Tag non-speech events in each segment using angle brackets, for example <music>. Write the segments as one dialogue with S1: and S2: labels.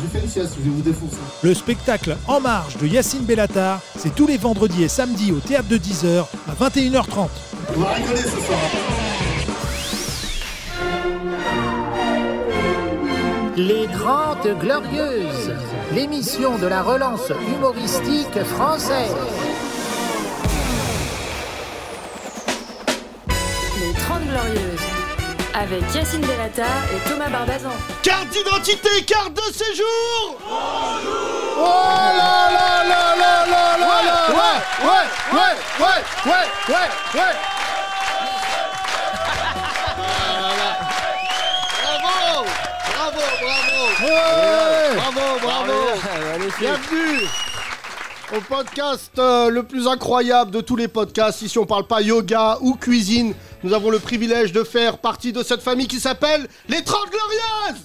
S1: J'ai fait une sieste, je vais vous hein. défoncer.
S2: Le spectacle En Marche de Yacine Bellatar, c'est tous les vendredis et samedis au théâtre de 10h à 21h30.
S1: On va rigoler ce soir. hein.
S3: Les Grandes Glorieuses, l'émission de la relance humoristique française.
S4: Les 30 Glorieuses, avec Yacine Delata et Thomas Barbazan.
S5: Carte d'identité, carte de séjour
S6: Oh là là là là là là là Ouais, ouais, ouais, ouais, ouais, ouais, ouais
S5: Bravo Bravo, bravo
S6: Ouais
S5: Bravo, bravo
S6: Bienvenue au podcast euh, le plus incroyable de tous les podcasts. Ici, on parle pas yoga ou cuisine. Nous avons le privilège de faire partie de cette famille qui s'appelle les 30 Glorieuses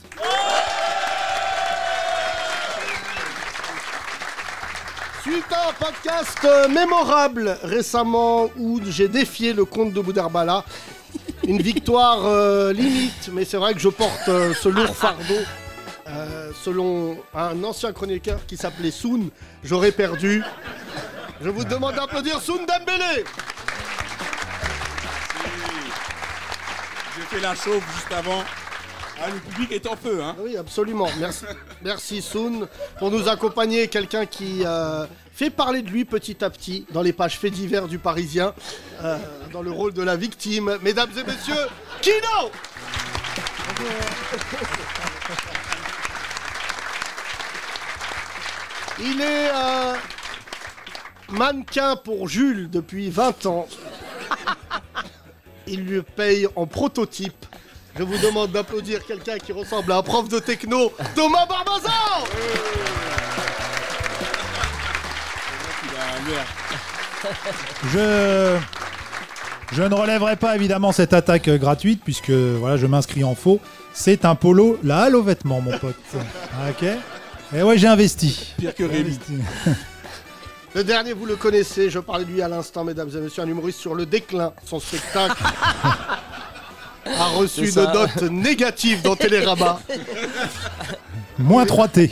S6: Suite à un podcast euh, mémorable récemment où j'ai défié le comte de Boudarbala. Une victoire euh, limite, mais c'est vrai que je porte euh, ce lourd fardeau. Euh, selon un ancien chroniqueur qui s'appelait Soun, j'aurais perdu. Je vous demande d'applaudir Soun Dembélé
S7: J'ai fait la chauve juste avant. Ah, le public est en feu, hein.
S6: Oui, absolument. Merci, merci Soun pour nous accompagner. Quelqu'un qui euh, fait parler de lui petit à petit dans les pages faits divers du Parisien, euh, dans le rôle de la victime. Mesdames et messieurs, Kino Il est euh, mannequin pour Jules depuis 20 ans. Il lui paye en prototype. Je vous demande d'applaudir quelqu'un qui ressemble à un prof de techno, Thomas Barbazan
S2: Je, je ne relèverai pas évidemment cette attaque euh, gratuite puisque voilà, je m'inscris en faux. C'est un polo, la halle aux vêtements, mon <laughs> pote. Ok Et ouais, j'ai investi.
S7: Pire que Rémi.
S2: Investi.
S6: Le dernier, vous le connaissez, je parlais de lui à l'instant, mesdames et messieurs, un humoriste sur le déclin. Son
S8: <laughs>
S6: spectacle a reçu
S8: C'est ça.
S6: une note négative dans Télérama.
S2: Moins <laughs> 3T.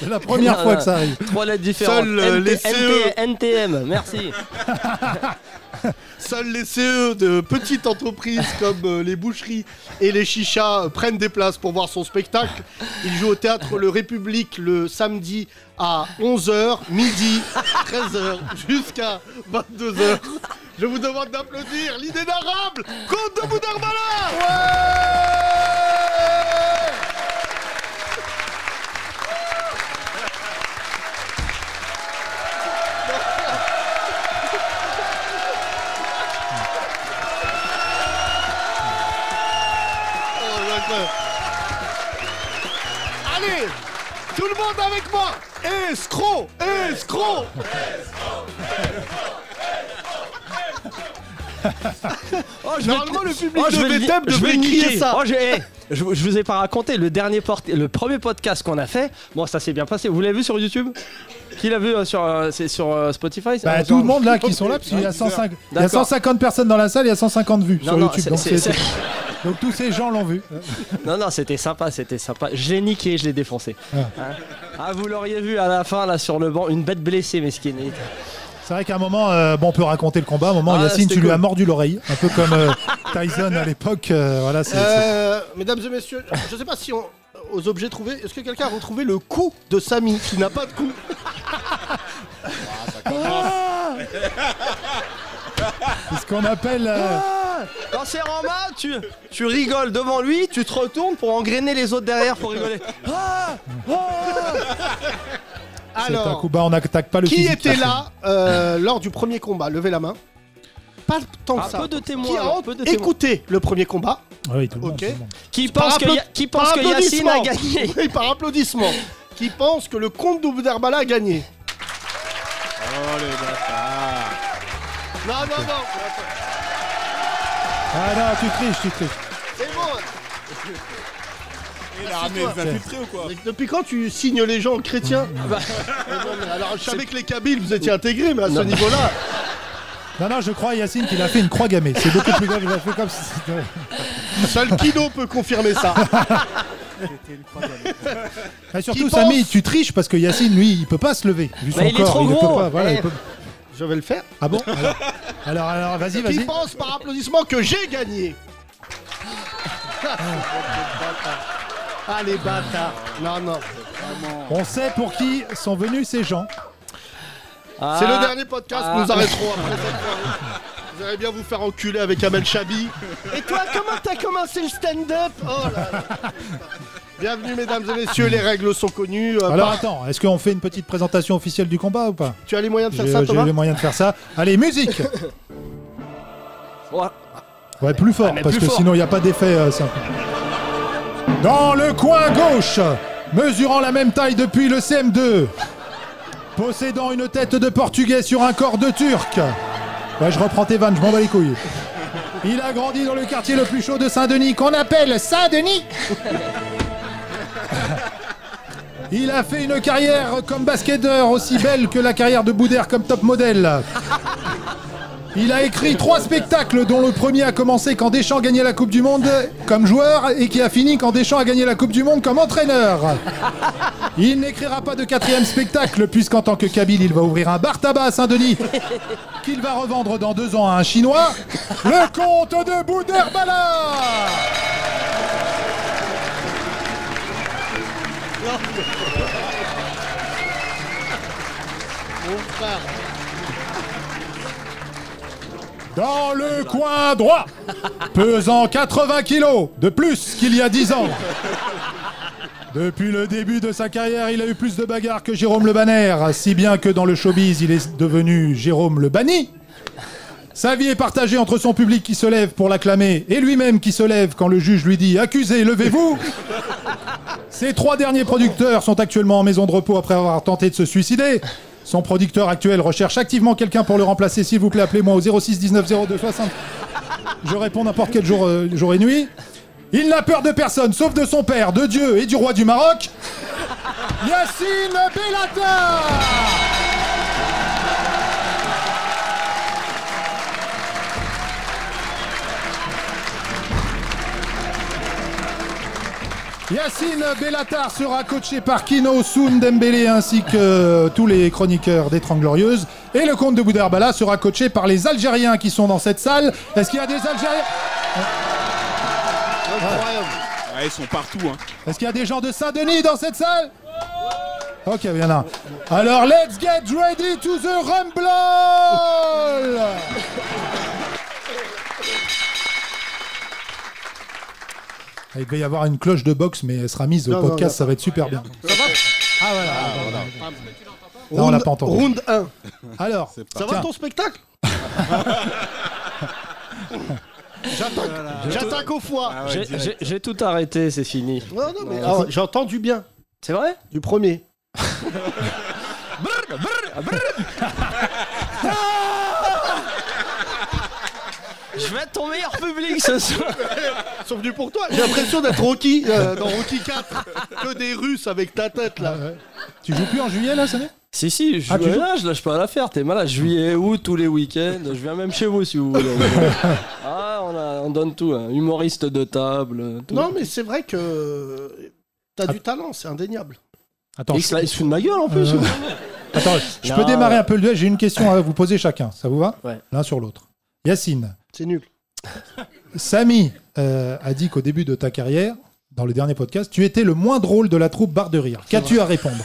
S2: C'est la première
S8: Non,
S2: fois
S8: non.
S2: que ça arrive.
S8: Trois lettres différentes.
S6: Seuls, euh,
S8: NT,
S6: les CE.
S8: NTM, merci.
S6: Seuls les CE de petites entreprises comme euh, les boucheries et les chichas euh, prennent des places pour voir son spectacle. Il joue au théâtre Le République le samedi à 11h, midi, 13h, jusqu'à 22h. Je vous demande d'applaudir l'inénarrable Comte de Boudarbala Oh, d'accord. Allez, tout le monde avec moi Escroc Escroc
S8: Oh, je
S6: Normalement,
S8: vais-
S6: le public
S8: je
S6: de
S8: vais le
S6: BTM
S8: dire- je vais
S6: devait
S8: le
S6: crier
S8: niquer.
S6: ça.
S8: Oh, je, eh, je- je vous ai pas raconté le dernier port- le premier podcast qu'on a fait. Bon, ça s'est bien passé. Vous l'avez vu sur YouTube Qui l'a vu euh, sur euh, c'est sur euh, Spotify ça,
S2: Bah,
S8: sur-
S2: tout le monde là qui sont là, parce qu'il y a, 105 il y a
S8: D'accord.
S2: 150 personnes dans la salle, il y a 150 vues
S8: Non,
S2: sur
S8: non,
S2: YouTube.
S8: c'est-
S2: donc,
S8: c'est-
S2: c'est- Euh, donc tous ces gens l'ont vu.
S8: Non, non, c'était sympa, c'était sympa. Je l'ai niqué, je l'ai défoncé. Hein Ah, vous l'auriez vu à la fin là sur le banc, une bête blessée, mesquine.
S2: C'est vrai qu'à un moment, euh, bon, on peut raconter le combat. À un moment,
S8: Ah,
S2: Yacine,
S8: c'était
S2: tu lui as
S8: cool.
S2: mordu l'oreille, un peu comme euh, Tyson à l'époque. euh, voilà, c'est- c'est- <laughs>
S6: Euh, Mesdames et messieurs, je sais pas si on... Aux objets trouvés, est-ce que quelqu'un a retrouvé le cou de Samy qui n'a pas de cou
S2: c'est ce qu'on appelle. euh,
S6: Ah,
S8: Quand c'est en main, tu, tu rigoles devant lui, tu te retournes pour engrainer les autres derrière pour rigoler. Ah
S2: c'est un
S6: Alors,
S2: combat, on n'attaque pas le
S6: qui
S2: physique.
S6: était là euh, lors du premier combat Levez la main. Pas tant que
S8: Un
S6: ça.
S8: peu de témoins,
S6: Qui a
S8: un peu de témoins.
S6: écouté le premier combat
S2: Ah oui, tout le monde,
S6: Ok.
S2: tout le monde.
S8: Qui
S6: Par
S8: pense que,
S6: applaudi-
S8: Ya- qui
S6: par
S8: pense que Yacine a
S6: applaudissement.
S8: gagné
S6: <laughs> Oui, par applaudissement. Qui pense que le comte de Boudarbala a gagné
S5: Oh les bâtards
S6: Non, non, non.
S2: Ah non, tu triches, tu triches.
S6: C'est bon.
S7: Il a ramené les infiltrés ou quoi
S6: Mais depuis quand tu signes les gens chrétiens
S2: Ah
S8: Bah,
S6: Mais non, mais <laughs> Alors, je savais que les Kabyles, vous étiez intégrés, mais à ce
S2: <laughs>
S6: niveau-là.
S2: Non, non, je crois à Yacine qu'il a fait une croix gammée. C'est beaucoup plus grave, il a fait comme si c'était- <laughs>
S6: Seul Kino peut confirmer ça.
S9: C'était une croix gammée.
S2: Et surtout,
S6: Qui pense
S2: Samy,
S6: Bah,
S2: tu triches parce que Yacine, lui, il peut pas se lever. Vu son
S8: il est
S2: corps,
S8: trop
S2: il ne
S8: gros.
S2: peut pas. voilà, il
S8: Eh.
S2: peut-
S6: Je vais le faire.
S2: Ah bon Alors, alors, alors, vas-y,
S6: Qui
S2: vas-y.
S6: pense par applaudissement que j'ai
S2: <laughs>
S6: gagné Ah les bâtards Non, non.
S2: On sait pour qui sont venus ces gens.
S6: C'est
S8: Ah.
S6: le dernier podcast,
S8: Ah.
S6: nous arrêterons après
S2: <laughs>
S6: cette fois. Vous allez bien vous faire enculer avec Amel Chabi. Et toi, comment t'as commencé le stand-up Oh là là Bienvenue mesdames et messieurs, les règles sont connues. Euh,
S2: Alors
S6: par-
S2: attends, est-ce qu'on fait une petite présentation officielle du combat ou pas
S6: Tu as les moyens de faire
S2: J'ai
S6: ça
S2: j'ai
S6: Thomas
S2: les moyens de faire ça.
S6: <laughs>
S2: Allez, musique
S8: Ouais.
S2: Ouais, plus fort,
S8: Ah, mais
S2: parce
S8: plus
S2: que
S8: fort.
S2: sinon il n'y a pas d'effet euh, simple. Dans le coin gauche, mesurant la même taille depuis le CM2, possédant une tête de Portugais sur un corps de Turc. Ouais, je reprends tes vannes, je m'en bats les couilles. Il a grandi dans le quartier le plus chaud de Saint-Denis, qu'on appelle Saint-Denis. Il a fait une carrière comme basketteur aussi belle que la carrière de Boudère comme top modèle. Il a écrit trois spectacles, dont le premier a commencé quand Deschamps gagnait la Coupe du Monde comme joueur et qui a fini quand Deschamps a gagné la Coupe du Monde comme entraîneur. Il n'écrira pas de quatrième spectacle, puisqu'en tant que Kabyle, il va ouvrir un bar tabac à Saint-Denis, qu'il va revendre dans deux ans à un Chinois. Le comte de Bouderbala Dans le coin droit, pesant 80 kilos de plus qu'il y a 10 ans. Depuis le début de sa carrière, il a eu plus de bagarres que Jérôme Le Banner, si bien que dans le showbiz, il est devenu Jérôme Le Banni. Sa vie est partagée entre son public qui se lève pour l'acclamer et lui-même qui se lève quand le juge lui dit Accusé, levez-vous Ses trois derniers producteurs sont actuellement en maison de repos après avoir tenté de se suicider. Son producteur actuel recherche activement quelqu'un pour le remplacer. S'il vous plaît, appelez-moi au 06 19 02 60. Je réponds n'importe quel jour, euh, jour et nuit. Il n'a peur de personne, sauf de son père, de Dieu et du roi du Maroc. Yacine Bellata Yacine Bellatar sera coaché par Kino Soun Dembélé ainsi que euh, tous les chroniqueurs des Trente Glorieuses. Et le comte de Boudarbala sera coaché par les Algériens qui sont dans cette salle. Est-ce qu'il y a des Algériens
S6: Incroyable.
S7: Ouais, ils sont partout, hein.
S2: Est-ce qu'il y a des gens de Saint-Denis dans cette salle Ok, il y en a. un. Alors, let's get ready to the rumble Ah, Il devait y avoir une cloche de boxe, mais elle sera mise au
S6: Non, non,
S2: podcast,
S6: non.
S2: ça va être super bien. Ah voilà. Non, on
S6: Round-
S2: l'a pas entendu.
S6: Round 1.
S2: Alors,
S6: Ça va
S2: tiens,
S6: ton spectacle J'attaque- J'attaque au foie.
S7: Ah ouais,
S8: J'ai-
S7: direct.
S8: J'ai j'ai tout arrêté, c'est fini.
S6: Non, non, mais ah, j'ai entendu bien
S8: C'est vrai
S6: du premier. Ah
S8: Je vais être ton meilleur public ce soir.
S6: Sauf du pour toi, j'ai l'impression d'être Rocky euh, dans Rocky Ah 4. Que des Russes avec ta tête là.
S2: tu joues plus en juillet là, Sané
S8: Si, si, je
S2: Ah, tu
S8: suis
S2: joues
S8: là, je lâche pas l'affaire. T'es malade. Juillet, août, tous les week-ends. Je viens même chez vous si vous voulez. ah, on, a- on donne tout. hein. Humoriste de table. Tout.
S6: Non, mais c'est vrai que euh, t'as du talent, c'est indéniable.
S2: Attends,
S8: Et il
S2: je,
S8: se, il se fout de ma gueule en plus.
S2: Euh, attends, je peux
S8: Non.
S2: démarrer un peu le duel. J'ai une question à vous poser chacun. Ça vous va
S8: Ouais.
S2: L'un sur l'autre. Yacine,
S6: C'est nul.
S2: Samy euh, a dit qu'au début de ta carrière, dans le dernier podcast, tu étais le moins drôle de la troupe Barre de Rire. Qu'as-tu à répondre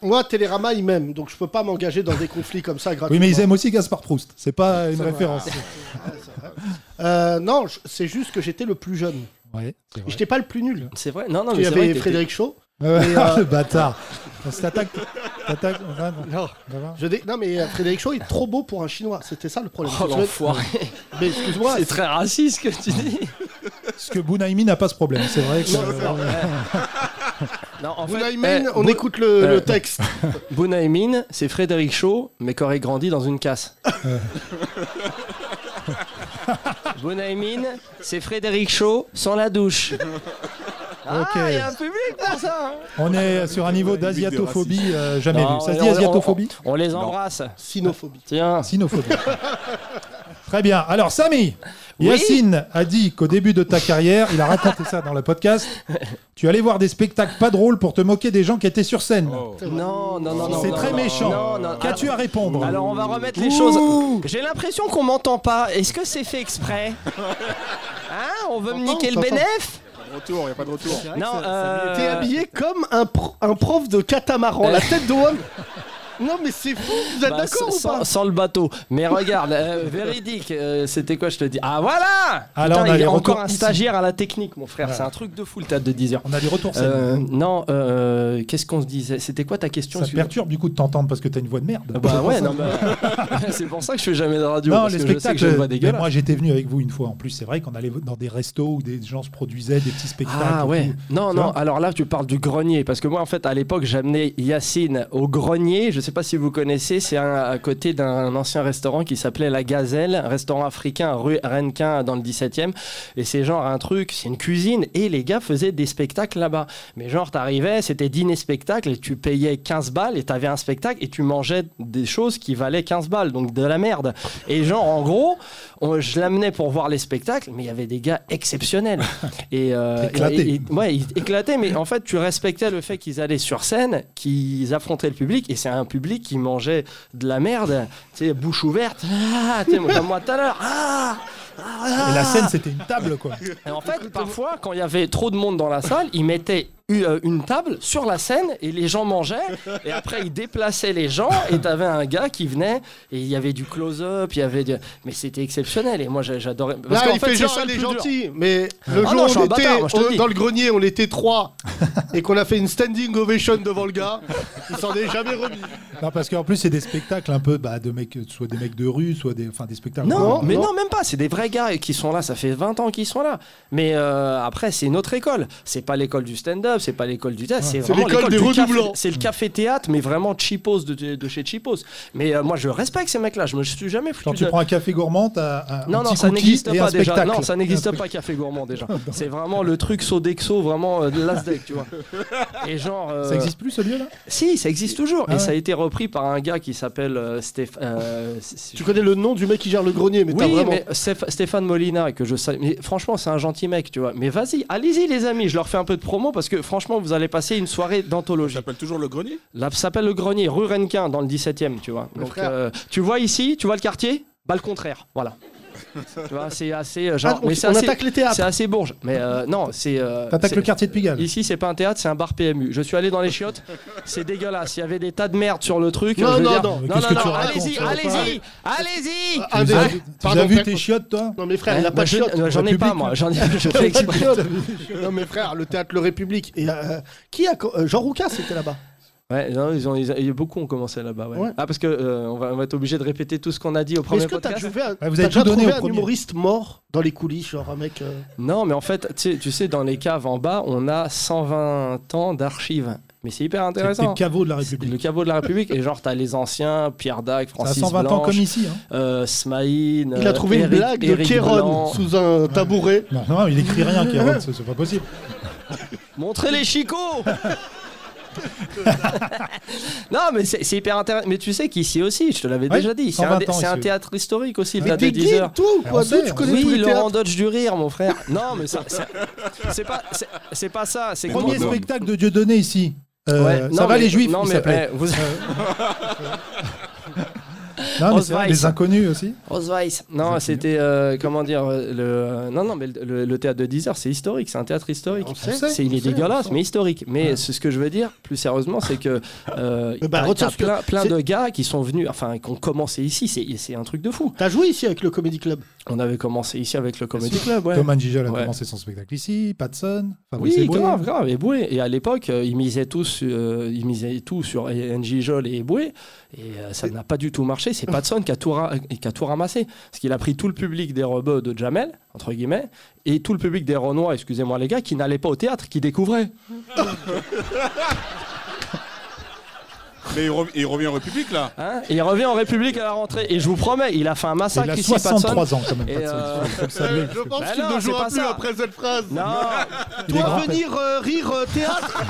S6: Moi, Télérama, il m'aime, donc je peux pas m'engager dans des conflits comme ça gratuitement.
S2: Oui, mais ils aiment aussi Gaspard Proust. C'est pas une référence.
S6: Euh, non, je- c'est juste que j'étais le plus jeune.
S2: Ouais, c'est vrai.
S6: J'étais pas le plus nul.
S8: C'est vrai. Non, non,
S6: Il
S8: Ah, mais
S6: y
S8: c'est vrai.
S6: avait
S8: que
S6: Frédéric Shaw.
S2: Euh, <laughs>
S6: mais, euh,
S2: le bâtard. On s'attaque. t'attaques- on va- on
S6: Non.
S2: va-
S6: Je dé- Non, mais euh, Frédéric Shaw il est trop beau pour un chinois. C'était ça le
S8: t'étais-
S6: problème.
S8: Oh
S6: Je vais-
S8: l'enfoiré.
S6: Mais excuse-moi,
S8: C'est très raciste ce que
S6: <laughs>
S8: tu dis.
S2: Parce que Bounaimi n'a pas ce problème. C'est vrai que.
S8: Non, en fait,
S6: Bounaimin,
S8: eh,
S6: on
S8: Bou-
S6: écoute le,
S8: euh,
S6: le texte.
S8: Bounaimin, c'est Frédéric Shaw, mais qui aurait grandi dans
S2: <laughs>
S8: une casse. Bounaimin, c'est Frédéric Shaw sans la douche.
S2: Ok.
S8: Ah, il y a un public pour ça hein.
S2: On est sur un niveau d'asiatophobie euh, jamais
S8: Non,
S2: vu. Ça se
S8: on-
S2: dit
S8: on-
S2: asiatophobie
S8: On, on les embrasse.
S6: Sinophobie.
S8: Tiens,
S2: Sinophobie. Très bien. Alors, Samy,
S8: Oui
S2: Yacine a dit qu'au début de ta carrière, il a raconté ça dans le podcast, tu allais voir des spectacles pas drôles pour te moquer des gens qui étaient sur scène.
S8: Non, non, non, non.
S2: C'est
S8: Oh. non,
S2: très
S8: non,
S2: méchant.
S8: non, non.
S2: Qu'as-tu à répondre
S8: Alors on va remettre les
S2: Ouh.
S8: choses. J'ai l'impression qu'on m'entend pas. Est-ce que c'est
S2: <laughs>
S8: fait exprès Hein On veut me niquer le
S6: t'entends.
S8: bénéf
S7: Retour, il a pas de retour.
S8: Non. euh, Eh.
S6: T'es habillé comme un, pro- un prof de catamaran, la tête de homme. Non mais c'est fou, vous êtes
S8: bah,
S6: d'accord
S8: sans-
S6: ou pas
S8: sans, sans le bateau. Mais regarde,
S2: <laughs>
S8: euh, véridique. euh, C'était quoi Je te dis. Ah voilà.
S2: Ah, là, on
S8: Putain,
S2: a
S8: il y
S2: les
S8: a encore
S2: retours
S8: un
S2: ici.
S8: stagiaire à la technique, mon frère. C'est un truc de fou le théâtre de 10 heures.
S2: On a des retours scène.
S8: Euh, non, euh, qu'est-ce qu'on se disait C'était quoi ta question
S2: ça te
S8: celui-là
S2: perturbe du coup de t'entendre parce que t'as une voix de merde. <laughs>
S8: Bah ouais, non, bah, <laughs> c'est pour ça que je fais jamais de radio.
S2: Non,
S8: parce
S2: les
S8: que je sais que j'ai une
S2: spectacles.
S8: voix
S2: mais
S8: dégueulasse.
S2: moi, j'étais venu avec vous une fois. En plus, c'est vrai qu'on allait dans des restos où des gens se produisaient, des petits spectacles.
S8: Ah
S2: et
S8: ouais.
S2: tout.
S8: Non,
S2: Tu
S8: non,
S2: vois
S8: alors là tu parles du grenier, parce que moi en fait à l'époque j'amenais Yacine au grenier, je sais pas si vous connaissez, c'est un- à côté d'un ancien restaurant qui s'appelait La Gazelle, un restaurant africain rue Rennequin dans le 17 e et c'est genre un truc, c'est une cuisine, et les gars faisaient des spectacles là-bas. Mais genre t'arrivais, c'était dîner-spectacle, et tu payais 15 balles, et t'avais un spectacle, et tu mangeais des choses qui valaient 15 balles, donc de la merde. Et genre en gros, on- je l'amenais pour voir les spectacles, mais il y avait des gars exceptionnels. Et, euh,
S2: Éclatés.
S8: et- et- Ouais, ils éclataient, mais en fait, tu respectais le fait qu'ils allaient sur scène, qu'ils affrontaient le public, et c'est un public qui mangeait de la merde, tu sais, bouche ouverte, ah, tu sais, moi, comme moi tout à l'heure, ah, ah, ah.
S2: Et la scène, c'était une table, quoi.
S8: Et en fait, parfois, quand il y avait trop de monde dans la salle, ils mettaient u- euh, une table sur la scène et les gens mangeaient. Et après, ils déplaçaient les gens et t'avais un gars qui venait et il y avait du close-up, il y avait du... Mais c'était exceptionnel et moi j'a- j'adorais. Parce
S6: Là,
S8: qu'en
S6: il
S8: fait,
S6: fait
S8: c'est
S6: genre,
S8: ça
S6: il
S8: le
S6: est
S8: plus dur.
S6: gentil, mais le
S8: Ah
S6: jour
S8: non, je
S6: où
S8: suis
S6: on
S8: un
S6: était
S8: bâtard, moi, je te le
S6: on-
S8: dis.
S6: dans le grenier, on était trois, et qu'on a fait une standing ovation devant le gars, il s'en est jamais remis.
S2: Non, parce qu'en plus, c'est des spectacles un peu bah, de mecs, soit des mecs de rue, soit des, enfin, des spectacles.
S8: Non,
S6: Non,
S8: mais
S6: non.
S8: non. même pas. C'est des vrais gars qui sont là. Ça fait 20 ans qu'ils sont là. Mais euh, après, c'est une autre école. C'est pas l'école du stand-up, c'est pas l'école du théâtre. C'est vraiment
S6: l'école
S8: l'école
S6: des
S8: du café-
S6: redoublants.
S8: C'est le café-théâtre, mais vraiment cheapos de, de- de chez cheapos. Mais euh, moi, je respecte ces mecs-là. Je me suis jamais foutu
S2: Quand tu
S8: de-
S2: prends un café gourmand, t'as un,
S8: non,
S2: un
S8: non,
S2: petit
S8: ça
S2: cookie
S8: n'existe
S2: et
S8: pas
S2: un
S8: déjà.
S2: spectacle.
S8: Non, ça
S2: Et un
S8: n'existe
S2: spectacle.
S8: pas Café
S2: <laughs>
S8: Gourmand déjà. C'est vraiment le truc Sodexo, vraiment euh, de l'Asdec, tu vois. Et genre. euh,
S2: Ça existe plus, ce lieu-là
S8: Si, ça existe toujours.
S2: Ah
S8: Et ça a été repris par un gars qui s'appelle euh, Stéph- euh, c'est-
S6: Tu connais le nom du mec qui gère le grenier, mais t'as
S8: oui,
S6: vraiment.
S8: mais Stéph- Stéphane Molina, que je sais. Mais franchement, c'est un gentil mec, tu vois. Mais vas-y, allez-y, les amis, je leur fais un peu de promo parce que franchement, vous allez passer une soirée d'anthologie.
S7: J'appelle toujours le grenier.
S8: Là, ça s'appelle le grenier, rue Rennequin, dans le 17 e tu vois. Donc,
S6: frère.
S8: euh, tu vois ici, tu vois le quartier Bah, le contraire, voilà. tu vois, c'est assez. euh, Genre,
S6: Ah, on
S8: mais c'est
S6: on
S8: assez,
S6: attaque les théâtres.
S8: c'est assez bourge. Mais euh, non, c'est. euh,
S2: T'attaques
S8: c'est-
S2: le quartier de Pigalle.
S8: Ici, c'est pas un théâtre, c'est un bar PMU. Je suis allé dans les chiottes, c'est dégueulasse. Il y avait des tas de merde sur le truc.
S6: Non,
S8: je veux
S6: non,
S8: dire-
S6: non.
S2: Mais
S8: non,
S2: qu'est-ce que
S8: non,
S2: tu
S8: non,
S2: racontes,
S8: allez-y,
S2: ça va pas.
S8: allez-y, allez-y.
S6: Ah,
S2: Tu
S6: des-
S2: les as- tu les as
S6: Pardon,
S2: vu
S6: frère.
S2: tes chiottes, toi
S6: Non mais frère,
S8: Ouais,
S6: il a
S8: bah,
S6: pas de
S8: je-
S6: chiotte.
S8: euh, J'en ai pas,
S2: République.
S8: moi. J'en ai,
S6: <laughs> Il
S8: je fais
S6: a pas de
S8: exprès.
S6: chiotte. <laughs> non mais frère, le théâtre Le République. Et, euh, qui a co- euh, Jean Roucas était là-bas.
S8: Ouais, non, ils ont, ils ont- il y a beaucoup ont commencé là-bas. ouais.
S6: Ouais.
S8: Ah, parce que euh, on, va, on va être obligé de répéter tout ce qu'on a dit au
S6: Mais
S8: premier
S6: Est-ce que t'as
S8: podcast.
S6: trouvé un,
S2: Ouais, vous
S6: t'as
S2: avez
S6: déjà
S2: tout donné
S6: trouvé
S2: au
S6: un
S2: premier.
S6: humoriste mort dans les coulisses, genre un mec. euh,
S8: Non, mais en fait, tu sais, tu sais, dans les caves en bas, on a 120 ans d'archives. Mais c'est hyper
S2: C'est
S8: intéressant.
S2: le caveau de la
S8: C'est
S2: République.
S8: Le caveau de la République, et genre, t'as les anciens, Pierre Dac,
S2: Ça a
S8: Francis
S2: 120 ans
S8: Blanche,
S2: comme ici.
S8: <laughs>
S2: hein.
S8: euh, Smaïn.
S6: Il a
S8: euh,
S6: trouvé une
S8: Eric-
S6: blague de
S8: Eric
S6: Kéron
S8: Blanc.
S6: sous un tabouret.
S2: Non, non, il écrit rien,
S8: <laughs>
S2: Kéron, c'est c'est pas possible.
S8: Montrez les chicots
S2: <laughs>
S8: Non, mais c'est c'est hyper intéressant. Mais tu sais qu'ici aussi, je te l'avais
S2: Ouais,
S8: déjà dit, c'est un,
S2: 120 ans
S8: c'est un
S2: ici.
S8: théâtre historique aussi, le
S6: Mais
S8: théâtre des
S6: des
S8: 10 heures.
S6: guides, tout
S2: Ah, on
S6: quoi.
S2: sait,
S6: D'où tu
S2: on
S6: connais tous
S8: Oui,
S6: les
S8: Laurent
S6: théâtres.
S8: Dodge du rire, mon frère. Non, mais ça, ça- c'est pas, c'est- c'est pas ça. C'est que
S2: Premier
S8: moi-
S2: spectacle de Dieudonné ici. Euh,
S8: Ouais,
S2: ça
S8: non,
S2: va
S8: mais-
S2: les juifs
S8: Non,
S2: il
S8: mais
S2: s'appelait.
S8: eh, vous- eh,
S2: Non, mais c'est vrai,
S8: Osweiss.
S2: les inconnus aussi.
S8: Roseweiss. Non, c'était euh, comment dire euh, le euh, non non mais le, le- le théâtre de 10 heures c'est historique, c'est un théâtre historique.
S2: sait,
S8: C'est il
S2: on
S8: est
S2: sait,
S8: dégueulasse
S2: on sait.
S8: mais historique. Mais c'est ce que je veux dire plus sérieusement c'est que euh,
S6: Mais bah,
S8: t'as-
S6: retiens
S8: t'as
S6: ce que-
S8: plein plein
S6: c'est-
S8: de gars qui sont venus enfin qui ont commencé ici, c'est c'est un truc de fou.
S6: T'as joué ici avec le Comedy Club.
S8: On avait commencé ici avec le Comedy Club ouais.
S2: Thomas Gijol a
S8: Ouais.
S2: commencé son spectacle ici, Patson, Fabrice
S8: Oui,
S2: Eboué.
S8: grave, grave, Eboué. Et à l'époque, euh, ils misaient tous, euh, ils misaient tout sur NJ Jol et Eboué. Et euh, ça n'a pas du tout marché. C'est Patson qui a tout, ra- qui a tout ramassé. Parce qu'il a pris tout le public des robots de Jamel, entre guillemets, et tout le public des Renois, excusez-moi les gars, qui n'allaient pas au théâtre, qui découvraient.
S7: Mais il, rev- il revient en République là.
S8: hein. et il revient en République à la rentrée. Et je vous promets, il a fait un
S2: il
S8: massacre
S2: a
S8: ici, Patson.
S2: 63 ans quand même,
S8: Et,
S2: Patson.
S8: euh,
S2: Il faut le saluer.
S6: Je pense
S8: Bah
S6: qu'il
S8: non,
S6: ne
S8: c'est
S6: jouera
S8: pas
S6: plus
S8: ça.
S6: après cette phrase.
S8: Non,
S2: Il est
S6: Toi
S2: grand-père.
S6: venir euh, rire euh, théâtre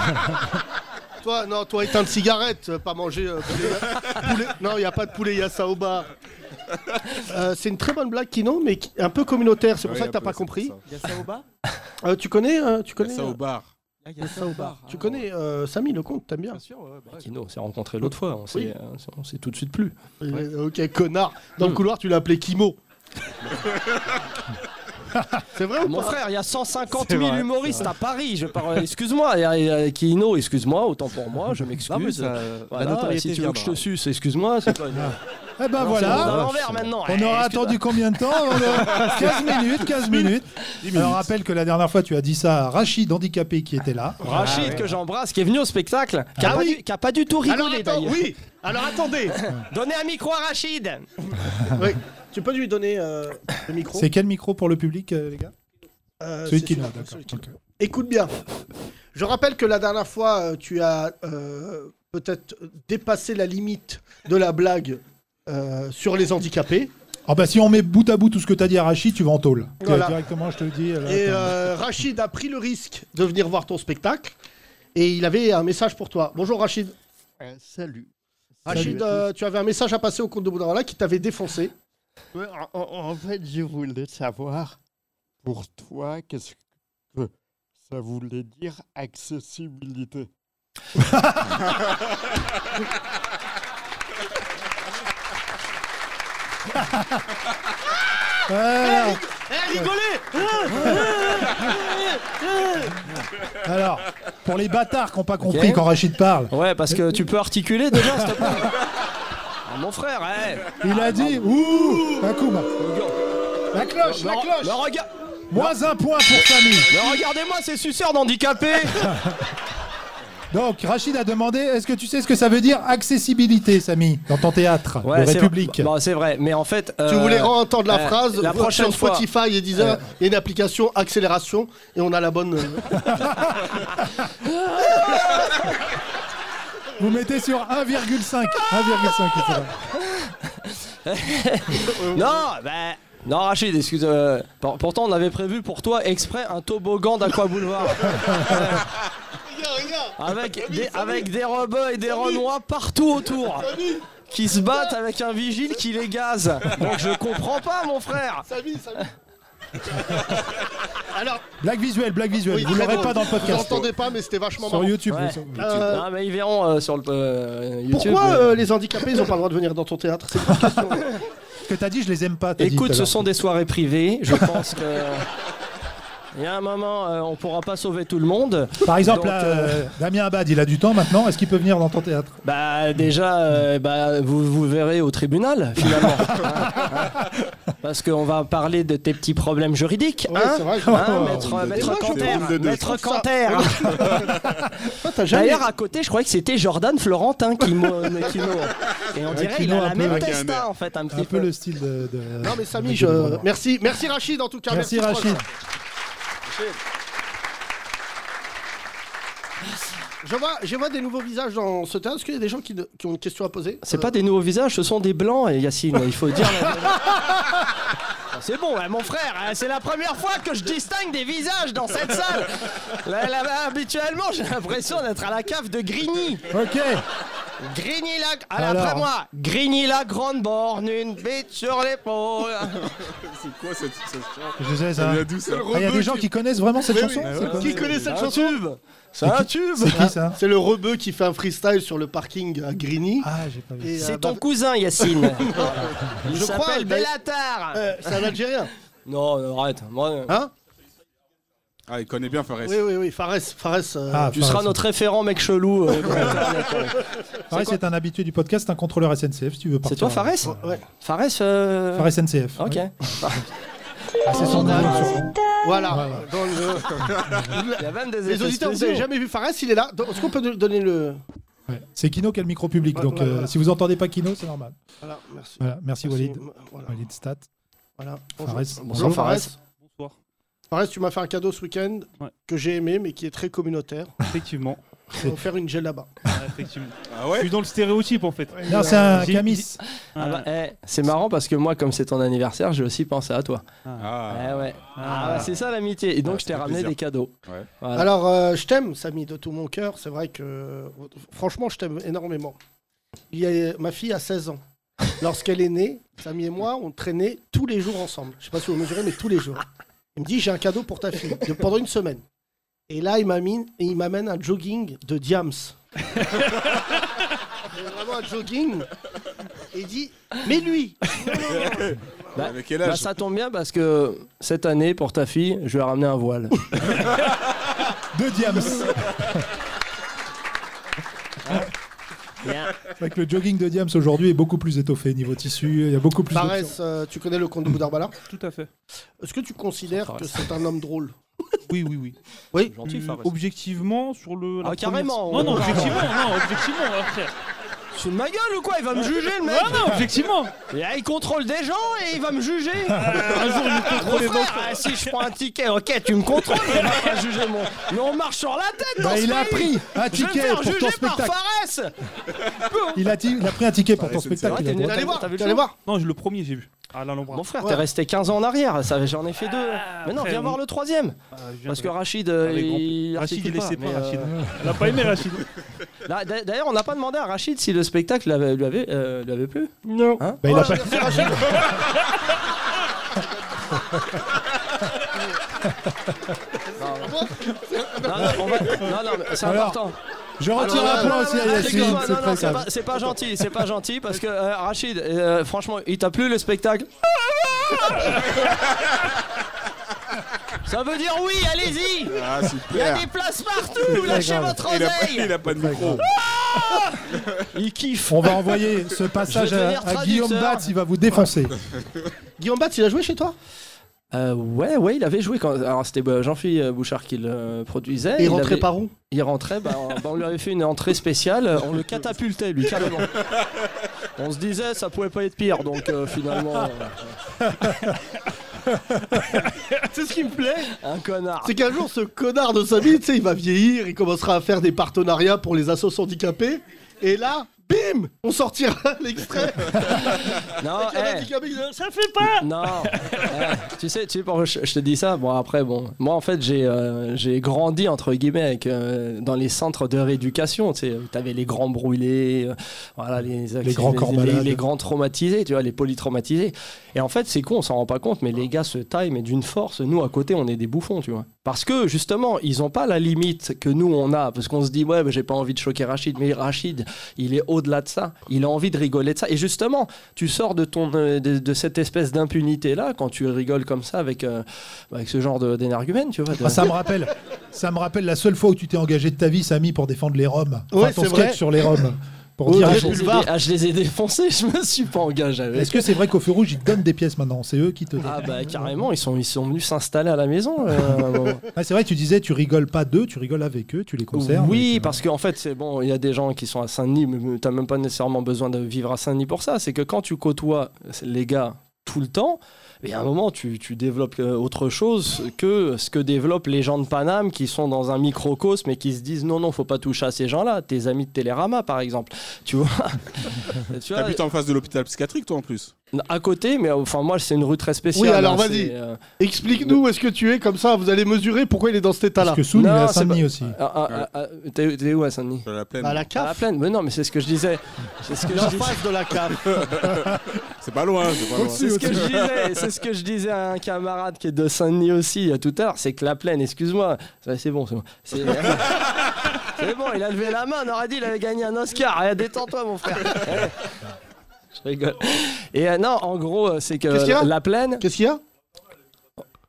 S6: <laughs> Toi, euh, non, toi éteindre cigarette, euh, pas manger euh, poulet. poulet- Non, il n'y a pas de poulet, il y a ça au bar. Euh, c'est une très bonne blague, Kino, mais qui- un peu communautaire. C'est pour
S7: Oui,
S6: ça que
S7: un
S6: t'as
S7: peu,
S6: pas
S7: c'est
S6: compris.
S7: pour ça.
S6: Euh, tu connais, euh, tu
S7: Il y
S6: connais,
S7: a ça au bar.
S6: euh, tu connais euh, Samy Lecomte, t'aimes bien.
S7: bah,
S8: Ah, Kino, on s'est rencontrés l'autre fois, on s'est
S6: Oui.
S8: euh, on s'est tout de suite Hmm. plu.
S6: Euh, Ok, connard. Dans le couloir, tu l'as appelé
S8: <laughs>
S6: Kimo. c'est vrai ou
S8: Mon
S6: pas
S8: frère, il y a 150
S9: C'est
S8: 000
S9: vrai,
S8: humoristes à Paris. Je parle. euh, Excuse-moi, il y a- il y a Kino, excuse-moi, autant pour moi, je
S9: Non, mais
S8: m'excuse.
S9: ça,
S8: Voilà,
S9: la notoriété
S8: si tu veux que je te suce, excuse-moi. c'est pas-
S2: Eh ben
S8: C'est à
S2: voilà.
S8: l'envers maintenant. Eh,
S2: On aura attendu combien de temps On
S6: <laughs>
S2: aura- 15 minutes, 15 minutes. Alors, rappelle que la dernière fois, tu as dit ça à Rachid, handicapé, qui était là.
S8: Rachid, que j'embrasse, qui est venu au spectacle, qui a,
S6: Ah
S8: pas,
S6: oui.
S8: du, qui a pas du tout rigolé
S6: Alors attends,
S8: d'ailleurs.
S6: oui. Alors attendez.
S8: Donnez un micro à Rachid
S6: Oui. Tu peux lui donner euh, le micro.
S2: C'est quel micro pour le public, euh, les gars
S6: Euh,
S2: Celui
S6: c'est
S2: qui
S6: sûr,
S2: l'a, d'accord.
S6: celui qui l'a.
S2: Ok.
S6: Écoute bien. Je rappelle que la dernière fois, euh, tu as euh, peut-être dépassé la limite de la blague euh, sur les handicapés.
S2: Ah bah si on met bout à bout tout ce que t'as dit à Rachid, tu vas en tôle. Que
S6: Voilà.
S2: Directement, je te le dis. là,
S6: Et
S2: attends.
S6: euh, Rachid a pris le risque de venir voir ton spectacle. Et il avait un message pour toi. Bonjour Rachid.
S8: Euh,
S10: salut.
S6: Rachid,
S10: Salut à
S6: euh, tu avais un message à passer au compte de Boudrala qui t'avait défoncé.
S10: Ouais, En, en- en fait, je voulais savoir, pour toi, qu'est-ce que ça voulait dire accessibilité
S2: Voilà.
S6: Eh, rigolez
S2: Alors, pour les bâtards qui n'ont pas compris
S8: Ok.
S2: quand Rachid parle,
S8: Ouais, parce que tu peux articuler déjà, s'il te plaît. Ah, mon frère, ouais.
S6: Oh,
S2: il
S6: ah,
S2: a dit Ouh Un coup, bah. La cloche, la
S8: Mais
S2: cloche
S8: rega-
S2: Moins un point pour Samy.
S8: mais regardez-moi ces suceurs <laughs> d'handicapés
S2: Donc, Rachid a demandé Est-ce que tu sais ce que ça veut dire accessibilité, Samy, dans ton théâtre de
S8: c'est
S2: République
S8: vrai. Bah, Bon, c'est vrai, mais en fait.
S6: Tu
S8: euh,
S6: voulais entendre la
S8: euh,
S6: phrase
S8: la
S6: voir
S8: prochaine Euh.
S6: sur Spotify et Deezer, il y a une application accélération et on a la bonne. euh,
S2: Vous mettez sur 1,5. 1,5, c'est ça.
S8: Non, bah. Non, Rachid, excuse. euh, pour- pourtant, on avait prévu pour toi exprès un toboggan d'Aqua Boulevard. Avec des, avec des rebeux et des renois partout autour. Qui se battent avec un vigile qui les gaze. Donc je comprends pas, mon frère.
S2: <laughs> Blague visuelle, blague visuelle.
S6: oui,
S2: Vous
S6: très
S2: l'aurez
S6: drôle.
S2: pas dans le
S6: Vous
S2: podcast.
S6: l'entendez pas, mais c'était vachement
S2: Sur
S6: marrant.
S2: YouTube.
S8: Ouais.
S2: sur-
S6: Euh,
S8: Non, mais ils verront euh, sur le euh, YouTube.
S6: Pourquoi
S8: mais-
S6: euh, les handicapés, ils ont pas le droit de venir dans ton théâtre C'est une vraie question.
S2: Ce que t'as dit, je les aime pas. t'as dit tout
S8: Écoute,
S2: à
S8: ce
S2: l'heure.
S8: sont des soirées privées. Je pense que. euh, Il y a un moment, euh, on pourra pas sauver tout le monde.
S2: Par exemple,
S8: Donc,
S2: là,
S8: euh,
S2: euh, Damien Abad, il a du temps maintenant. Est-ce qu'il peut venir dans ton théâtre
S8: Bah déjà, euh, bah, vous vous verrez au tribunal
S6: <laughs>
S8: finalement, parce qu'on va parler de tes petits problèmes juridiques,
S6: Ouais,
S8: hein,
S6: c'est vrai.
S8: Hein, maître,
S7: de
S8: maître
S7: deux.
S8: Canter,
S7: Drôle de deux.
S8: maître
S6: Je trouve ça-
S8: Canter. <laughs>
S6: Ah, t'as jamais-
S8: D'ailleurs, à côté, je croyais que c'était Jordan Florentin qui mo-
S6: <laughs>
S8: qui mo- Et on dirait qu'il
S2: Kino
S8: a
S2: un
S8: la
S2: peu
S8: même
S2: avec
S7: un
S8: testa
S7: air.
S8: en fait, un petit
S2: Un peu
S8: peu.
S2: le style de. de-
S6: Non mais Samy,
S2: de-
S6: je...
S2: de-
S6: merci, merci Rachid en tout cas.
S2: Merci
S6: pour
S2: Rachid.
S6: ça. Je vois, je vois des nouveaux visages dans ce théâtre. Est-ce qu'il y a des gens qui, qui ont une question à poser
S8: C'est
S6: Euh,
S8: pas des nouveaux visages, ce sont des blancs, et Yacine, il faut dire. la vérité. <laughs> C'est bon, hein, mon frère, hein, c'est la première fois que je distingue des visages dans cette salle. Là, là, là, habituellement, j'ai l'impression d'être à la cave de Grigny.
S2: Ok.
S8: Grigny la... Ah,
S2: Alors.
S8: Après moi, Grigny la grande borne, une bite sur l'épaule.
S7: C'est quoi cette sensation
S2: Je sais ça.
S7: Il y a d'où ça
S2: Ah, Il y a des gens qui connaissent vraiment cette chanson
S7: Ah,
S2: C'est quoi
S6: Qui connaît cette
S8: Un
S6: chanson
S8: tube. C'est un tube.
S2: C'est qui ça
S6: C'est le rebeu qui fait un freestyle sur le parking à Grigny.
S2: Ah, j'ai pas vu.
S6: Et, euh,
S8: C'est ton
S6: bah,
S8: cousin, <laughs> Yacine. Il
S6: Je crois,
S8: s'appelle
S6: d'ailleurs-
S8: Bellatar.
S6: euh, c'est un
S2: <laughs>
S6: Algérien.
S8: Non, non, arrête. Moi,
S6: Hein
S7: Ah, il connaît bien Fares.
S6: Oui, oui, oui. Fares. Fares euh,
S2: Ah,
S8: tu
S2: enfin,
S8: seras
S2: c'est-
S8: notre référent mec chelou. euh, sur Internet, ouais.
S2: Fares est un habitué du podcast, un contrôleur SNCF, si tu veux
S8: C'est toi,
S2: partir.
S8: Fares
S6: ouais.
S8: Fares. euh,
S2: Fares SNCF.
S8: Ok.
S2: Ouais. Ah, c'est son nom, sûrement.
S6: Voilà. Dans
S2: <laughs>
S6: le-
S8: Il y a même des
S6: Les
S8: effets
S6: auditeurs, vous
S8: spéciaux.
S6: n'avez jamais vu Fares, il est là. Donc, Est-ce qu'on peut nous donner le.
S2: Ouais. C'est Kino qui a le micro public,
S6: Ouais,
S2: donc
S6: ouais,
S2: euh,
S6: voilà.
S2: si vous entendez pas Kino, c'est normal.
S6: Voilà, merci.
S2: Voilà, merci,
S6: Merci,
S2: Walid.
S6: m- Voilà.
S2: Walid Stat.
S6: voilà.
S2: Fares.
S6: Bonjour.
S2: Bonjour.
S6: Fares.
S9: Bonsoir.
S6: Fares, tu m'as fait un cadeau ce week-end
S9: Ouais.
S6: que j'ai aimé, mais qui est très communautaire.
S9: Effectivement.
S6: On va faire une gel là-bas.
S9: Ouais, effectivement.
S7: Ah
S9: Je
S7: ouais
S9: suis dans le stéréotype en fait.
S2: Non, c'est un
S9: J'ai-
S2: camis.
S8: Ah bah, eh, c'est marrant parce que moi, comme c'est ton anniversaire, j'ai aussi pensé à toi.
S7: Ah,
S8: Eh ouais.
S9: Ah.
S8: Ah bah, c'est ça l'amitié. Et donc,
S7: Ah,
S8: je
S7: ça
S8: t'ai
S7: fait
S8: ramené
S7: plaisir.
S8: des cadeaux.
S7: Ouais.
S8: Voilà.
S6: Alors, euh, je t'aime, Samy, de tout mon cœur. C'est vrai que, franchement, je t'aime énormément. Il y a... Ma fille a 16 ans. Lorsqu'elle est née, Samy et moi, on traînait tous les jours ensemble. Je sais pas si vous mesurez, mais tous les jours. Il me dit J'ai un cadeau pour ta fille de- pendant une semaine. Et là, il m'amène, il m'amène un jogging de Diams. Mais vraiment un jogging. Et il dit Mais lui
S8: Bah,
S7: Mais quel âge
S8: bah, ça tombe bien parce que cette année, pour ta fille, je vais ramener
S6: <laughs>
S8: un voile.
S2: De diams. <laughs> C'est vrai que le jogging de diams aujourd'hui est beaucoup plus étoffé niveau tissu. Il y a beaucoup plus. d'options.
S6: Barès, euh, tu connais le conte de Boudarbala
S9: Tout à fait.
S6: Est-ce que tu considères que c'est un homme drôle
S9: Oui, oui, oui.
S6: Oui
S8: Gentil,
S9: Hum,
S8: Fares.
S9: objectivement, sur le. la
S8: Ah, carrément,
S9: première- Non, non,
S8: ouais.
S9: objectivement, non, objectivement, ouais, frère.
S8: Tu de ma gueule ou quoi Il va me juger, le mec
S9: Ah non, objectivement
S8: Et, ah, Il contrôle des gens et il va me juger
S9: Un jour, il
S8: Ah, mon frère, ah, si je prends un ticket, ok, tu me contrôles, mais on va pas juger mon. Mais on marche sur la tête dans
S2: Bah,
S8: ce
S2: il a pris
S8: pays.
S2: un
S8: Je vais me
S2: ticket
S8: faire
S2: pour
S8: juger
S2: ton
S8: par
S2: spectacle.
S8: Fares
S2: Il a, ti- il a pris un ticket pour ton
S7: c'est- c'est
S2: spectacle. Bah,
S8: vrai,
S2: il a
S8: t'es venu
S2: droit.
S6: T'allais voir,
S8: T'as vu- t'as vu le
S6: t'allais
S8: film
S6: voir.
S9: Non, je- le premier, j'ai vu. Ah, là,
S8: Mon frère, t'es resté 15 ans en arrière, ça, j'en ai fait deux. mais non,
S9: frère,
S8: viens
S9: on-
S8: voir le troisième.
S9: Ah,
S8: Parce que Rachid, euh,
S9: Avec grand-
S8: il.
S9: Rachid, il
S8: articule
S9: laissait pas,
S8: mais, euh,
S9: Rachid. Elle a pas aimé Rachid.
S8: là, d'a- D'ailleurs, on n'a pas demandé à Rachid si le spectacle l'avait- lui avait, euh, lui avait plu.
S9: Non.
S2: Bah, il a pas-
S8: Non, non, on va- non, non, mais c'est
S2: Alors,
S8: important.
S2: Je retire
S8: Non,
S2: un
S8: non,
S2: point
S8: non,
S2: aussi à
S8: non,
S2: Yacine.
S8: excuse-moi,
S2: C'est
S8: non, non,
S2: très
S8: c'est
S2: grave.
S8: pas- C'est pas gentil, c'est pas gentil parce que euh, Rachid, euh, franchement, il t'a plu le spectacle Ça veut dire oui, allez-y
S7: Ah,
S8: Il y a
S7: super.
S8: des places partout, lâchez
S2: grave.
S8: votre
S7: Il a, pas,
S8: oseille
S7: il a pas de micro.
S8: Il kiffe
S2: On va envoyer ce passage
S8: Je vais
S2: à,
S8: devenir
S2: à Guillaume
S8: traducteur.
S2: Batz, il va vous défoncer.
S6: Guillaume Batz, il a joué chez toi
S8: Euh, ouais, ouais, il avait joué quand. Alors c'était euh, Jean-Philippe euh, Bouchard qui le euh, produisait.
S6: Et il rentrait
S8: avait-
S6: par où
S8: Il rentrait, bah, on, bah, on lui avait fait une entrée spéciale, euh, on le catapultait lui carrément. On se disait ça pouvait pas être pire, donc euh, finalement. euh,
S6: <laughs> C'est ce qui me plaît.
S8: Un connard.
S6: C'est qu'un jour, ce connard de Samy, tu sais, il va vieillir, il commencera à faire des partenariats pour les assos handicapés. Et là, bim On sortira <laughs> l'extrait. <laughs>
S8: Non,
S6: Il y a un
S8: eh,
S6: handicapé qui dit, Ça fait
S8: non. eh, tu sais, tu sais pourquoi je, je te dis ça Bon après, bon, moi en fait j'ai euh, j'ai grandi entre guillemets avec, euh, dans les centres de rééducation. Tu sais, t'avais les grands brûlés, euh, voilà les,
S2: grands corps
S8: les-
S2: malades.
S8: les, les grands traumatisés, tu vois, les polytraumatisés. Et en fait, c'est con, on s'en rend pas compte, mais les gars se taillent mais d'une force. Nous à côté, on est des bouffons, tu vois. Parce que justement, ils ont pas la limite que nous on a, parce qu'on se dit ouais, mais j'ai pas envie de choquer Rachid, mais Rachid, il est au-delà de ça. Il a envie de rigoler de ça. Et justement, tu sors de ton euh, de, de cette espèce d'impunité là quand tu rigoles comme ça avec euh, avec ce genre de- d'énergumène, tu vois. de-
S2: Ah, ça me rappelle, ça me rappelle la seule fois où tu t'es engagé de ta vie, Samy, pour défendre les Roms.
S6: Ouais,
S2: ton
S6: c'est
S2: sketch
S6: vrai.
S2: sur
S6: <laughs>
S2: les Roms. Pour
S6: Ouais,
S2: dire
S8: Ah,
S2: à
S8: je, les ai,
S6: Boulevard.
S8: dé- ah, je les ai défoncés, <laughs> je me suis pas engagé avec.
S2: Est-ce que c'est vrai qu'au feu rouge, ils te donnent des pièces maintenant C'est eux qui te donnent.
S8: Ah bah carrément, ils sont, ils sont venus s'installer à la maison. euh, à un moment.
S2: Ah, c'est vrai, tu disais, tu rigoles pas d'eux, tu rigoles avec euh, eux, tu les conserves.
S8: <laughs> oui,
S2: et tu-
S8: parce qu'en fait, c'est bon, il y a des gens qui sont à Saint-Denis, mais t'as même pas nécessairement besoin de vivre à Saint-Denis pour ça. C'est que quand tu côtoies les gars tout le temps, il y a un moment, tu, tu développes euh, autre chose que ce que développent les gens de Paname qui sont dans un microcosme et qui se disent non, non, faut pas toucher à ces gens-là. Tes amis de Télérama, par exemple. Tu vois, tu vois
S7: T'habites en face de l'hôpital psychiatrique, toi, en plus.
S8: à côté, mais enfin, moi, c'est une rue très spéciale.
S6: Oui, alors,
S8: hein,
S6: vas-y.
S8: c'est, euh,
S6: Explique-nous où est-ce que tu es, comme ça, vous allez mesurer pourquoi il est dans cet
S2: Parce
S6: état-là.
S2: que Soun, il est
S8: Non,
S2: à
S8: c'est
S2: Saint-Denis aussi.
S8: ah, ah, ah, ah, T'es t'es où à Saint-Denis
S7: Je la plaine.
S6: Bah, la
S8: À la
S6: CAF.
S8: plaine, mais non, mais c'est ce que je disais. C'est ce que je disais.
S6: Face de la CAF.
S7: C'est pas loin, c'est pas loin.
S8: C'est ce que je disais, c'est ce que je disais à un camarade qui est de Saint-Denis aussi euh, tout à l'heure, c'est que la plaine, excuse-moi, Ouais, c'est bon, c'est bon. C'est c'est bon, il a levé la main, on aurait dit il avait gagné un Oscar. Eh, Détends-toi mon frère. Eh, Je rigole. Et euh, non, en gros, euh, c'est que
S6: Qu'est-ce qu'il y a
S8: la plaine.
S6: Qu'est-ce qu'il y a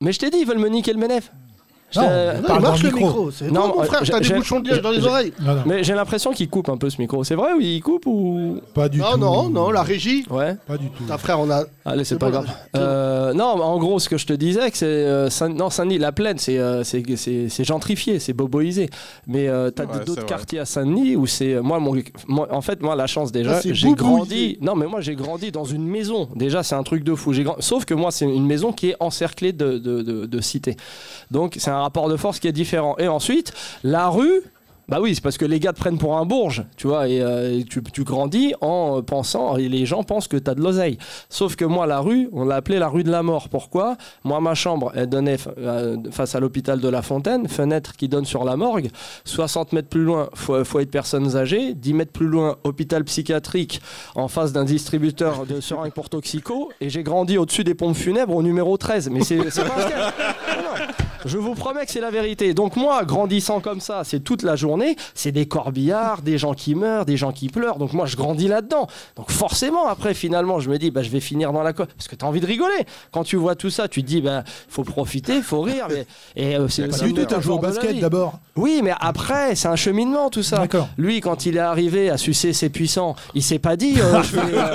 S8: Mais je t'ai dit, ils veulent me niquer le menef. Je
S2: Non,
S11: Euh,
S8: t'ai-
S2: non,
S6: Non,
S2: Parle
S6: il marche
S2: dans
S6: le
S2: le micro.
S6: micro. C'est
S8: Non,
S6: non, mon
S8: euh,
S6: frère,
S8: j'ai-
S6: t'as des
S8: j'ai-
S6: bouchons de liège dans les
S8: j'ai-
S6: oreilles.
S2: Non, non,
S8: Mais j'ai l'impression qu'il coupe un peu ce micro. C'est vrai ou il coupe ou.
S2: pas du euh,
S6: Non,
S2: tout.
S6: Ah, non, non, la régie.
S8: Ouais.
S2: Pas du tout.
S6: Ta frère, on a.
S8: Allez,
S6: C'est
S8: c'est pas
S6: bon,
S8: grave.
S6: là,
S8: Euh, non, mais en gros, ce que je te disais, que c'est euh, Saint- non Saint-Denis, la plaine, c'est euh, c'est c'est- c'est gentrifié, c'est boboisé. Mais euh, t'as
S7: Ouais, c'est
S8: d'autres
S7: vrai.
S8: quartiers à Saint-Denis où c'est moi, mon, moi, en fait, moi, la chance
S6: Ah,
S8: déjà,
S6: c'est
S8: j'ai
S6: boboisé.
S8: grandi. Non, mais moi, j'ai grandi dans une maison. Déjà, c'est un truc de fou. J'ai grand- Sauf que moi, c'est une maison qui est encerclée de de, de, de cités. Donc, c'est un rapport de force qui est différent. Et ensuite, la rue.
S11: Bah oui, c'est parce que les gars te prennent pour un bourge, tu vois, et euh, tu, tu grandis en euh, pensant, et les gens pensent que t'as de l'oseille. Sauf que moi, la rue, on l'a appelée la rue de la mort. Pourquoi Moi, ma chambre, elle donnait f- euh, face à l'hôpital de La Fontaine, fenêtre qui donne sur la morgue, 60 mètres plus loin, fo- foyer de personnes âgées, 10 mètres plus loin, hôpital psychiatrique, en face d'un distributeur de seringues pour toxico, et j'ai grandi au-dessus des pompes funèbres au numéro 13. Mais c'est c'est pas un sketch. Je vous promets que c'est la vérité. Donc moi, grandissant comme ça, c'est toute la journée, c'est des corbillards, des gens qui meurent, des gens qui pleurent. Donc moi, je grandis là-dedans. Donc forcément, après, finalement, je me dis, bah, je vais finir dans la co... Parce que t'as envie de rigoler. Quand tu vois tout ça, tu te dis, bah, faut profiter, faut rire. Mais... Et euh, c'est
S2: Pas
S11: c'est
S2: du tout,
S11: une
S2: t'as joué au
S11: forme de la
S2: basket
S11: vie.
S2: d'abord.
S11: Oui, mais après, c'est un cheminement tout ça. Lui, quand il est arrivé à sucer ses puissants, il s'est pas dit, euh, je vais,
S2: <laughs>
S11: euh,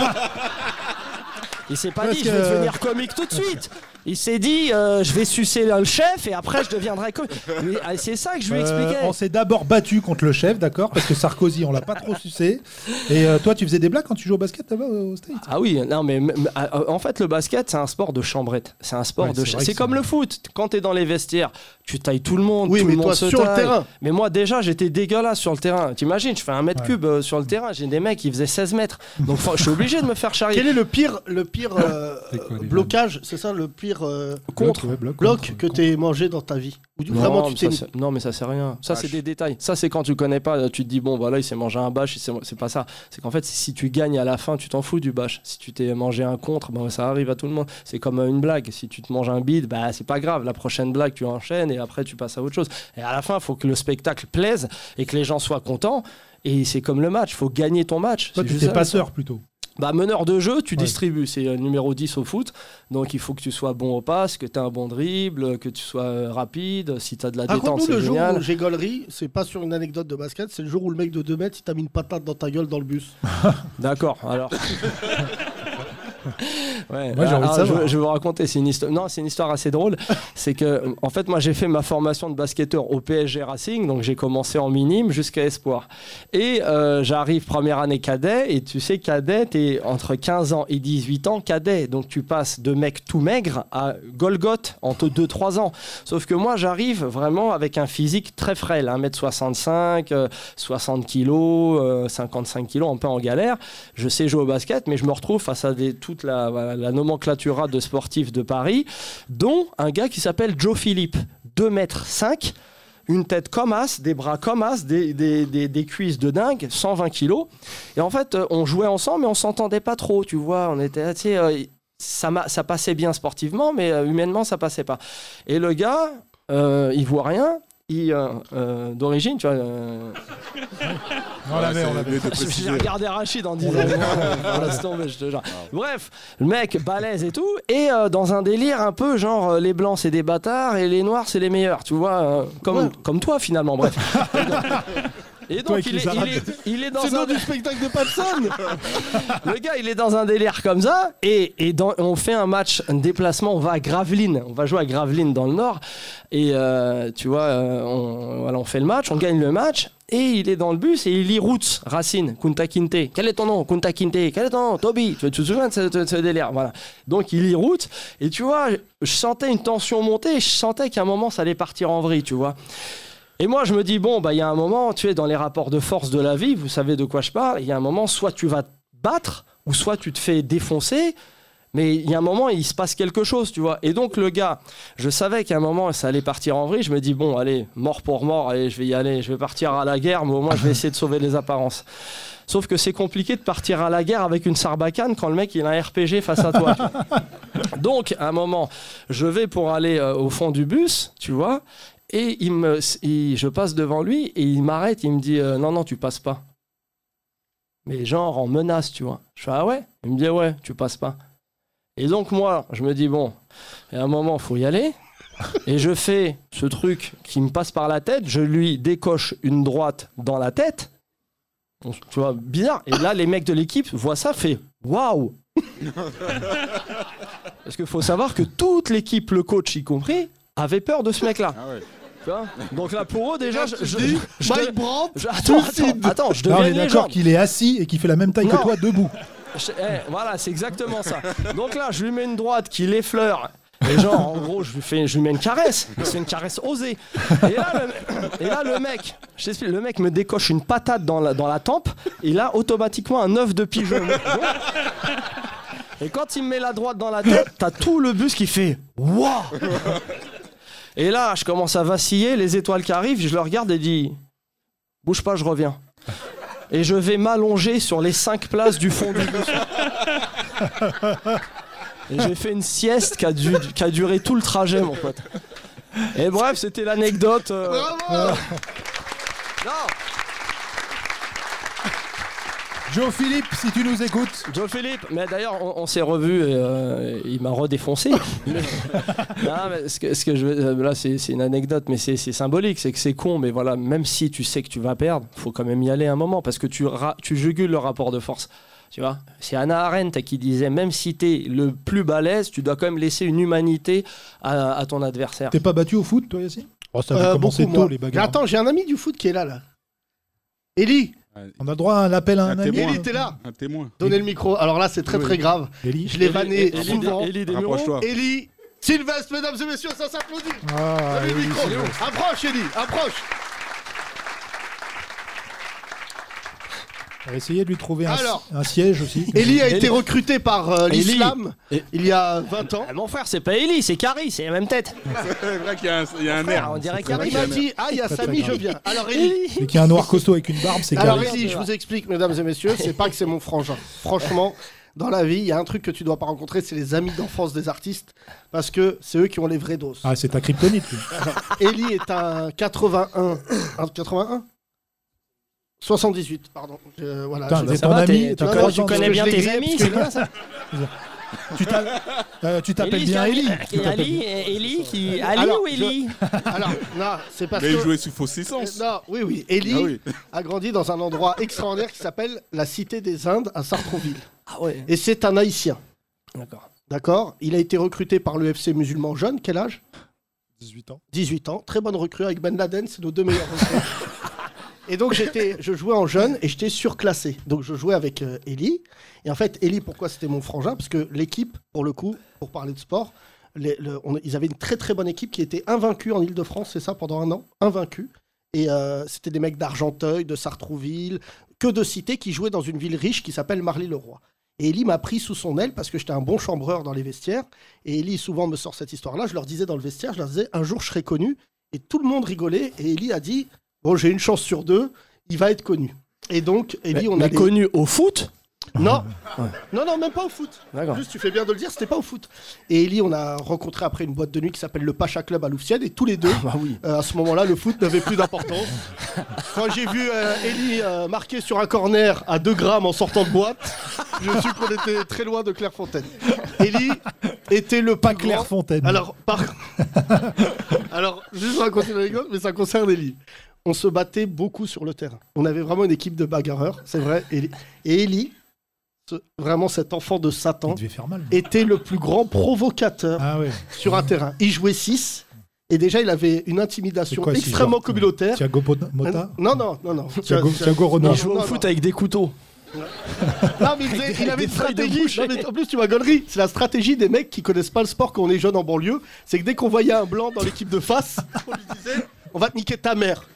S11: il s'est pas
S2: Parce
S11: dit, je vais
S2: que-
S11: devenir comique tout de suite. Il s'est dit, euh, je vais sucer le chef et après je deviendrai comique. Mais, ah, C'est ça que je lui
S2: Euh,
S11: expliquais.
S2: on s'est d'abord battu contre le chef, d'accord Parce que Sarkozy, on l'a pas trop sucé. Et euh, toi, tu faisais des blagues quand tu joues au basket là-bas au States
S11: Ah oui, non mais m- m- ah, en fait le basket c'est un sport de chambrette, c'est un sport
S2: Ouais,
S11: de
S2: c'est
S11: cha-
S2: vrai que
S11: c'est comme le foot. Quand t'es dans les vestiaires, tu tailles tout le monde,
S6: Oui,
S11: tout
S6: mais
S11: le monde
S6: toi,
S11: se
S6: sur le
S11: taille.
S6: terrain.
S11: Mais moi déjà j'étais dégueulasse sur le terrain. T'imagines, je fais un mètre cube euh, sur le terrain, j'ai des mecs qui faisaient 16 mètres, donc faut- je suis obligé de me faire charrier.
S6: Quel est le pire, le pire euh, blocage C'est ça le pire euh,
S11: Contre.
S6: bloc, que t'aies mangé dans ta vie Ou du- vraiment tu
S11: mais
S6: t'es
S11: ça,
S6: mis
S11: c'est- non, mais ça c'est rien. Ça c'est
S6: Vache.
S11: des détails. Ça c'est quand tu connais pas, tu te dis bon voilà il s'est mangé un bâche, il s'est- c'est pas ça. C'est qu'en fait si tu gagnes à la fin tu t'en fous du bâche. Si tu t'es mangé un contre, bon, ça arrive à tout le monde. C'est comme euh, une blague. Si tu te manges un bide, bah c'est pas grave. La prochaine blague tu enchaînes et après tu passes à autre chose. Et à la fin faut que le spectacle plaise et que les gens soient contents. Et c'est comme le match, faut gagner ton match.
S2: Toi,
S11: C'est
S2: tu
S11: juste
S2: étais
S11: ça,
S2: passeur plutôt.
S11: bah, meneur de jeu, tu distribues. C'est euh, numéro 10 au foot. Donc, il faut que tu sois bon au pass, que tu aies un bon dribble, que tu sois euh, rapide. Si tu as de la détente,
S6: Raconte-nous
S11: c'est
S6: le jour
S11: génial.
S6: où j'ai gaulerie, c'est pas sur une anecdote de basket, c'est le jour où le mec de 2 mètres il t'a mis une patate dans ta gueule dans le bus.
S11: D'accord,
S2: <laughs>
S11: alors. Ouais,
S2: Moi, j'ai envie de
S11: alors,
S2: savoir.
S11: Je, je vais vous raconter, c'est une histoire. Non, c'est une histoire assez drôle. C'est que, en fait, moi, j'ai fait ma formation de basketteur au PSG Racing, donc j'ai commencé en minime jusqu'à espoir. Et euh, j'arrive première année cadet, et tu sais, cadet, t'es entre 15 ans et 18 ans cadet, donc tu passes de mec tout maigre à Golgoth en 2-3 ans. Sauf que moi, j'arrive vraiment avec un physique très frêle, 1m65, euh, 60 kg, 55 kg, un peu en galère. Je sais jouer au basket, mais je me retrouve face à des, toute la, voilà, la nomenclatura de sportifs de Paris, dont un gars qui s'appelle Joe Philippe, 2m5, une tête comme as, des bras comme as, des, des- des- des cuisses de dingue, 120 kilos. Et en fait, euh, on jouait ensemble, mais on s'entendait pas trop, tu vois. On était, tu sais, euh, ça, m'a- ça passait bien sportivement, mais euh, humainement, ça passait pas. Et le gars, euh, il voit rien. Il, euh, euh, d'origine, tu vois. euh,
S2: On
S7: Ah,
S2: l'avait, on l'avait.
S11: <laughs> j'ai regardé Rachid en disant Non, <laughs> laisse tomber, je te jure. Bref, le mec balèze et tout, et euh, dans un délire un peu genre euh, les blancs c'est des bâtards et les noirs c'est les meilleurs, tu vois, euh, comme, comme toi finalement, bref. Et
S2: Toi
S11: donc,
S2: qui
S11: il,
S2: les
S11: est,
S2: arabes.
S11: il est- <laughs> il est dans
S6: C'est
S11: un
S6: dans du spectacle de Patson
S11: le gars, il est dans un délire comme ça, et, et dans- on fait un match, un déplacement, on va à Gravelines, on va jouer à Gravelines dans le Nord, et euh, tu vois, euh, on, voilà, on fait le match, on gagne le match, et il est dans le bus, et il lit Roots, Racine, Kunta Kinte, quel est ton nom, Kunta Kinte, quel est ton nom, Toby, tu, tu te souviens de ce, de ce délire, voilà. Donc il lit Roots, et tu vois, je sentais une tension monter, et je sentais qu'à un moment, ça allait partir en vrille, tu vois. Et moi, je me dis, bon, bah, il y a un moment, tu es dans les rapports de force de la vie, vous savez de quoi je parle, il y a un moment, soit tu vas te battre, ou soit tu te fais défoncer, mais il y a un moment, il se passe quelque chose, tu vois. Et donc, le gars, je savais qu'à un moment, ça allait partir en vrille, je me dis, bon, allez, mort pour mort, allez, je vais y aller, je vais partir à la guerre, mais au moins, je vais essayer de sauver les apparences. Sauf que c'est compliqué de partir à la guerre avec une sarbacane quand le mec il a un RPG face à toi. tu vois. Donc, à un moment, je vais pour aller euh, au fond du bus, tu vois, et il me, il- je passe devant lui et il m'arrête, il me dit euh, Non, non, tu passes pas. Mais genre en menace, tu vois. Je fais Ah ouais Il me dit Ouais, tu passes pas. Et donc, moi, je me dis Bon, il y a un moment, faut
S6: <laughs>
S11: y aller. Et je fais ce truc qui me passe par la tête, je lui décoche une droite dans la tête. On s- Tu vois, bizarre. Et là, les mecs de l'équipe voient ça, fait
S6: <laughs>
S11: Waouh parce qu'il faut savoir que toute l'équipe, le coach y compris, avait peur de ce mec-là.
S6: Ah
S11: Tu vois Donc là, pour eux, déjà, je. je, je- je
S6: Mike
S11: dev-
S6: Brandt,
S11: je- attends,
S6: suicide.
S11: attends, attends, je
S2: Là, on
S11: deviens
S2: est
S11: une
S2: d'accord
S11: légende.
S2: qu'il est assis et qu'il fait la même taille
S11: Non.
S2: que toi debout.
S11: Je- eh, voilà, c'est exactement ça. Donc là, je lui mets une droite qui l'effleure.
S8: Mais genre, en gros, je lui, fais, je lui mets une caresse. Mais C'est une caresse osée. Et là, le, et là, le mec, je t'explique, le mec me décoche une patate dans la, dans la tempe. Il a automatiquement un œuf de pigeon. Et quand il me met la droite dans la tête, t'as tout le bus qui fait Waouh Et là, je commence à vaciller, les étoiles qui arrivent, je le regarde et dis Bouge pas, je reviens. Et je vais m'allonger sur les cinq places du fond du bus. Et j'ai fait une sieste qui a, du- qui a duré tout le trajet, mon pote. Et bref, c'était l'anecdote. euh,
S5: Bravo
S2: Joe Philippe, si tu nous écoutes.
S8: Joe Philippe, mais d'ailleurs, on, on s'est revu et euh, il m'a redéfoncé. Mais- non, mais ce que, ce que je veux- euh, là, c'est c'est une anecdote, mais c'est c'est symbolique. C'est que c'est con, mais voilà, même si tu sais que tu vas perdre, faut quand même y aller un moment parce que tu, ra- tu jugules le rapport de force. Tu vois, c'est Anna Arendt qui disait même si t'es le plus balèze, tu dois quand même laisser une humanité à, à ton adversaire.
S2: T'es pas battu au foot, toi, Yacine oh, Ça
S6: Euh,
S2: a commencé
S6: beaucoup,
S2: tôt,
S6: moi.
S2: les
S6: Mais
S2: bagarres.
S6: attends, j'ai un ami du foot qui est là, là. Ellie,
S2: On a le droit à l'appel à un, ami.
S7: témoin.
S6: Ellie, t'es là
S7: Ah, Un témoin.
S6: Donnez le micro. Alors là, c'est très
S2: Oui.
S6: très grave.
S2: Ellie.
S6: Je l'ai vanné
S8: Élie-
S6: souvent.
S8: Élie Desmureaux.
S7: Rapproche-toi.
S6: Ellie, Sylvestre, mesdames et messieurs, ça s'applaudit.
S2: Ah,
S6: Donnez le
S2: Ellie,
S6: micro.
S2: c'est vrai.
S6: Approche, Ellie, approche.
S2: On va essayer de lui trouver un,
S6: Alors.
S2: un siège aussi.
S6: Ellie a
S8: Ellie.
S6: été recrutée par euh,
S8: Ellie.
S6: l'islam
S8: Et-
S6: il y a 20 ans.
S8: Ah, mon frère, c'est pas Ellie, c'est Carrie, c'est la même tête.
S7: <laughs> C'est vrai qu'il y a un, il y a un
S8: Frère,
S7: air.
S8: on dirait
S6: Il
S8: Carrie.
S6: m'a dit Ah, il y a
S2: Pas très
S6: Samy, je
S2: grave.
S6: viens. Alors, Ellie.
S2: Mais qui a un noir costaud avec une barbe, c'est
S6: Alors,
S2: carré.
S6: Ellie, je vous explique, mesdames et messieurs, c'est pas que c'est mon frangin. Franchement, dans la vie, il y a un truc que tu dois pas rencontrer, c'est les amis d'enfance des artistes, parce que c'est eux qui ont les vrais doses.
S2: Ah, c'est ta kryptonite. lui.
S6: Ellie est un 81. Un 81 78, pardon. Je- voilà,
S2: Putain,
S6: je-
S2: c'est
S8: ça
S2: ton
S8: va,
S2: ami. t'as
S8: t'es-
S6: tu
S2: trois
S6: connais-
S2: ans
S8: Tu
S2: de-
S8: connais
S6: que
S8: bien
S6: je l'ai
S8: tes
S6: grillé,
S8: amis,
S6: parce que
S8: c'est bien ça.
S2: Tu t'a- euh, tu t'appelles
S8: Ellie,
S2: bien
S8: Carrie,
S2: Ellie. Tu
S8: Ellie,
S2: t'appelles-
S8: Ellie qui. Ali
S6: Alors,
S8: ou Ellie
S6: Alors, non, c'est parce
S7: Mais il
S6: que. Euh,
S7: jouait sous faux sens.
S6: Non, oui, oui. Ellie
S7: Ah oui.
S6: a grandi dans un endroit extraordinaire qui s'appelle la Cité des Indes à Sartrouville.
S8: Ah ouais,
S6: Et c'est un haïtien,
S8: d'accord.
S6: d'accord Il a été recruté par le FC musulman jeune. Quel âge
S2: 18 ans.
S6: 18 ans. Très bonne recrue avec Ben Laden, c'est nos deux meilleurs recrues. Et donc, j'étais, je jouais en jeune et j'étais surclassé. Donc, je jouais avec euh, Ellie. Et en fait, Ellie, pourquoi c'était mon frangin Parce que l'équipe, pour le coup, pour parler de sport, les- le- on- ils avaient une très très bonne équipe qui était invaincue en Ile-de-France, c'est ça, pendant un an, invaincue. Et euh, c'était des mecs d'Argenteuil, de Sartrouville, que de cités qui jouaient dans une ville riche qui s'appelle Marly-le-Roi. Et Ellie m'a pris sous son aile parce que j'étais un bon chambreur dans les vestiaires. Et Ellie souvent me sort cette histoire-là. Je leur disais dans le vestiaire, je leur disais, un jour je serai connu. Et tout le monde rigolait. Et Ellie a dit, bon, j'ai une chance sur deux, il va être connu. Et donc, Ellie, on a des-
S8: connu au foot
S6: Non, non, non, même pas au foot.
S8: D'accord.
S6: Juste, tu fais bien de le dire, c'était pas au foot. Et Ellie, on a rencontré après une boîte de nuit qui s'appelle le Pacha Club à Louvciennes, et tous les
S8: Ah,
S6: deux,
S8: bah
S6: euh, à ce moment-là, le foot n'avait plus d'importance. Quand j'ai vu euh, Ellie euh, marquer sur un corner à 2 grammes en sortant de boîte, je suis qu'on était très loin de Clairefontaine. Ellie était le
S2: Pas
S6: plus grand-
S2: Clairefontaine.
S6: alors, par... <laughs> Alors, juste raconter l'anecdote, mais ça concerne Ellie. On se battait beaucoup sur le terrain. On avait vraiment une équipe de bagarreurs, c'est vrai. Ellie- Et Ellie, ce- vraiment cet enfant de
S2: Il
S6: Satan,
S2: devait faire mal.
S6: était le plus grand provocateur
S2: Ah ouais.
S6: Hein sur un terrain. Il jouait 6, et déjà, il avait une intimidation
S2: C'est quoi, six
S6: extrêmement
S2: joueurs
S6: communautaire. Ah
S2: Thiago Pot- Mota.
S6: Non, non, non, non.
S2: Thiago, Thiago Renaud.
S6: Non,
S8: Il joue au
S6: non,
S8: foot
S6: non.
S8: avec des couteaux.
S6: Non, mais il, faisait- il avait une
S8: Des feuilles de
S6: stratégie.
S8: bouche.
S6: Non, mais en plus, tu vois, Gollery, c'est la stratégie des mecs qui connaissent pas le sport quand on est jeune en banlieue. C'est que dès qu'on voyait un blanc dans l'équipe de face, <laughs> on lui disait On va te niquer ta mère.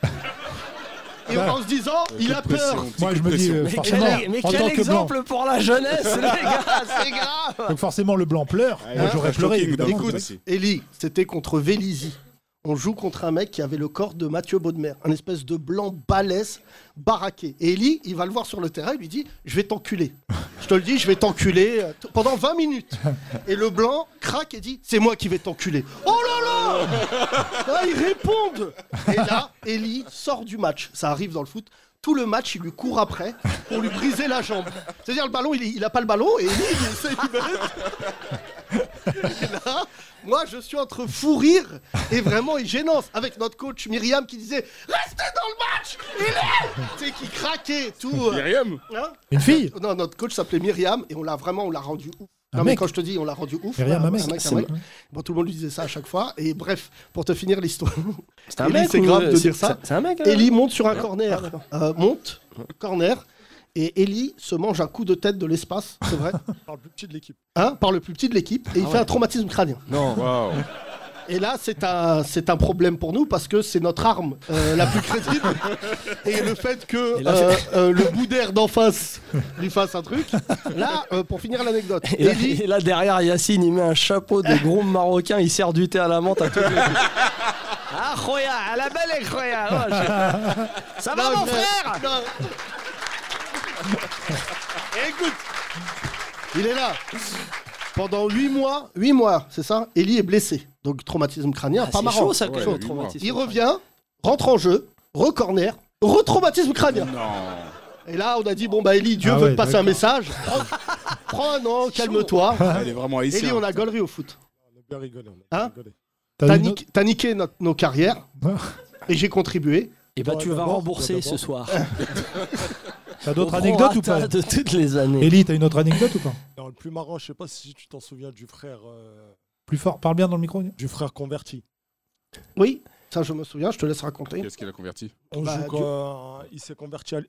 S6: Et en se disant Il a peur.
S2: Moi, je me dis,
S7: Hein,
S2: euh,
S8: Mais quel,
S2: forcément,
S8: mais
S2: en
S8: quel
S2: tant que blanc.
S8: exemple pour la jeunesse,
S2: <laughs>
S8: les
S6: Ah,
S8: gars C'est grave
S2: Donc, forcément, le blanc pleure.
S9: Ah,
S2: Moi, j'aurais pleuré. évidemment.
S6: Ellie, c'était contre Vélizy. On joue contre un mec qui avait le corps de Mathieu Baudemer, un espèce de blanc balèze, baraqué. Et Ellie, il va le voir sur le terrain, il lui dit Je vais t'enculer. Je te le dis, je vais t'enculer euh, t- pendant 20 minutes. Et le blanc craque et dit C'est moi qui vais t'enculer. Oh là là Là, ils répondent Et là, Ellie sort du match. Ça arrive dans le foot. Tout le match, il lui court après pour lui briser la jambe. C'est-à-dire, le ballon, il est- il a pas le ballon et Ellie, il essaie de Hein Moi, je suis entre fou rire et vraiment et gênance. Avec notre coach Myriam qui disait Restez dans le match Il est Tu sais, qui craquait et tout. euh,
S7: Myriam
S6: hein
S2: Une fille
S6: non, notre coach s'appelait Myriam et on l'a vraiment, on l'a rendu ouf.
S2: Un
S6: Non, mais
S2: mec.
S6: quand je te dis, on l'a rendu ouf.
S2: Myriam,
S6: ouais,
S2: un mec. C'est
S6: mec. Bon, tout le monde lui disait ça à chaque fois. Et bref, pour te finir l'histoire,
S8: <laughs> C'est un
S6: Ellie,
S8: mec
S6: c'est
S8: ou- euh,
S6: grave de
S11: hein.
S8: c'est-
S6: dire ça.
S8: C'est c'est un mec euh
S6: Ellie monte sur un corner. Euh, monte, corner. Et Ellie se mange un coup de tête de l'espace, c'est vrai
S9: Par le plus petit de l'équipe.
S6: hein, Par le plus petit de l'équipe, et il
S9: Ah
S6: fait
S9: ouais.
S6: un traumatisme crânien.
S8: Non.
S6: Et là, c'est un, c'est un problème pour nous parce que c'est notre arme euh, la plus crédible.
S8: <laughs>
S6: Et le fait que
S8: là,
S6: euh,
S8: c'est-
S6: euh, le bout d'air d'en face lui fasse un truc. Là, euh, pour finir l'anecdote,
S8: Et là,
S6: Ellie,
S8: et là, derrière Yacine, il met un chapeau de gros marocain, il sert du thé à la menthe à tout le Ah, Khoya, à la belle est
S2: <laughs>
S8: Khoya. Oh, je- Ça va,
S6: Non,
S8: mon
S6: je-
S8: Ah bah frère
S6: Écoute Il est là Pendant 8 mois, 8 mois, c'est ça, Ellie est blessé. Donc traumatisme crânien,
S8: Ah,
S6: pas
S8: c'est
S6: marrant.
S8: chaud, ça, quand
S6: Chaud.
S8: même, le traumatisme
S6: Il
S8: crânien.
S6: revient, rentre en jeu, re-corner, re-traumatisme crânien. Et là, on a dit, bon bah Ellie, Dieu
S2: Ah
S6: veut
S2: ouais,
S6: te passer un
S2: d'accord.
S6: message. Prends, prends un an, calme-toi.
S7: Elle Ah, est vraiment ici.
S6: Ellie, on a gaulerie au foot.
S9: bien rigolé. on
S6: Hein
S9: rigolé.
S6: T'as
S2: une autre-
S6: niqué, t'as niqué notre- nos carrières. Et j'ai contribué.
S8: Et bah,
S9: Bon,
S8: tu vas
S9: d'abord,
S8: rembourser
S9: d'abord.
S8: ce
S9: <laughs>
S8: soir.
S2: T'as d'autres
S8: Au
S2: anecdotes ou pas
S8: prorata De toutes les années.
S2: Ellie, t'as une autre anecdote ou pas
S9: Non, le plus marrant, je sais pas si tu t'en souviens du frère, euh,
S2: Plus fort, parle bien dans le micro.
S9: du frère converti.
S6: Oui, ça je me souviens, je te laisse raconter.
S7: Qu'est-ce qu'il a converti
S9: On
S6: Bah,
S9: joue
S6: du-
S9: quand il s'est converti à. l-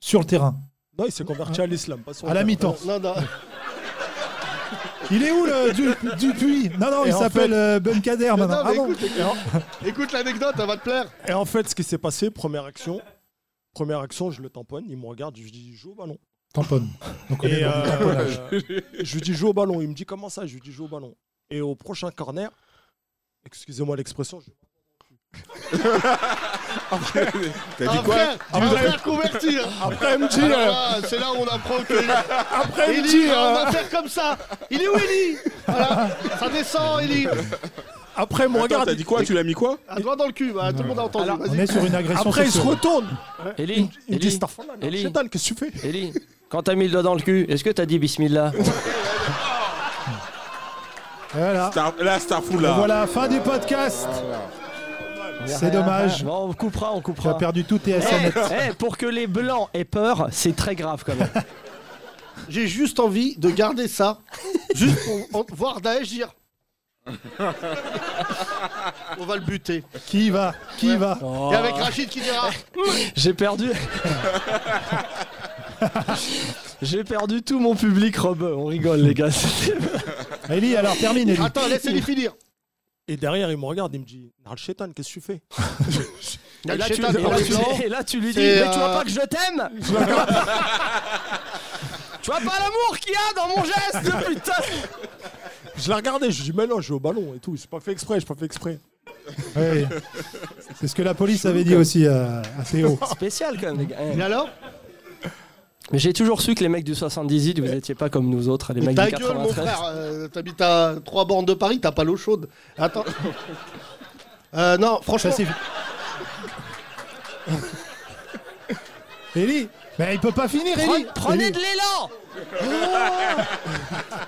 S2: Sur le terrain,
S9: Non, il s'est converti à l'islam. pas sur
S2: à la
S9: le-
S2: mi-temps.
S6: Non, non.
S2: Il est où le du, Dupuis Non, non,
S9: Et
S2: il
S9: en
S2: s'appelle euh, Bunkader
S6: Non,
S2: maintenant.
S6: mais
S2: Ah bon
S6: écoute,
S7: <laughs>
S6: écoute l'anecdote, elle va te plaire.
S9: Et en fait, ce qui s'est passé, première action, première action, je le tamponne, il me regarde, je lui dis joue au ballon.
S2: Tamponne. Donc on est
S9: Et,
S2: dans le
S9: euh,
S2: tamponnage.
S9: je lui dis joue au ballon. Il me dit comment ça Je lui dis joue au ballon. Et au prochain corner, excusez-moi l'expression, je-
S7: T'as
S6: Un
S7: dit quoi Ah, bah,
S6: frère, un frère converti. hein.
S9: après il me dit,
S6: Alors
S9: euh,
S6: là, bah, C'est là où on apprend que
S9: après il me
S6: Ellie,
S9: dit,
S6: on
S7: hein.
S9: euh,
S6: va faire comme ça. Il est où Ellie Voilà, ça descend Ellie.
S9: après il me
S7: Attends,
S9: regarde.
S7: t'as dit quoi Tu l'as mis quoi
S6: Un doigt dans le cul, bah, tout le monde a entendu.
S2: On
S6: Vas-y.
S2: est sur une agression
S9: Après il se
S2: sexuelle.
S9: retourne. Il
S8: Ellie,
S9: me- il me dit
S8: Ellie,
S9: Starfall,
S8: Ellie.
S9: Sheldon, qu'est-ce que tu fais
S8: Ellie, quand t'as mis le doigt dans le cul, est-ce que t'as dit bismillah
S2: Voilà.
S7: Star- Là, Starfou,
S2: Et
S7: là.
S2: voilà, fin du podcast. <laughs> C'est dommage.
S8: Bon, on coupera, on
S2: Tu as
S8: coupera.
S2: perdu tout tes
S8: Eh,
S2: SMS.
S8: eh, pour que les blancs aient peur, c'est très grave
S2: <laughs>
S8: quand même.
S6: J'ai juste envie de garder ça, juste pour en- voir Daesh dire. On va le buter.
S2: Qui y va Qui y va
S6: Et avec Rachid qui dira
S2: <laughs>
S8: J'ai perdu. J'ai perdu tout mon public rebeu. On rigole, les gars. C'était-
S2: Ellie, alors termine, Ellie.
S6: Attends, laissez-les finir.
S9: Et derrière il me regarde, il me dit Nal Shetan, qu'est-ce que tu fais
S8: Et là, tu,
S6: Shetan
S8: et
S6: dans
S8: là,
S6: les
S8: tu-
S6: blancs.
S8: et là, tu lui dis
S6: C'est,
S8: Mais tu vois
S6: euh,
S8: pas que
S6: <laughs>
S8: je t'aime Tu vois pas l'amour qu'il y a dans mon geste, <laughs> putain
S9: Je la regardais, je lui dis mais non, je vais au ballon et tout. J'ai pas fait exprès, j'ai pas fait exprès.
S2: Oui. C'est ce que la police avait dit aussi euh, à, à Théo.
S8: Spécial quand même, les gars. Eh.
S6: Et alors
S8: Mais j'ai toujours su que les mecs du 78, vous étiez pas comme nous autres, les mecs
S6: Ta
S8: du
S6: gueule, mon
S8: 93.
S6: frère. euh, T'habites à trois bornes de Paris, t'as pas l'eau chaude. Attends. Euh, non,
S2: Ça,
S6: franchement,
S2: c'est- Ellie Mais il peut pas finir, Ellie
S8: Prenez, prenez de l'élan
S6: <laughs>
S8: Oh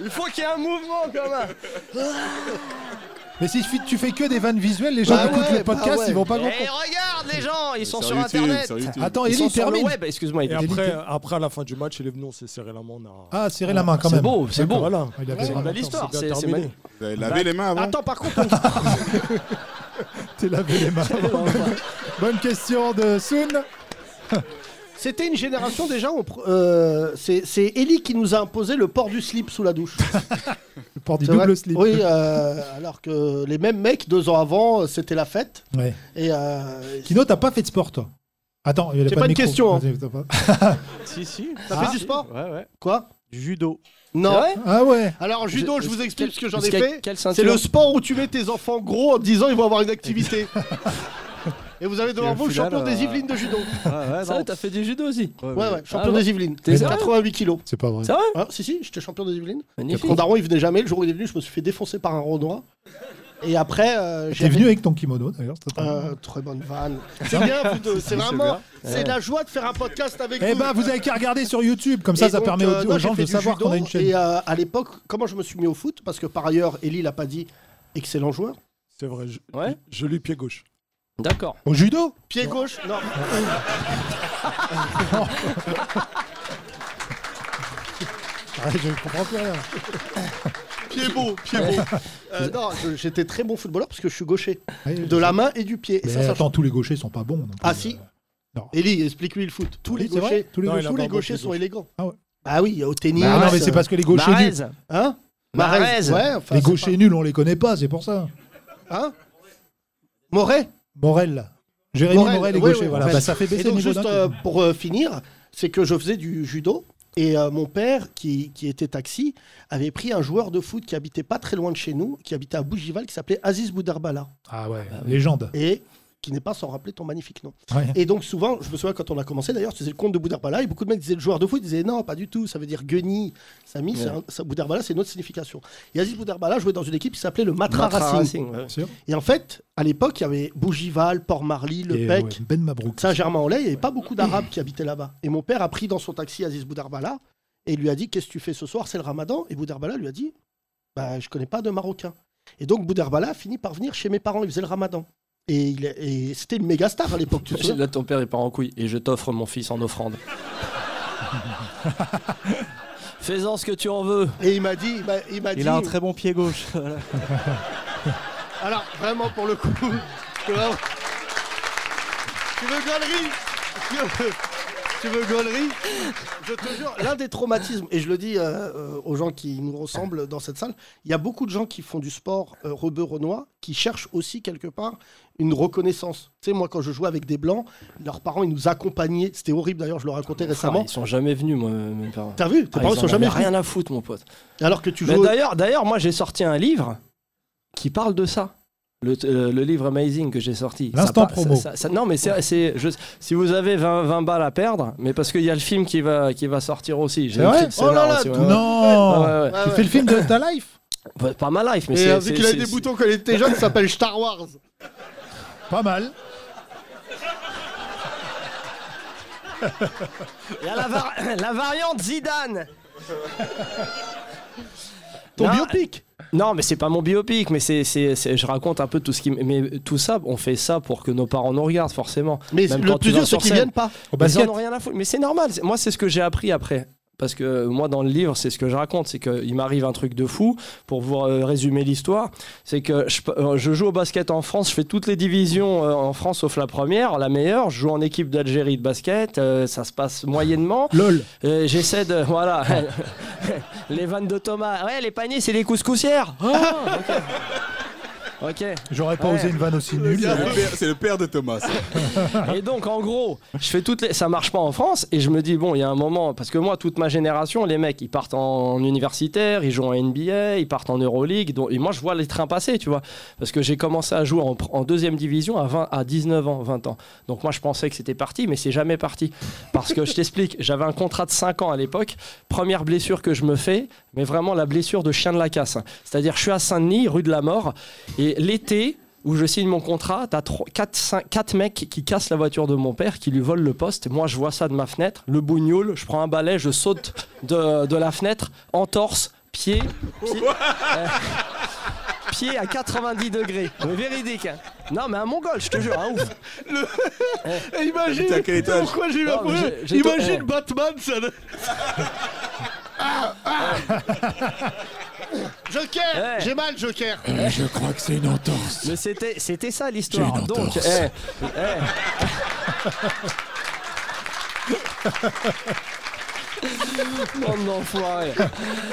S8: Il faut qu'il y ait un mouvement quand même
S6: Ah,
S2: Mais si tu fais- tu fais que des vannes visuelles, les gens
S6: Bah
S2: qui écoutent
S6: ouais,
S2: le podcast,
S6: bah ouais.
S2: ils vont pas
S8: Et
S2: comprendre.
S8: Eh, regarde les gens, ils sont sur,
S7: YouTube,
S8: internet
S7: sur YouTube.
S2: Attends,
S8: Ils sont
S2: Ellie,
S8: sur le
S2: termine
S8: web, excuse-moi.
S9: Et
S8: il-
S9: après, après à la fin du match, il est venu, on s'est serré la main, on a.
S2: Ah, serrer la main quand
S8: C'est
S2: même. Ah,
S8: beau, c'est beau.
S9: Voilà.
S2: Il avait
S8: C'est
S2: vraiment
S8: une belle
S2: tort.
S8: histoire,
S9: c'est
S8: c'est
S9: bien
S8: c'est
S9: terminé.
S8: magnifique.
S7: Vous avez lavé les mains avant
S8: Ah,
S6: attends, par contre,
S8: <laughs>
S6: on-
S2: <laughs> T'es lavé les mains. Bonne question de Soon.
S6: c'était une génération déjà où on pr- euh, c'est c'est Ellie qui nous a imposé le port du slip sous la douche.
S2: Le port <laughs> du
S6: C'est vrai
S2: double slip.
S6: Oui, euh, alors que les mêmes mecs, deux ans avant, euh, c'était la fête.
S2: Ouais.
S6: Et euh,
S2: Kino, t'as pas fait de sport, toi Attends, il y a
S6: J'ai
S2: pas,
S6: pas
S2: de
S6: de
S2: micro.
S6: question, hein.
S2: Vas-y, t'as pas-
S9: Si, si.
S6: t'as fait du sport
S9: Ouais, ouais.
S6: Quoi
S9: Du judo.
S6: Non.
S8: vrai
S2: Ah ouais
S6: Alors, judo, je, vous explique ce que j'en ai fait.
S8: Quelle
S6: C'est
S8: ceinture
S6: le sport où tu mets tes enfants gros en disant ils vont avoir une activité. Et vous avez devant
S9: Et au
S6: vous le
S9: final,
S6: champion
S9: euh,
S6: des Yvelines de judo.
S8: Sérieux, t'as fait du judo aussi
S6: Ouais, ouais, champion
S8: Ah ouais.
S6: des Yvelines.
S8: T'es sérieux
S6: 88 kilos.
S2: C'est pas vrai.
S8: Sérieux
S6: Ah, si, si, j'étais champion des Yvelines.
S8: Magnifique.
S6: Mon daron, il venait jamais. Le jour où il est venu, je me suis fait défoncer par un Renoir. Et après, euh,
S2: T'es
S6: j'ai
S2: venu avec ton kimono, d'ailleurs. c'est pas mal.
S6: Euh, très bonne vanne. C'est bien, vous deux. C'est vraiment. C'est la joie de faire un podcast avec
S2: Eh
S6: vous.
S2: ben, vous avez qu'à regarder sur YouTube, comme ça,
S6: Et
S2: ça
S6: donc,
S2: permet aux,
S6: euh, non,
S2: aux
S6: j'ai
S2: gens
S6: fait
S2: de
S6: du
S2: savoir
S6: judo,
S2: qu'on a une chaîne.
S6: Et euh, à l'époque, comment je me suis mis au foot Parce que par ailleurs, Ellie l'a pas dit, excellent joueur.
S9: C'est vrai. Je,
S8: Ouais.
S9: je lui pied gauche.
S8: D'accord.
S2: Au judo
S6: Pied gauche Non.
S2: Ah, Je comprends plus rien.
S6: <laughs> Pied beau, pied beau. Euh, non, je- j'étais très bon footballeur parce que je suis gaucher.
S2: Ouais,
S6: De la main et du pied. Et
S2: Mais
S6: ça, ça change.
S2: attends, tous les gauchers sont pas bons. non plus.
S6: Ah si Eli, explique-lui le foot. Tous les
S12: Oui, c'est vrai
S6: gauchers,
S12: Tous les
S6: tous
S12: gauchers.
S6: les
S12: Non,
S6: gauchers
S12: il a
S6: sont
S12: pas
S6: élégants.
S2: Ah ouais.
S6: Bah oui, au tennis.
S2: Bah non, mais c'est parce que les gauchers
S6: Mahrez.
S2: nuls.
S6: Hein Mahrez.
S2: Mahrez.
S6: Ouais, enfin,
S2: les
S6: c'est
S2: gauchers nuls, on les connaît pas, c'est pour ça.
S6: Hein Moret
S2: Morel. Jérémy Morel, les
S6: ouais,
S2: gauchers,
S6: ouais,
S2: voilà.
S6: en fait.
S2: Bah, ça fait baisser
S6: Et donc,
S2: le niveau
S6: juste
S2: d'un
S6: euh,
S2: coup.
S6: pour euh, finir, c'est que je faisais du judo et euh, mon père, qui, qui était taxi, avait pris un joueur de foot qui habitait pas très loin de chez nous, qui habitait à Bougival, qui s'appelait Aziz Boudarbala.
S2: Ah ouais, légende.
S6: Et qui n'est pas sans rappeler ton magnifique nom.
S2: Ouais.
S6: Et donc souvent, je me souviens quand on a commencé d'ailleurs, c'était le compte de Boudarbala et beaucoup de mecs disaient le joueur de foot, ils disaient non, pas du tout, ça veut dire Guenille, Samy, c'est
S11: Ouais.
S6: un- ça, Boudarbala, c'est une autre signification. Et Aziz Boudarbala jouait dans une équipe qui s'appelait le Matra,
S11: Matra
S6: Racing.
S11: Racing, ouais. Bien
S2: sûr.
S6: Et en fait, à l'époque, il y avait Bougival, Port-Marly, Le
S2: Et,
S6: Pec,
S2: ouais, ben Mabrouk.
S6: Saint-Germain-en-Laye, il n'y avait pas beaucoup d'Arabes qui habitaient là-bas. Et mon père a pris dans son taxi Aziz Boudarbala et il lui a dit Qu'est-ce que tu fais ce soir C'est le ramadan. Et Boudarbala lui a dit bah, Je connais pas de Marocain. Et donc Boudarbala a fini par venir chez mes parents. Il faisait le ramadan. Et, il est- et c'était une méga star à l'époque. tu
S8: <laughs>
S6: te souviens
S11: Là, ton père, il part en couille et je t'offre mon fils en offrande. Fais-en ce que tu en veux.
S6: Et il m'a dit, il m'a- il m'a dit.
S13: Il a un très bon pied gauche. voilà.
S6: <laughs> Alors vraiment pour le coup, tu vois- tu veux gaulerie Tu veux- Tu veux gaulerie Je te jure, l'un des traumatismes, et je le dis euh, euh, aux gens qui nous ressemblent dans cette salle, il y a beaucoup de gens qui font du sport euh, rebeu renois qui cherchent aussi quelque part une reconnaissance. Tu sais, moi quand je jouais avec des blancs, leurs parents ils nous accompagnaient. C'était horrible d'ailleurs, je le racontais récemment.
S11: Ils sont jamais venus, moi, mes parents.
S6: T'as vu Tes
S11: Ah,
S6: parents
S11: ils
S6: sont
S11: en
S6: jamais
S11: avaient
S6: venus.
S11: rien à foutre, mon pote.
S6: Alors que tu
S11: Mais
S6: joues-
S11: D'ailleurs, d'ailleurs, moi, j'ai sorti un livre qui parle de ça. Le, euh, le livre Amazing que j'ai sorti. Ça
S2: L'instant
S11: par-
S2: promo.
S11: ça- ça- ça- non, mais c'est, c'est- je- si vous avez 20, 20 balles à perdre, mais parce qu'il y a le film qui va, qui va sortir aussi. J'ai
S2: C'est
S11: une
S2: vrai
S11: petite scénar aussi, ouais, ouais.
S2: Non
S11: Ouais, ouais, ouais.
S2: Tu fais le film de ta life
S11: Ouais, Pas ma life, mais
S6: Et
S11: c'est.
S6: euh,
S11: c'est-
S6: vu qu'il a
S11: c'est-
S6: des
S11: c'est-
S6: boutons quand il était jeune, ça s'appelle Star Wars.
S2: Pas mal.
S11: Il y a <laughs> la, var- la variante Zidane.
S6: Ton
S11: biopic Non, mais c'est pas mon biopic, mais c'est, c'est- c'est- je raconte un peu tout ce qui. m- Mais tout ça, on fait ça pour que nos parents nous regardent, forcément.
S6: Mais le plus dur, c'est qu'ils viennent pas. Au
S11: Ils en
S6: basket.
S11: ont rien à foutre. Mais c'est normal. C'est- Moi, c'est ce que j'ai appris après. Parce que moi, dans le livre, c'est ce que je raconte, c'est qu'il m'arrive un truc de fou. Pour vous euh, résumer l'histoire, c'est que je, euh, je joue au basket en France, je fais toutes les divisions euh, en France sauf la première, la meilleure. Je joue en équipe d'Algérie de basket, euh, ça se passe moyennement. Euh,
S2: Lol.
S11: J'essaie de, <laughs> voilà, les vannes de Thomas. Ouais, les paniers, c'est les couscoussières. Oh, ok. Ok.
S2: J'aurais pas
S11: Ouais.
S2: osé une vanne aussi nulle.
S11: gars-
S7: C'est le père de Thomas. ça.
S11: Et donc, en gros, je fais toutes les. Ça marche pas en France. Et je me dis, bon, il y a un moment. Parce que moi, toute ma génération, les mecs, ils partent en universitaire, ils jouent en NBA, ils partent en Euroleague. Donc, et moi, je vois les trains passer, tu vois. Parce que j'ai commencé à jouer en, pr- en deuxième division à, 20, à 19 ans, 20 ans. Donc, moi, je pensais que c'était parti, mais c'est jamais parti. Parce que je t'explique, <laughs> j'avais un contrat de 5 ans à l'époque. Première blessure que je me fais, mais vraiment la blessure de chien de la casse. C'est-à-dire, je suis à Saint-Denis, rue de la Mort. Et l'été où je signe mon contrat, t'as 4, mecs qui cassent la voiture de mon père, qui lui volent le poste. Moi, je vois ça de ma fenêtre, le bougnoule, je prends un balai, je saute de, de la fenêtre, en torse, pied, pied, euh, pied à 90 degrés. Mais véridique. hein. Non, mais un mongol, je te jure, un ouf.
S6: Et Eh, imagine
S7: T'es à quel étage
S6: pourquoi j'ai eu un
S11: Non, mais
S6: problème.
S11: j'ai- j'ai-
S6: Imagine
S11: eh.
S6: Batman, ça. Ah, ah. Joker,
S11: Ouais.
S6: j'ai mal Joker.
S11: je crois que c'est une entorse. Mais c'était, c'était ça l'histoire.
S2: C'est une
S11: Donc,
S2: entorse.
S11: eh, eh, Bande d'enfoirés.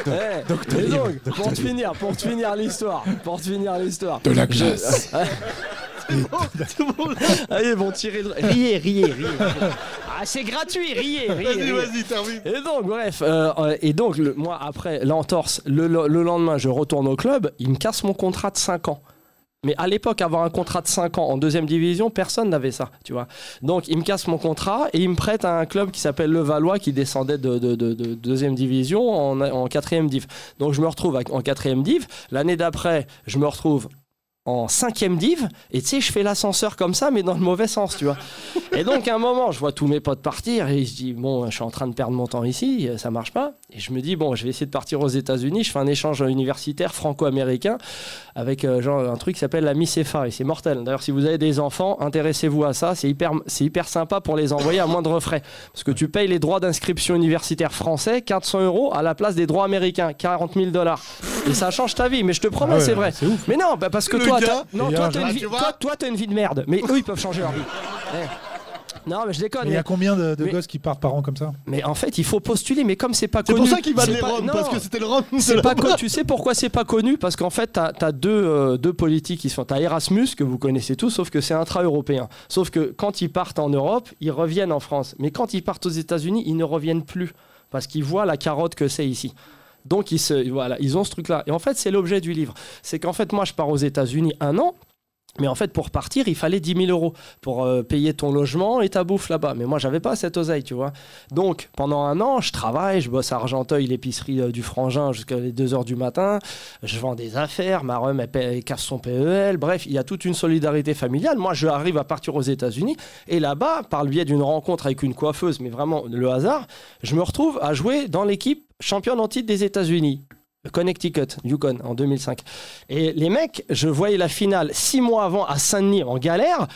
S11: Eh, et donc, pour te finir, pour te finir l'histoire, pour te finir l'histoire. De la glace. Allez, Ah, ils vont tirer. de- Riez, riez, riez. Ah, c'est gratuit, riez, riez.
S6: Vas-y,
S11: riez.
S6: vas-y, termine.
S11: Et donc, bref, euh, euh, et donc, le, moi, après l'entorse, le, le- le lendemain, je retourne au club, il me casse mon contrat de 5 ans. Mais à l'époque, avoir un contrat de 5 ans en deuxième division, personne n'avait ça, tu vois. Donc, il me casse mon contrat et il me prête à un club qui s'appelle Le Valois, qui descendait de, de- de- de deuxième division en, en quatrième div. Donc, je me retrouve à- en quatrième div. L'année d'après, je me retrouve en cinquième div et tu sais je fais l'ascenseur comme ça mais dans le mauvais sens tu vois et donc à un moment je vois tous mes potes partir et je dis bon je suis en train de perdre mon temps ici euh, ça marche pas et je me dis bon je vais essayer de partir aux États-Unis je fais un échange universitaire franco-américain avec euh, genre un truc qui s'appelle la micéfa et c'est mortel d'ailleurs si vous avez des enfants intéressez-vous à ça c'est hyper c'est hyper sympa pour les envoyer à moindre frais parce que tu payes les droits d'inscription universitaire français 400 euros à la place des droits américains 40 000 dollars et ça change ta vie mais je te promets
S2: Ah ouais,
S11: c'est vrai
S2: c'est ouf.
S11: mais non bah, parce que
S7: Le
S11: toi,
S7: gars-
S11: t'as- non,
S2: Et
S11: toi,
S2: un
S11: t'as une
S2: gars-
S11: vie, toi, toi, t'as une vie de merde, mais eux, ils peuvent changer leur vie. Eh.
S8: Non, mais je déconne.
S2: Mais il y a
S8: mais-
S2: combien de, de
S8: mais-
S2: gosses qui partent par an comme ça
S8: Mais en fait, il faut postuler, mais comme c'est pas
S2: C'est
S8: connu.
S2: pour ça qu'il va
S8: c'est
S2: de les
S8: pas-
S2: Rome,
S8: non.
S2: parce que c'était le Rome <laughs> de
S8: C'est pas
S2: là-bas.
S8: connu. Tu sais pourquoi c'est pas connu Parce qu'en fait, t'as as deux, euh, deux politiques qui sont. T'as Erasmus, que vous connaissez tous, sauf que c'est intra-européen. Sauf que quand ils partent en Europe, ils reviennent en France. Mais quand ils partent aux États-Unis, ils ne reviennent plus. Parce qu'ils voient la carotte que c'est ici. Donc, ils, se, voilà, ils ont ce truc-là. Et en fait, c'est l'objet du livre. C'est qu'en fait, moi, je pars aux États-Unis un an. Mais en fait, pour partir, il fallait 10 000 euros pour euh, payer ton logement et ta bouffe là-bas. Mais moi, j'avais pas cette oseille, tu vois. Donc, pendant un an, je travaille, je bosse à Argenteuil, l'épicerie euh, du Frangin, jusqu'à les 2 heures du matin. Je vends des affaires, ma rhum, elle, paie- elle casse son PEL. Bref, il y a toute une solidarité familiale. Moi, je arrive à partir aux États-Unis. Et là-bas, par le biais d'une rencontre avec une coiffeuse, mais vraiment le hasard, je me retrouve à jouer dans l'équipe championne en titre des États-Unis. Connecticut, Yukon, en 2005. Et les mecs, je voyais la finale six mois avant à Saint-Denis en galère.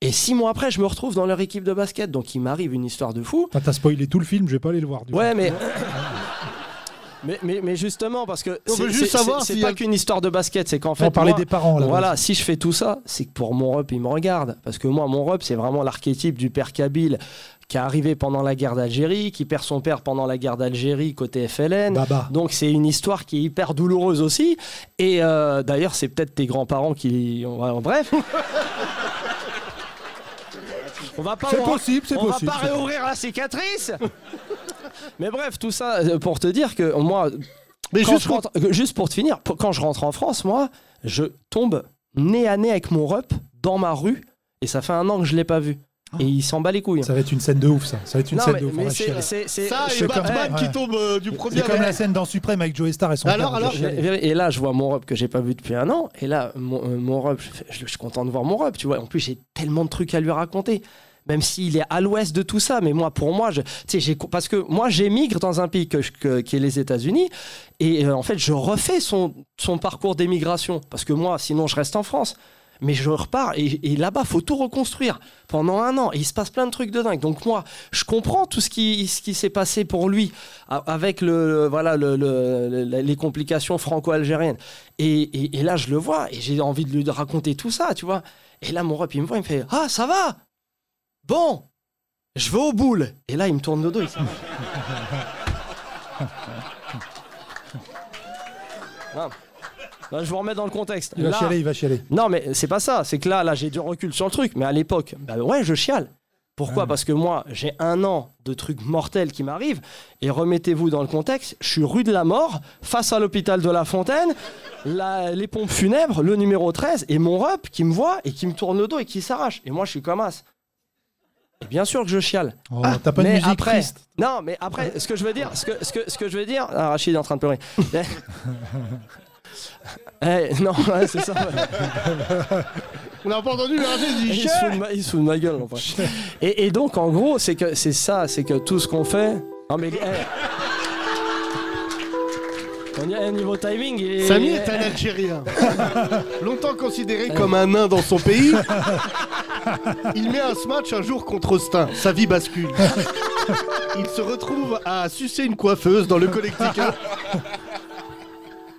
S8: Et six mois après, je me retrouve dans leur équipe de basket. Donc, il m'arrive une histoire de fou.
S2: Putain, T'as spoilé tout le film, je vais pas aller le voir. du
S8: Ouais,
S2: coup.
S8: mais... mais, mais. mais justement, parce que
S2: On
S8: c'est
S2: veut juste
S8: c'est-
S2: savoir
S8: c'est-
S2: s'il
S8: c'est
S2: y a-
S8: pas qu'une histoire de basket, c'est qu'en fait.
S2: parlait
S8: moi,
S2: des parents, là,
S8: Voilà,
S2: vas-y.
S8: si je fais tout ça, c'est que pour mon rep, il me regarde. Parce que moi, mon rep, c'est vraiment l'archétype du père Kabyle qui est arrivé pendant la guerre d'Algérie, qui perd son père pendant la guerre d'Algérie côté FLN.
S2: Baba.
S8: Donc c'est une histoire qui est hyper douloureuse aussi. Et euh, d'ailleurs, c'est peut-être tes grands-parents qui...
S2: <laughs>
S8: ont- Bref. On va pas
S2: C'est
S8: on-
S2: possible, c'est
S8: on va
S2: possible,
S8: pas
S2: c'est-
S8: réouvrir
S2: <laughs>
S8: la cicatrice. Mais bref, tout ça euh, pour te dire que moi,
S6: Mais
S8: quand
S6: juste
S8: je rentre- que- juste, pour te finir, pour- quand je rentre en France, moi, je tombe nez à nez avec mon rep dans ma rue, et ça fait un an que je l'ai pas vu. Et il s'en bat les couilles.
S2: Ah. Ça va être une scène de ouf, ça. Ça va être une
S8: Non,
S2: scène
S8: mais-
S2: de ouf. Ah, on
S8: mais
S2: va
S8: c'est-
S2: chialer.
S8: c'est- c'est-
S6: Ça et
S2: C'est comme-
S6: Batman
S2: ouais.
S6: qui tombe euh, du premier
S2: C'est comme
S6: rang.
S2: la scène dans Suprême avec Joey Star et son
S6: Alors,
S2: père,
S6: alors,
S2: je vais chialer.
S8: Et là, je vois mon rep que j'ai pas vu depuis un an. Et là, mon, euh, mon rep, je, fais- je- je suis content de voir mon rep, tu vois. En plus, j'ai tellement de trucs à lui raconter. Même s'il est à l'ouest de tout ça, mais moi, pour moi, je, tu sais, j'ai, parce que moi, j'émigre dans un pays que je- que- qui est les États-Unis, et euh, en fait, je refais son, son parcours d'émigration, parce que moi, sinon, je reste en France. Mais je repars et, et là-bas, faut tout reconstruire pendant un an. Et il se passe plein de trucs de dingue. Donc moi, je comprends tout ce qui, ce qui s'est passé pour lui a- avec le, voilà, le- le- le- les complications franco-algériennes. Et, et- et là, je le vois et j'ai envie de lui raconter tout ça, tu vois. Et là, mon rep, il me voit, il me fait Ah, ça va Bon, je vais au boule. Et là, il me tourne le dos.
S2: <laughs>
S8: il s'en va. Non. Non, Ah. je vous remets dans le contexte.
S2: Il va
S8: Là-
S2: chialer, il va chialer.
S8: non, mais c'est pas ça. C'est que là, là, j'ai du recul sur le truc. Mais à l'époque, bah ouais, je chiale. Pourquoi Parce que moi, j'ai un an de trucs mortels qui m'arrivent. Et remettez-vous dans le contexte, je suis rue de la mort, face à l'hôpital de La Fontaine, la- les pompes funèbres, le numéro 13, et mon rep qui me voit et qui me tourne le dos et qui s'arrache. Et moi, je suis comme as. Et bien sûr que je chiale.
S2: Oh, T'as pas de
S8: Ah, mais
S2: musique
S8: après,
S2: triste.
S8: Non, mais après, ce que je veux dire, ce que, ce que, ce que je veux dire, ah, Rachid est en train
S2: <laughs>
S8: de pleurer. Eh, non, <laughs> ouais, c'est ça. ouais.
S6: On n'a pas entendu, mais Hergé, il
S8: Et
S6: dit
S8: Il se,
S6: Chien
S8: fout de ma, il se fout de ma gueule, en vrai. <laughs> Et, et donc, en gros, c'est que c'est ça, c'est que tout ce qu'on fait. Non, mais. eh. On y est, niveau timing. il est-
S6: Samy est un Algérien. Longtemps considéré comme un nain dans son pays, il met un smash un jour contre Austin. Sa vie bascule. Il se retrouve à sucer une coiffeuse dans le Connecticut.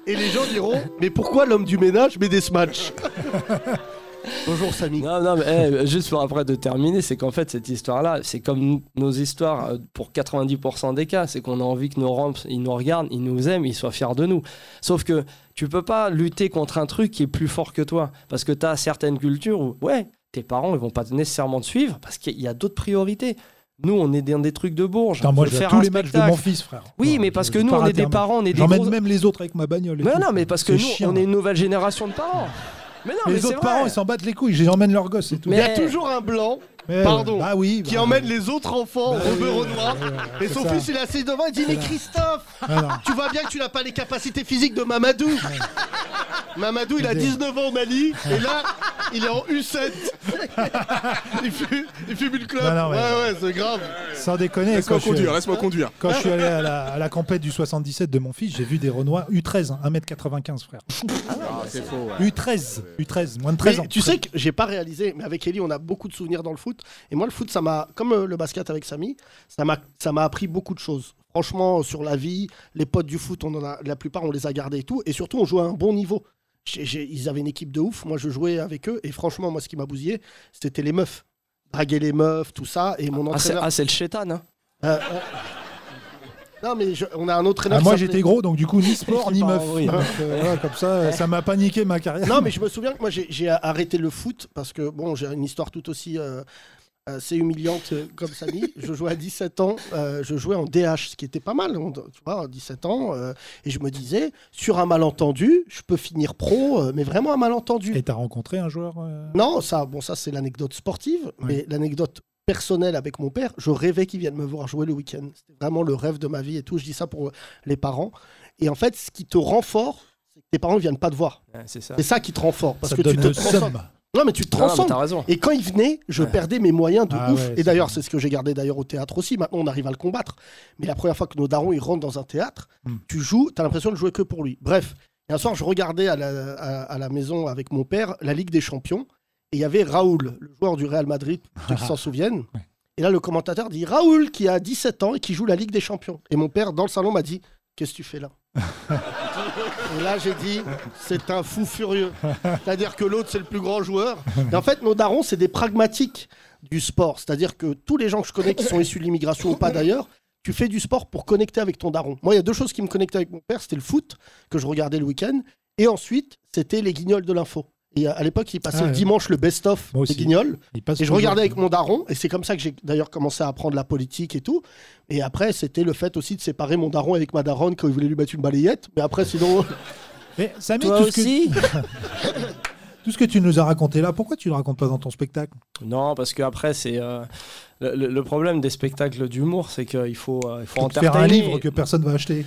S6: Et les gens diront Mais pourquoi l'homme du ménage met des smatchs Bonjour Samy.
S8: Non, non, mais eh, juste pour après de terminer, c'est qu'en fait, cette histoire-là, c'est comme nos histoires euh, pour 90% des cas. C'est qu'on a envie que nos ramps, ils nous regardent, ils nous aiment, ils soient fiers de nous. Sauf que tu peux pas lutter contre un truc qui est plus fort que toi. Parce que tu as certaines cultures où, ouais, tes parents, ils vont pas nécessairement te suivre parce qu'il y a d'autres priorités. Nous, on est dans des trucs de bourge.
S2: Putain, moi,
S8: Faut
S2: je vais à
S8: faire
S2: tous
S8: un
S2: les matchs de
S8: spectacle.
S2: mon fils, frère.
S8: Oui,
S2: Ouais,
S8: mais
S2: je-
S8: parce
S2: je
S8: que
S2: vais
S8: nous,
S2: pas
S8: on est
S2: rater
S8: des
S2: un
S8: parents, on est
S2: match.
S8: des
S2: J'emmène
S8: gros-
S2: même les autres avec ma bagnole. et
S8: Mais
S2: tout.
S8: non, mais parce que
S2: C'est
S8: nous,
S2: chiant. hein.
S8: on est une nouvelle génération de parents. Mais non, mais
S2: Les
S8: c'est
S2: autres
S8: vrai.
S2: parents, ils s'en battent les couilles. J'emmène leurs gosses, c'est tout.
S6: Il y a
S8: Mais-
S6: toujours un blanc,
S2: Mais-
S6: pardon,
S2: Bah oui.
S6: qui
S2: bah-
S6: emmène les autres enfants
S2: Bah
S6: au beurre
S2: oui,
S6: au noir.
S2: bah oui,
S6: Et
S2: c'est
S6: son
S2: ça.
S6: fils, il est assis devant, il dit Mais
S2: ça.
S6: Christophe,
S2: Ah non. Ah
S6: tu vois bien que tu n'as pas les capacités physiques de Mamadou. Mamadou, il a
S2: Des-
S6: 19 ans au Mali, et là, il est en U7.
S2: <laughs>
S6: il, fume, il fume une clope.
S2: Non, non, mais-
S6: Ouais, ouais, c'est grave.
S2: Sans déconner.
S7: Laisse-moi
S2: quand je suis-
S7: conduire, laisse-moi conduire.
S2: Quand je suis allé à la, à la compète du 77 de mon fils, j'ai vu des Renois U13, hein, 1m95, frère.
S7: Ah, c'est faux, ouais.
S2: U13, U13, moins de 13 ans.
S6: Mais tu sais que j'ai pas réalisé, mais avec Ellie, on a beaucoup de souvenirs dans le foot. Et moi, le foot, ça m'a, comme euh, le basket avec Samy, ça m'a, ça m'a appris beaucoup de choses. Franchement, euh, sur la vie, les potes du foot, on en a, la plupart, on les a gardés et tout. Et surtout, on jouait à un bon niveau. J'ai- j'ai- ils avaient une équipe de ouf. Moi, je jouais avec eux. Et franchement, moi, ce qui m'a bousillé, c'était les meufs. draguer les meufs, tout ça. Et mon
S8: Ah, c'est
S6: entraîneur.
S8: ah, c'est le chétan, hein
S6: Euh, euh, Non, mais je- on a un entraîneur.
S2: Ah,
S6: qui
S2: moi
S6: s'appelait-
S2: j'étais gros, donc du coup ni sport ni
S6: Pas en
S2: meuf.
S6: vrille.
S2: Donc, euh, voilà, comme
S6: <laughs>
S2: ça, euh, ça m'a paniqué ma carrière.
S6: Non, mais je me souviens que moi j'ai- j'ai arrêté le foot parce que bon, j'ai une histoire tout aussi euh, assez humiliante euh, comme Samy. je jouais à 17 ans, euh, je jouais en DH, ce qui était pas mal, on- tu vois, à 17 ans. euh, et je me disais, sur un malentendu, je peux finir pro, euh, mais vraiment un malentendu.
S2: Et t'as rencontré un joueur euh,
S6: Non, ça, bon, ça c'est l'anecdote sportive, mais l'anecdote personnelle avec mon père, je rêvais qu'il vienne me voir jouer le week-end. C'était vraiment le rêve de ma vie et tout. Je dis ça pour les parents. Et en fait, ce qui te rend fort, c'est que tes parents ne viennent pas te voir.
S8: Ouais, C'est ça.
S6: C'est ça qui te rend fort. Parce
S8: Ça
S6: que
S8: te
S6: tu te
S8: donne le
S6: transformes.
S8: seum.
S6: Non, mais tu te
S8: Ah, mais
S6: transformes.
S8: t'as raison.
S6: Et quand il venait, je perdais mes moyens de
S8: Ah
S6: ouf.
S8: ouais,
S6: et d'ailleurs, c'est ce que j'ai gardé d'ailleurs au théâtre aussi. Maintenant, on arrive à le combattre. Mais la première fois que nos darons ils rentrent dans un théâtre,
S8: Hmm.
S6: tu joues, t'as l'impression de jouer que pour lui. Bref, et un soir, je regardais à la, à- à la maison avec mon père la Ligue des Champions. Et il y avait Raoul, le joueur du Real Madrid, pour
S8: Ah.
S6: ceux qui s'en souviennent. Et là, le commentateur dit Raoul qui a 17 ans et qui joue la Ligue des Champions. Et mon père, dans le salon, m'a dit Qu'est-ce que tu fais là et là, j'ai dit, c'est un fou furieux. C'est-à-dire que l'autre, c'est le plus grand joueur. Et en fait, nos darons, c'est des pragmatiques du sport. C'est-à-dire que tous les gens que je connais qui sont issus de l'immigration ou pas d'ailleurs, tu fais du sport pour connecter avec ton daron. Moi, il y a deux choses qui me connectaient avec mon père. C'était le foot, que je regardais le week-end. Et ensuite, c'était les guignols de l'info. Et à l'époque, il passait
S2: Ah,
S6: le
S2: ouais.
S6: dimanche le best-of
S2: Moi
S6: des
S2: aussi.
S6: guignols.
S2: Il passe
S6: Et je
S2: toujours.
S6: regardais avec mon daron, et c'est comme ça que j'ai d'ailleurs commencé à apprendre la politique et tout. Et après, c'était le fait aussi de séparer mon daron avec ma daronne quand il voulait lui battre une balayette. Mais après, sinon.
S2: Mais Samy,
S6: Toi
S2: tout, ce
S6: aussi
S2: que... <laughs> tout ce que tu nous as raconté là, pourquoi tu le racontes pas dans ton spectacle
S8: Non, parce qu'après, c'est. euh, le, le- le problème des spectacles d'humour, c'est qu'il faut, euh, il faut
S2: Plutôt que de Faire un
S8: entertainer.
S2: livre que personne va acheter.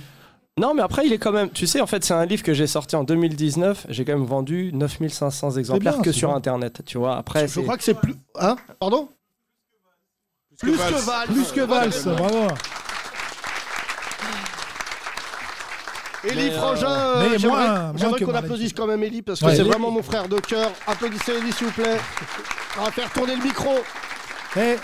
S8: Non, mais après, il est quand même. Tu sais, en fait, c'est un livre que j'ai sorti en 2019. J'ai quand même vendu 9500 exemplaires
S6: bien,
S8: que
S6: c'est
S8: sur
S6: bien.
S8: Internet. Tu vois, après.
S6: Je crois que c'est plus. Hein Pardon
S2: Plus que Valls. Plus que Valls, bravo.
S6: Élie
S2: Mais, euh,
S6: Frangin, euh,
S2: mais
S6: j'aimerais-
S2: moins- moins
S6: j'aimerais
S2: que
S6: qu'on
S2: Marlène
S6: applaudisse quand même Élie parce que
S2: Ouais,
S6: c'est
S2: Élie.
S6: vraiment mon frère de cœur. Applaudissez Élie, s'il vous plaît. On va faire tourner le micro.
S2: Eh,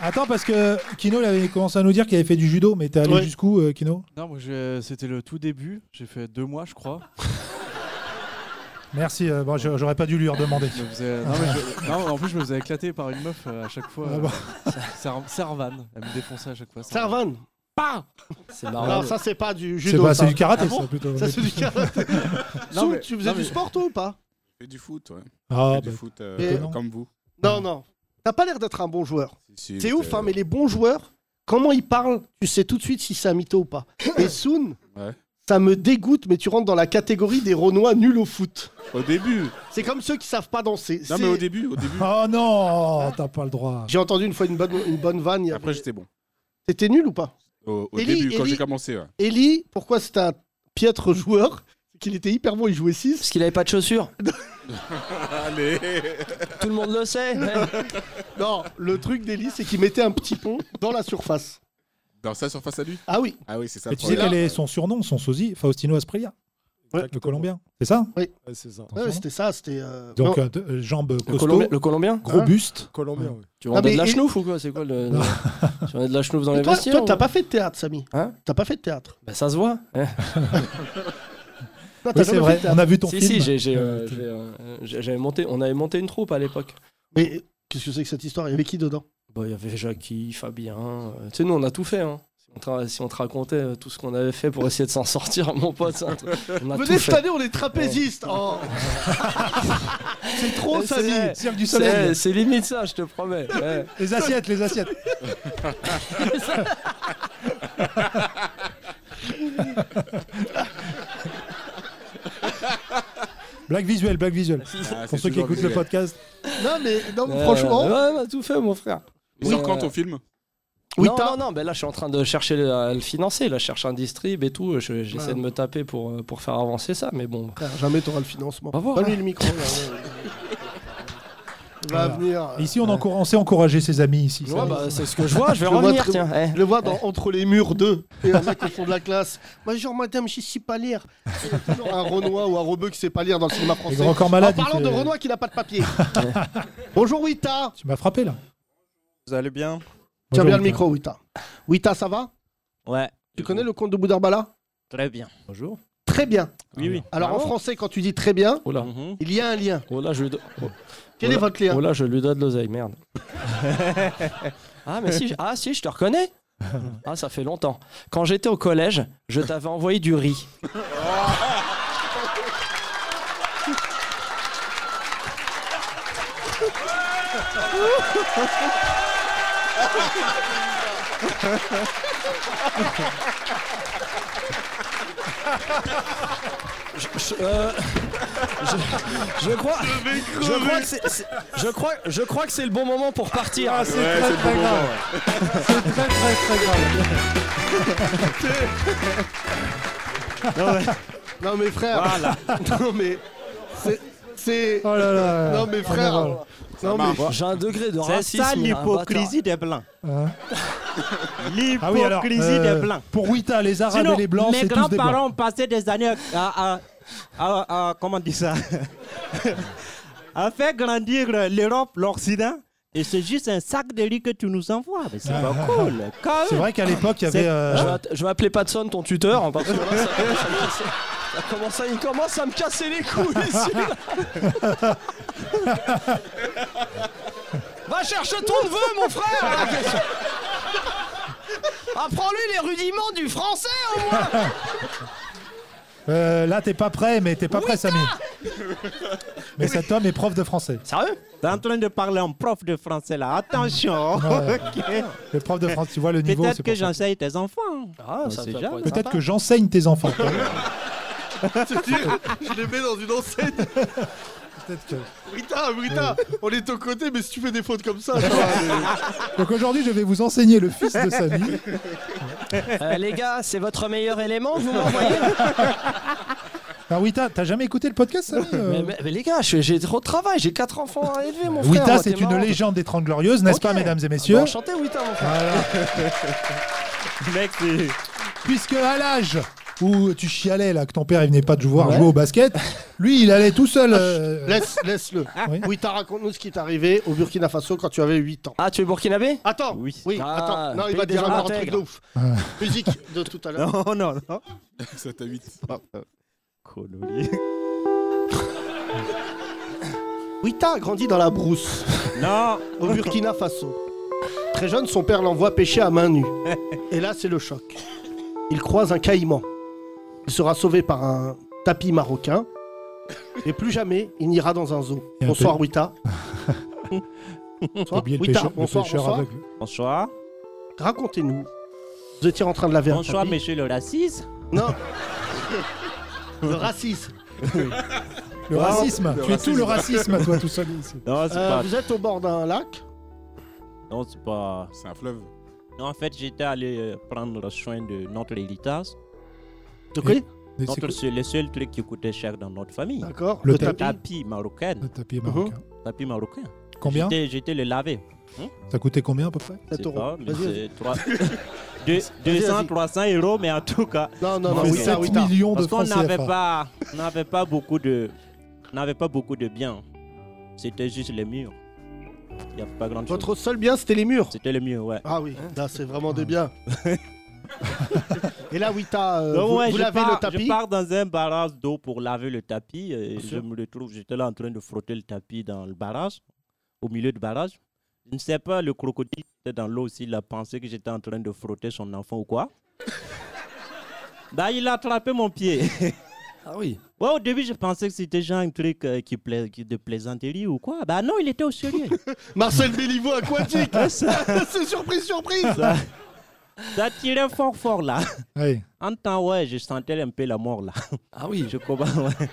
S2: attends, parce que Kino il avait commencé à nous dire qu'il avait fait du judo, mais t'es allé
S14: Ouais.
S2: jusqu'où, euh, Kino
S14: Non, moi, je- c'était le tout début. J'ai fait deux mois, je crois.
S2: Merci, euh, bon, je- j'aurais pas dû lui redemander.
S14: Je me faisais- non, mais Ah je- non, en plus, je me faisais éclater par une meuf euh, à chaque fois.
S2: Ah
S14: euh,
S15: bah.
S2: bon
S14: Sar- Sar- Sarvan, elle me défonçait à chaque fois.
S6: Sarvan
S14: Pas
S8: C'est
S14: marrant.
S11: Ah.
S6: Alors, Ah, ça, c'est pas du
S14: C'est
S6: judo.
S14: pas-
S6: ça.
S14: c'est du karaté,
S6: Ah bon
S14: ça, plutôt.
S6: Ça, c'est du karaté.
S7: Non,
S6: Soum,
S7: mais-
S6: tu faisais
S7: non,
S6: du
S7: mais-
S6: sport, toi, ou pas
S7: J'ai du foot, ouais.
S2: Ah,
S7: J'ai du
S2: bah,
S7: foot euh,
S6: Et-
S7: comme vous.
S6: Non, non. T'as pas l'air d'être un bon joueur.
S7: Si,
S6: C'est
S7: j'étais-
S6: ouf, hein, mais les bons joueurs, comment ils parlent, tu sais tout de suite si c'est un mytho ou pas. Et Soon,
S7: Ouais.
S6: ça me dégoûte, mais tu rentres dans la catégorie des Renois nuls au foot.
S7: Au début.
S6: C'est comme ceux qui savent pas danser.
S7: Non,
S6: C'est-
S7: mais au début, au début.
S2: Oh non, t'as pas le droit.
S6: J'ai entendu une fois une bonne, une bonne vanne. Après,
S7: j'étais bon.
S6: T'étais nul ou pas
S7: Au, au
S6: Élie,
S7: début, quand
S6: Élie-
S7: j'ai commencé, ouais.
S6: Eli, pourquoi c'était un piètre joueur C'est qu'il était hyper bon, il jouait 6. Parce
S8: qu'il avait pas de chaussures.
S7: Allez
S8: Tout le monde le sait.
S6: non, le truc d'Eli, c'est qu'il mettait un petit pont dans la surface.
S7: Dans sa surface à lui
S6: Ah oui.
S7: Ah oui, c'est ça.
S2: Et
S7: le
S2: tu sais
S7: problème.
S2: quel est son surnom, son sosie Faustino Asprilla, le Colombien. C'est ça
S6: Oui.
S9: c'est ça.
S6: Ah Ouais, c'était ça, c'était. euh,
S2: Donc,
S6: non.
S2: euh, de- euh, jambes
S8: Le,
S2: costauds.
S8: Colombien, le Colombien
S2: Gros
S8: Hein
S2: buste.
S9: Colombien, oui.
S8: Tu
S6: Ah,
S8: vendais
S6: mais
S8: de la
S6: il-
S8: chenouf ou quoi C'est
S6: <laughs>
S8: quoi le. tu vendais de la chenouf dans
S6: Et
S8: les
S6: toi,
S8: vestiaires
S6: toi, t'as
S8: ou-
S6: pas fait de théâtre, Samy
S8: Hein
S6: T'as pas fait de théâtre
S8: Bah, ça se voit. hein.
S6: Toi,
S8: Ah,
S6: t'as jamais fait de théâtre.
S8: si, Si, j'ai- j'ai, euh, j'ai, euh, j'ai- j'avais monté, on avait monté une troupe à l'époque.
S6: Mais qu'est-ce que c'est que cette histoire Il y avait qui dedans
S8: Bah, il y avait Jackie, Fabien. euh, tu sais, nous, on a tout fait. hein. Si on, te- si on te racontait euh, tout ce qu'on avait fait pour essayer de s'en sortir, <laughs> mon pote, ça, on a Ah, tout
S6: Venez
S8: fait.
S6: cette année, on est trapézistes Oh. C'est trop,
S8: Eh,
S6: Samy
S8: vrai.
S2: Cirque du Soleil.
S8: C'est- C'est limite ça, je te promets. Ouais.
S2: Les assiettes, les assiettes. blague visuelle, blague visuelle.
S7: Ah,
S2: Pour
S7: c'est
S2: ceux qui
S7: toujours
S2: écoutent le
S7: visuel.
S2: podcast.
S6: Non, mais, non, mais
S8: Ouais,
S6: Ah franchement.
S8: ouais, on a tout fait, mon frère.
S7: Il sort quand ton film
S8: Oui, non, non, non, ben là je suis en train de chercher à le financer, là je cherche un distrib et tout, je- j'essaie de me taper pour, euh, pour faire avancer ça, mais bon.
S6: Frère, Jamais t'auras le financement.
S8: Va voir,
S6: Pas lui
S8: hein.
S6: le micro. là, ouais. Il va
S2: Voilà.
S6: venir.
S2: Ici, on, encour- on sait encourager ses amis ici.
S6: Ah. Ouais,
S2: ça-
S6: bah,
S8: Euh, c'est ce que je vois, <laughs> je vais revenir,
S6: très-
S8: tiens, eh.
S6: Je le vois dans Entre les murs 2. Et un mec au fond de la classe. Bonjour madame, je sais pas lire. C'est toujours Un Renoir ou un Rebeu qui sait pas lire dans le cinéma français.
S2: grands corps malades,
S6: en parlant
S2: il
S6: de
S2: fait-
S6: Renoir qui n'a pas de
S2: <laughs>
S6: papier. Bonjour Wita.
S2: Tu m'as frappé là.
S14: Vous allez bien
S6: Tiens
S2: Bonjour,
S6: bien le
S2: Wita.
S6: micro Wita. Wita, ça va
S14: Ouais.
S8: Eh.
S6: Tu connais le conte de Boudarbala
S14: Très bien.
S8: Bonjour.
S6: très bien.
S8: Oui, oui.
S6: Alors en
S8: Ah bon
S6: français, quand tu dis très bien,
S8: Oh là.
S6: il y a un lien.
S8: Oh là, je lui do- oh.
S6: Quel
S8: Oh
S6: est
S8: là-
S6: votre lien
S8: Oh là, je lui donne de l'oseille, merde. <laughs> ah, mais si, je- ah, si, je te reconnais. Ah, ça fait longtemps. Quand j'étais au collège, je t'avais envoyé du riz. Je, euh, je- je crois, je crois que c'est- c'est- je crois, je crois que c'est le bon moment pour partir.
S2: Ah, c'est Ouais, très, c'est le très bon grave. moment,
S8: C'est très très très
S6: non, mais... non, mais frère. <laughs> non mais c'est- c'est.
S2: Oh Euh,
S6: Non mais frère. Non, mais-
S8: J'ai un degré de
S15: C'est
S8: racisme.
S15: ça
S8: un
S15: l'hypocrisie des blancs. L'hypocrisie
S8: Ah oui, alors, euh,
S15: des blancs.
S2: Pour Wita, les Arabes
S15: Sinon,
S2: et les Blancs,
S15: Mes
S2: c'est tous des
S15: grands-parents
S2: Blancs.
S15: ont passé des années à, à- à- à- à- Ah, comment on dit ça <laughs> À faire grandir euh, l'Europe, l'Occident. Et c'est juste un sac de riz que tu nous envoies. Mais c'est
S8: Ah.
S15: pas cool. quand même. C'est-
S2: euh,
S8: Je
S6: Ah,
S8: vais att- Je vais appeler Patson, ton tuteur, hein, parce que là, ça, ça me casse- ça commence à, il commence à me casser les couilles, <laughs> celui-là. Va chercher ton neveu, mon frère hein, Apprends-lui les rudiments du français, au moins
S2: Euh, là, t'es pas prêt, mais t'es pas prêt, Samy. <laughs> Mais cet homme est prof de français.
S8: Sérieux
S15: T'es en train de parler en prof de français là.
S8: <laughs>
S15: Attention.
S2: Ouais.
S15: ok.
S2: Le prof de France, tu vois le niveau.
S15: Peut-être
S2: c'est
S15: que
S2: pour ça.
S15: j'enseigne tes enfants.
S8: Ah, ça peut être
S2: Peut-être que j'enseigne tes
S8: <laughs>
S2: enfants.
S6: C'est-à-dire, je les mets dans une enseigne.
S2: Peut-être que.
S6: Brita, Brita, on est au côté, mais si tu fais des fautes comme ça, ça va.
S2: Donc aujourd'hui, je vais vous enseigner le fils de Samy.
S8: Euh, les gars, c'est votre meilleur élément que vous <laughs> m'envoyez
S2: Alors, Wita, t'as jamais écouté le podcast, Samy euh
S8: mais, mais- mais les gars, je- j'ai trop de travail, j'ai quatre enfants à élever, mon frère.
S2: Wita,
S8: Oh,
S2: c'est
S8: t'es
S2: une
S8: marrant.
S2: légende des 30 Glorieuses, n'est-ce
S8: Ok.
S2: pas, mesdames et messieurs
S8: Bah, enchanté, Wita, mon frère. <laughs>
S15: Mec,
S2: Puisque à l'âge où tu chialais là que ton père il venait pas te voir jouer au basket, lui il allait tout seul. euh,
S6: Laisse, laisse-le. Oui, t'as raconte-nous ce qui t'est arrivé au Burkina Faso quand tu avais 8 ans.
S8: Ah, tu es burkinabé
S6: Attends, oui,
S8: Ah,
S6: attends. Non, il
S8: pays
S6: va
S8: des
S6: dire
S8: gens
S6: encore un truc
S8: intègres.
S6: de ouf.
S2: Ah.
S6: Musique de tout à l'heure.
S15: Non, non, non.
S7: 7 à 8.
S2: Bah.
S6: Wita a grandi dans la brousse.
S15: Non.
S6: Au Burkina Faso. Très jeune, son père l'envoie pêcher à main
S15: <laughs>
S6: nue. Et là, c'est le choc. Il croise un caïman. Il sera sauvé par un tapis marocain. Et plus jamais, il n'ira dans un zoo.
S2: Et un
S6: Bonsoir,
S2: peu- <laughs>
S6: Wita.
S2: T'as oublié le
S6: Wita,
S2: pêcheur- le
S6: bonsoir,
S2: pêcheur
S6: bonsoir.
S2: aveugle.
S15: Bonsoir.
S6: Racontez-nous. Vous étiez en train de laver un
S15: Bonsoir,
S6: tapis.
S15: monsieur le raciste.
S6: Non. <laughs> Le racisme.
S2: Le
S6: Bon,
S2: racisme.
S6: le
S2: tu es tout le
S6: racisme.
S2: racisme, toi, tout seul ici.
S15: Non, c'est
S6: Euh,
S15: pas.
S6: vous êtes au bord d'un lac.
S15: Non, c'est pas.
S7: C'est un fleuve.
S15: Non, en fait, j'étais allé euh, prendre soin de notre héritage.
S6: De quoi
S2: Mais c'est
S15: Notre- C'est le seul truc qui coûtait cher dans notre famille.
S6: D'accord.
S2: Le
S15: Le,
S2: tapis.
S15: tapis. marocain. Le
S6: Uh-huh.
S2: tapis marocain.
S15: Tapis marocain.
S2: Combien
S15: J'étais- J'étais le lavé. Hein
S2: Ça coûtait combien à peu près
S15: C'est pas, Ah, mais
S2: Vas-y,
S15: c'est
S2: <laughs>
S15: trois- Deux- 200, 300 euros, mais en tout cas.
S6: Non, non,
S2: non, oui, ça, oui, ça. millions de
S15: Parce qu'on
S2: francs
S15: n'avait
S2: CFA.
S15: pas, on n'avait pas beaucoup de, on n'avait pas beaucoup de biens. C'était juste les murs. Il n'y a pas grand chose.
S6: Votre seul bien, c'était les murs.
S15: C'était les murs, ouais.
S6: Ah oui, là, c'est vraiment des biens. Et là, Wita, euh,
S15: Donc,
S6: vous,
S15: ouais,
S6: vous
S15: je
S6: lavez
S15: pars-
S6: le tapis.
S15: Je pars dans un barrage d'eau pour laver le tapis. Et je
S6: sûr.
S15: me retrouve, j'étais là en train de frotter le tapis dans le barrage, au milieu du barrage. Je ne sais pas, le crocodile était dans l'eau aussi, il a pensé que j'étais en train de frotter son enfant
S6: <laughs>
S15: ou quoi. Bah, il a attrapé mon pied.
S8: Ah oui.
S15: Ouais, au début, je pensais que c'était genre un truc euh, qui pla- qui- de plaisanterie ou quoi. Bah non, il était au sérieux.
S6: Marcel Béliveau
S8: <laughs>
S6: aquatique.
S15: Ouais, ça-
S6: <laughs> c'est surprise, surprise.
S15: ça, ça tirait fort, fort là.
S2: Oui.
S15: En temps, ouais, je sentais un peu la mort là.
S8: Ah oui.
S15: Je commence. ouais.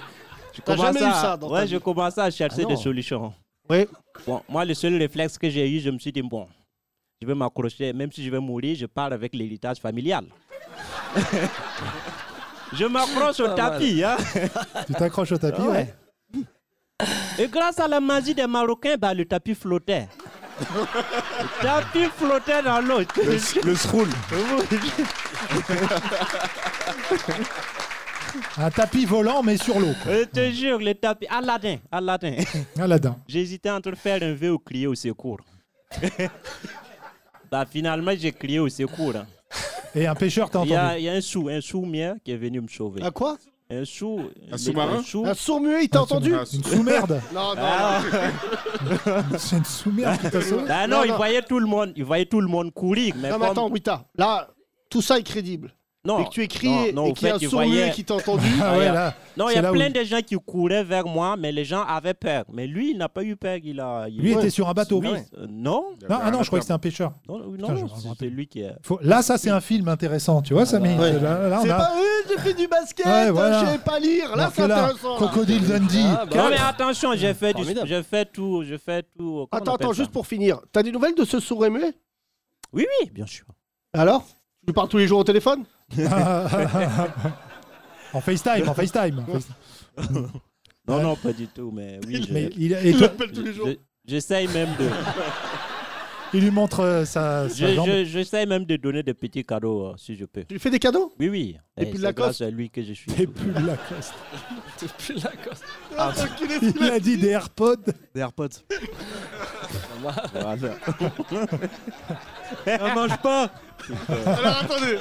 S15: Je
S6: T'as jamais
S15: commençais
S6: eu ça
S15: à-
S6: dans ta
S15: Ouais,
S6: vie.
S15: je commençais à chercher
S6: Ah non.
S15: des solutions.
S6: Oui.
S15: Bon, moi, le seul réflexe que j'ai eu, je me suis dit, bon, je vais m'accrocher, même si je vais mourir, je pars avec l'héritage
S6: <laughs>
S15: familial. je m'accroche au
S8: Pas mal.
S15: tapis. Hein. Ah
S2: Tu t'accroches au tapis, ouais.
S15: Et grâce à la magie des Marocains, bah, le tapis flottait. le tapis flottait dans l'eau.
S2: Le- le sroul. Un tapis volant, mais sur l'eau.
S15: Je te jure, le tapis. Aladdin, Aladdin. <laughs>
S2: Aladdin.
S15: J'hésitais entre faire un vœu ou crier au secours. <laughs> bah, finalement, j'ai crié au secours. hein.
S2: Et un pêcheur, t'as
S15: Il y,
S2: entendu
S15: a, il y a un sou, un soumien qui est venu me sauver.
S6: À quoi
S15: Un sous.
S7: Un sous-marin
S6: Un sourd-muet, il t'a entendu
S7: Ah,
S2: Une sous-merde.
S6: Non, non,
S15: Ah.
S2: C'est une sous-merde qui t'a sauvé.
S15: Ah non, il voyait tout le monde, il voyait tout le monde courir. Mais
S6: non, mais
S15: comme-
S6: attends, Wita, là, tout ça est crédible.
S15: Non,
S6: Et que tu écris
S15: non,
S6: et-
S15: non,
S6: et
S15: au
S6: qu'il y a un
S15: fait, il
S6: sourd-muet
S15: voyait-
S6: qui t'a entendu.
S2: Ah ouais, là,
S15: Non, il
S2: c'est
S15: y
S2: là
S15: a
S2: où-
S15: plein de gens qui couraient vers moi, mais les gens avaient peur. Mais lui, il n'a pas eu peur. Il a, il-
S2: Lui
S15: Ouais.
S2: était sur un bateau.
S15: Oui, euh, non.
S2: Ah Non, ah non, je crois que c'était un pêcheur.
S15: Non, non,
S2: Putain, je-
S15: non, c'est lui qui est.
S2: Faut- Là, ça, c'est un film intéressant, tu vois, ça met-
S15: ouais.
S2: là, là, on
S6: C'est
S2: a-
S6: pas eux, j'ai fait du basket,
S2: Ouais, voilà.
S6: je sais pas lire. Là,
S2: Alors que
S6: c'est
S2: là,
S6: intéressant. là.
S2: Crocodile Dundee.
S8: Ah, bah
S6: Bah
S15: Non,
S2: quatre.
S15: mais attention, j'ai fait, du... j'ai fait tout. J'ai fait tout. comment on
S6: Mmh, Attends,
S15: appelle
S6: attends,
S15: ça
S6: juste pour finir. T'as des nouvelles de ce sourd muet
S15: Oui, oui, bien sûr.
S6: Alors Tu lui parles tous les jours au téléphone
S2: <laughs> en FaceTime, en FaceTime.
S15: Non, non, pas du tout, mais
S6: <laughs>
S15: oui. je-
S2: Mais il- et toi-
S6: appelle tous les jours.
S15: je- J'essaye même
S6: <laughs>
S15: de.
S2: Il lui montre euh, sa, sa
S15: je-
S2: jambe.
S15: je- J'essaye même de donner des petits cadeaux euh, si je peux.
S6: Tu lui fais des cadeaux
S15: Oui, oui.
S6: Des
S15: Eh,
S6: pulls
S15: c'est
S6: Lacoste
S15: grâce à lui que je suis.
S2: Des pulls Lacoste.
S6: Ah, enculé,
S2: Il a dit des AirPods.
S14: Des AirPods.
S15: <laughs>
S6: <laughs>
S15: Voilà. Ne mange pas
S6: Alors attendez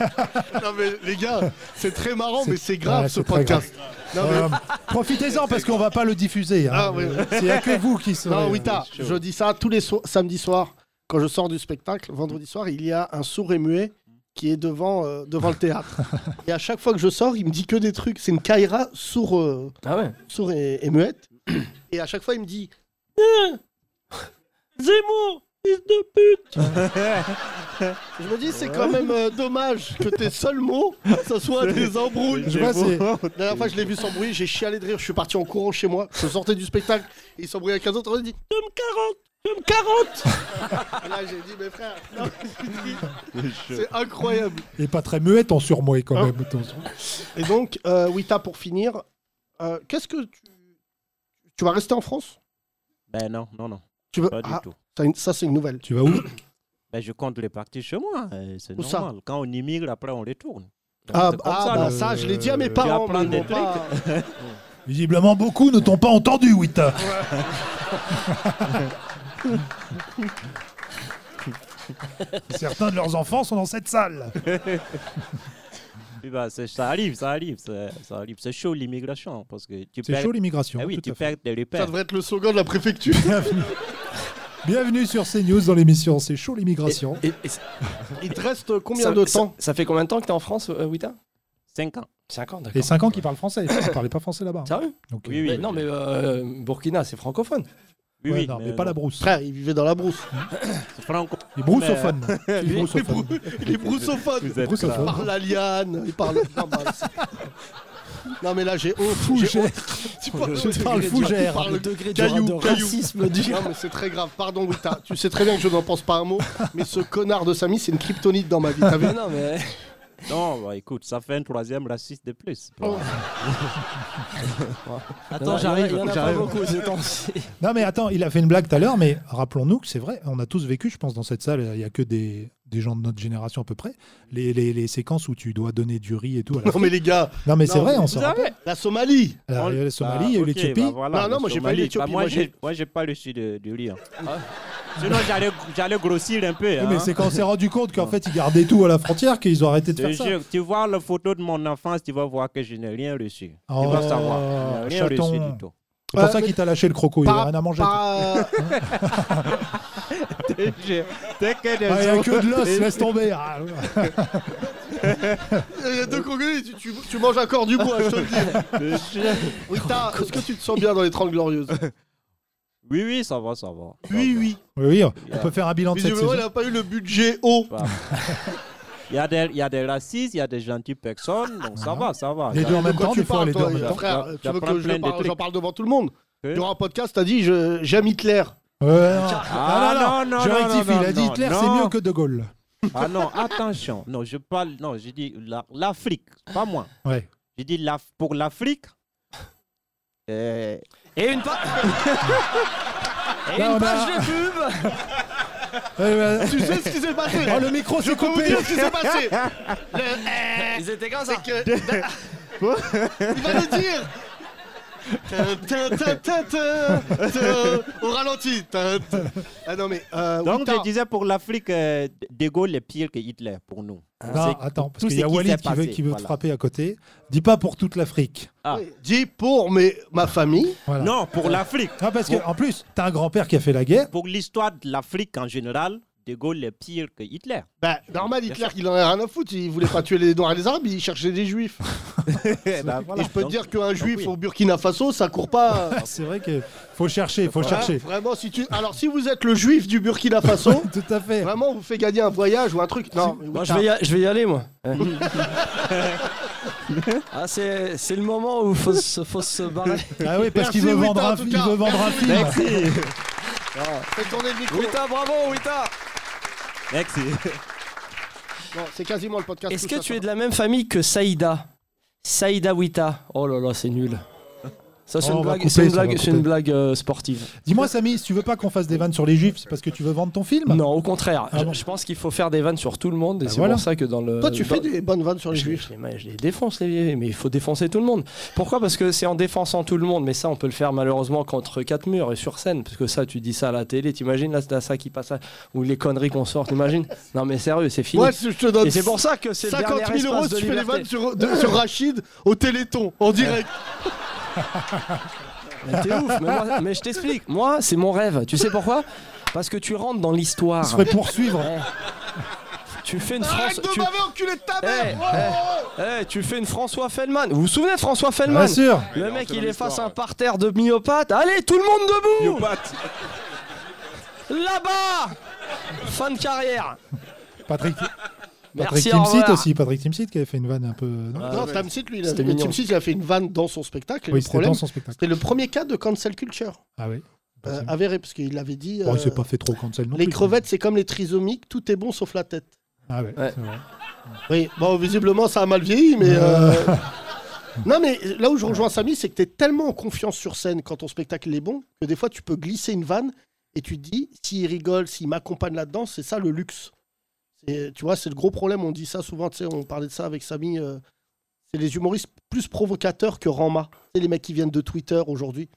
S6: Non mais les gars, c'est très marrant, mais c'est grave
S2: Ouais,
S6: ce
S2: c'est très
S6: podcast. Non, mais-
S2: Euh, Profitez-en parce qu'on va pas le diffuser. hein.
S6: Ah, oui.
S2: C'est y a que vous qui saurez.
S6: Non, Wita, je dis ça tous les so- samedis soirs, quand je sors du spectacle, vendredi soir, il y a un sourd et muet qui est devant, euh, devant le
S2: <laughs>
S6: théâtre. et à chaque fois que je sors, il me dit que des trucs. C'est une Kaira sourd, euh,
S8: Ah
S6: sourd et, et muette. et à chaque fois, il me dit Eh, Zemmour, fils de
S2: <laughs>
S6: pute Je me dis, c'est quand même euh, dommage que tes seuls mots, ça soit des embrouilles.
S2: Je vois, c'est-
S6: La dernière fois, je l'ai vu s'embrouiller, j'ai chialé de rire, je suis parti en courant chez moi, je sortais du spectacle, et il s'embrouillait avec un autre, on a dit Donne 40 Donne 40 Et Là, j'ai dit, mais frère, non, c'est incroyable.
S2: Et pas très muette en surmoué quand même. attention.
S6: Et donc, euh, Wita, pour finir, euh, qu'est-ce que tu. Tu vas rester en France
S15: Ben non, non, non.
S6: Tu veux-
S15: Pas du
S6: Ah.
S15: tout.
S6: Ça, une- ça, c'est une nouvelle.
S2: Tu vas où
S15: Ben, je compte les parties chez moi. euh, C'est
S6: Où ça
S15: normal. Quand on immigre, après, on les tourne.
S6: Ah,
S15: c'est comme
S6: ah,
S15: ça,
S6: bah,
S15: non
S6: ça, je l'ai dit à mes
S15: Tu
S6: parents.
S15: apprends
S6: mais ils
S15: des
S6: m'ont pas-
S2: Visiblement, beaucoup ne t'ont pas entendu, Wita. Certains de leurs enfants sont dans cette salle.
S15: Oui, bah, c'est- ça arrive, ça arrive, c'est- ça arrive. C'est chaud l'immigration parce que tu
S2: C'est
S15: perds-
S2: chaud, l'immigration,
S15: Ah oui,
S2: tout
S15: tu
S2: à fait.
S15: perds
S6: Ça
S15: des repères.
S6: devrait être le slogan de la
S15: <laughs>
S6: préfecture.
S2: Bienvenue sur CNews dans l'émission C'est chaud l'immigration.
S8: Et- et-
S6: Il te reste combien
S8: ça-
S6: de
S8: ça-
S6: temps
S8: Ça fait combien de temps que t'es en France, euh, Wita
S15: 5 ans.
S8: 5 ans, d'accord.
S2: Et 5 ans qui parlent français. Ils parlaient pas français là-bas. hein.
S8: Sérieux
S2: Donc,
S8: Oui, oui. Mais non, mais euh, Burkina, c'est francophone.
S15: Oui,
S2: ouais,
S15: oui,
S2: non, mais,
S15: mais
S2: pas
S15: non.
S2: la brousse.
S6: Frère, il vivait dans la brousse.
S15: C'est franco.
S2: Les broussophone. Les broussophone.
S6: Il est broussophone.
S15: Vous êtes
S6: Il
S2: Broussophone.
S6: parle la liane. Il parle. Non, bah, c'est- non, mais là, j'ai honte. j'ai
S2: Fougère.
S6: honte. Tu parles,
S2: Tu parles fougère.
S6: parles
S8: Le degré de,
S6: caillou,
S8: de
S6: caillou.
S8: racisme du.
S6: Non, mais c'est très grave. Pardon, Wita. Tu sais très bien que je n'en pense pas un mot. Mais ce connard de Samy, c'est une kryptonite dans ma vie. T'as vu
S8: Non, mais.
S15: Non, bah, écoute, ça fait un troisième raciste de plus.
S2: Oh,
S8: Attends, j'arrive. Il y en a pas beaucoup ces temps-ci.
S2: Non mais attends, il a fait une blague tout à l'heure, mais rappelons-nous que c'est vrai, on a tous vécu, je pense, dans cette salle, il n'y a que des, des gens de notre génération à peu près, les, les, les séquences où tu dois donner du riz et tout. à la
S6: Non, mais les gars.
S2: Non, mais c'est
S6: non,
S2: vrai, on
S6: vous
S2: s'en
S6: avez-
S2: rappelle.
S6: La Somalie.
S2: Alors, Ah,
S15: bah,
S2: il y a La
S6: Bah,
S2: Somalie, il y a eu l'Éthiopie.
S6: Non, non, moi, j'ai pas eu l'Éthiopie,
S15: moi,
S6: moi,
S15: j'ai,
S6: j'ai-
S15: moi, j'ai pas le sud de, de Lyon. Sinon, j'allais, j'allais grossir un peu.
S2: Ah. Oui, mais
S15: hein.
S2: c'est quand on s'est rendu compte qu'en fait, ils gardaient tout à la frontière qu'ils ont arrêté de
S15: Je te
S2: faire ça.
S15: jure, tu vois la photo de mon enfance, tu vas voir que je n'ai rien reçu.
S2: Oh,
S15: tu vas savoir. Je n'ai rien
S2: chaton.
S15: reçu du tout.
S2: C'est pour
S6: Ouais,
S2: ça
S6: mais-
S2: qu'il t'a lâché le croco, il
S6: Par-
S2: avait rien à manger. toi.
S6: par-
S15: T'es que des
S2: Ah, il n'y a
S15: os.
S2: que de l'os, laisse tomber. Ah,
S6: Il y a deux Congolais, tu, tu- tu manges encore du bois, je te le dis. Oui, t'as- est-ce que tu te sens bien dans les 30 glorieuses
S15: Oui, oui, ça va, ça va.
S6: Oui, oui.
S2: oui, oui, on peut faire un bilan de cette
S6: Visiblement, il
S2: saison.
S6: n'a pas eu le budget haut.
S15: Il y, a des- il y a des racistes, il y a des gentilles personnes, donc ça va, ça va.
S2: Ah. Les deux en même
S6: Quand
S2: temps,
S6: tu
S2: des fois,
S6: parles,
S2: les deux en
S6: toi,
S2: même temps.
S6: frère, tu
S15: J'a-
S6: veux
S15: j'apprends
S6: que je
S15: plein de
S6: parle-
S15: trucs.
S6: j'en parle devant tout le monde.
S15: Que-
S6: Durant un podcast, t'as dit je- j'aime Hitler.
S2: Ouais, non.
S15: Ah,
S2: non,
S15: non,
S2: je
S15: non,
S2: rectifie,
S15: non,
S2: il a dit
S15: non,
S2: Hitler,
S15: non.
S2: c'est mieux que De Gaulle.
S15: Ah non, attention. Non, je parle, non, je dis la- l'Afrique, pas moi.
S2: Ouais.
S15: Je dis la,
S2: <laughs>
S15: pour l'Afrique. euh,
S8: Et une page. Et
S2: Là, on a-
S8: une page de pub
S2: Ouais, ouais.
S6: Tu sais ce qui s'est passé
S2: Oh, Euh, le micro s'est
S6: Faut vous
S2: coupé
S6: dire ce qui s'est <laughs> passé Le-
S8: <laughs>
S6: <laughs>
S8: Ils étaient comme ça.
S6: que- Il va le dire Au ralenti. Tin, tin. Ah non, mais. euh,
S15: Donc,
S6: Outa-
S15: je disais pour l'Afrique, euh, De Gaulle est pire que Hitler pour nous.
S2: Non,
S15: C'est
S2: attends, parce
S15: tout
S2: qu'il
S15: ce
S2: y a
S15: qui
S2: Walid
S15: s'est
S2: qui veut,
S15: passé,
S2: qui veut te
S15: voilà.
S2: frapper à côté. Dis pas pour toute l'Afrique.
S6: Oui, Dis pour mes- ma famille.
S2: Voilà.
S15: Non, pour l'Afrique.
S2: Ah, parce que, en plus, t'as un grand-père qui a fait la guerre.
S15: Pour l'histoire de l'Afrique en général, De Gaulle est pire que Hitler.
S6: Bah, normal, Hitler, il en a rien à foutre. Il voulait pas tuer les Noirs et les Arabes, il cherchait des <laughs> Juifs. Et je peux te dire qu'un Juif au Burkina Faso, ça court <laughs> pas.
S2: C'est vrai qu'il faut chercher, faut
S6: Voilà,
S2: chercher.
S6: Vraiment, si tu... Alors, si vous êtes le Juif du Burkina <laughs> Faso,
S2: tout à fait.
S6: Vraiment, on vous fait gagner un voyage ou un truc. Non, mais
S8: Moi,
S6: oui,
S8: je, vais y, je vais y aller, moi. <laughs> ah, c'est c'est le moment où il faut, se- faut se <laughs> barrer.
S2: Ah oui, parce qu'il veut, vendre un- il veut vendre un film.
S8: Merci.
S6: Fais tourner le micro.
S8: Wita, bravo, Wita.
S15: Merci.
S6: Non, c'est quasiment le podcast.
S8: Est-ce
S6: tout
S8: que
S6: ça,
S8: tu
S6: ça.
S8: es de la même famille que Saïda Saïda Wita. Oh là là, c'est nul. Ça, c'est
S2: Oh, on
S8: une
S2: va
S8: blague,
S2: couper,
S8: c'est une
S2: ça, on va
S8: blague, c'est
S2: couper.
S8: une blague, euh, sportive.
S2: Dis-moi, Samy, si tu veux pas qu'on fasse des vannes sur les juifs, c'est parce que tu veux vendre ton film
S8: Non, au contraire.
S2: Ah
S8: Je-
S2: bon.
S8: je, pense qu'il faut faire des vannes sur tout le monde. Et c'est
S2: voilà.
S8: pour ça que dans le.
S6: Toi, tu
S8: dans-
S6: fais des bonnes vannes sur les
S8: Je-
S6: Juifs.
S8: je les- je les défonce, les vieux, mais il faut défoncer tout le monde. Pourquoi Parce que c'est en défonçant tout le monde, mais ça, on peut le faire malheureusement contre quatre murs et sur scène, parce que ça, tu dis ça à la télé, t'imagines, là, c'est ça qui passe, à- ou les conneries qu'on sort, t'imagines Non, mais sérieux, c'est fini.
S6: Moi, je te donne
S8: et c'est pour ça que c'est le
S6: 50
S8: dernier
S6: 000 euros
S8: espace de
S6: si tu fais les
S8: liberté. Eh,
S6: vannes sur, de- sur Rachid au Téléthon, en direct.
S8: Mais t'es ouf, mais,
S6: <laughs>
S8: moi- mais je t'explique. Moi, c'est mon rêve. Tu sais pourquoi Parce que tu rentres dans l'histoire.
S2: Il se fait poursuivre.
S8: Ouais. Tu fais une France.
S6: Arrête de
S8: tu-
S6: m'avoir enculé de ta
S8: Eh,
S6: mère Oh, oh,
S8: eh, eh, tu fais une François Fellman. Vous vous souvenez de François Fellman
S2: Bien sûr.
S8: Le mec, il est face à un parterre de myopathes. Allez, tout le monde debout Là-bas Fin de carrière
S2: Patrick, Patrick
S8: Merci, au
S2: Timsit
S8: revoir.
S2: aussi. Patrick Timsit qui avait fait une vanne un peu. non
S6: oh. Non, Tamsit, lui, il a,
S8: Ah, C'était mignon.
S6: Tamsit, il a fait une vanne dans son spectacle. et
S2: Oui,
S6: le
S2: c'était
S6: problème,
S2: dans son spectacle.
S6: C'était le premier cas de cancel culture.
S2: Ah oui.
S8: Bah,
S6: euh, avéré, parce qu'il avait dit
S2: Bon,
S6: euh,
S2: il s'est pas fait trop cancel non
S6: Les
S2: plus.
S6: crevettes, c'est comme les trisomiques, tout est bon sauf la tête.
S2: Ah ouais,
S8: Ouais.
S2: c'est vrai.
S6: Oui, bon, visiblement, ça a mal vieilli, mais. <laughs> euh, non, mais là où je rejoins Samy, c'est que tu es tellement en confiance sur scène quand ton spectacle est bon que des fois, tu peux glisser une vanne et tu te dis, s'il rigole, s'il m'accompagne là-dedans, c'est ça le luxe. Et, tu vois, c'est le gros problème. On dit ça souvent, tu sais, on parlait de ça avec Samy. euh, c'est les humoristes plus provocateurs que Rama. C'est les mecs qui viennent de Twitter aujourd'hui.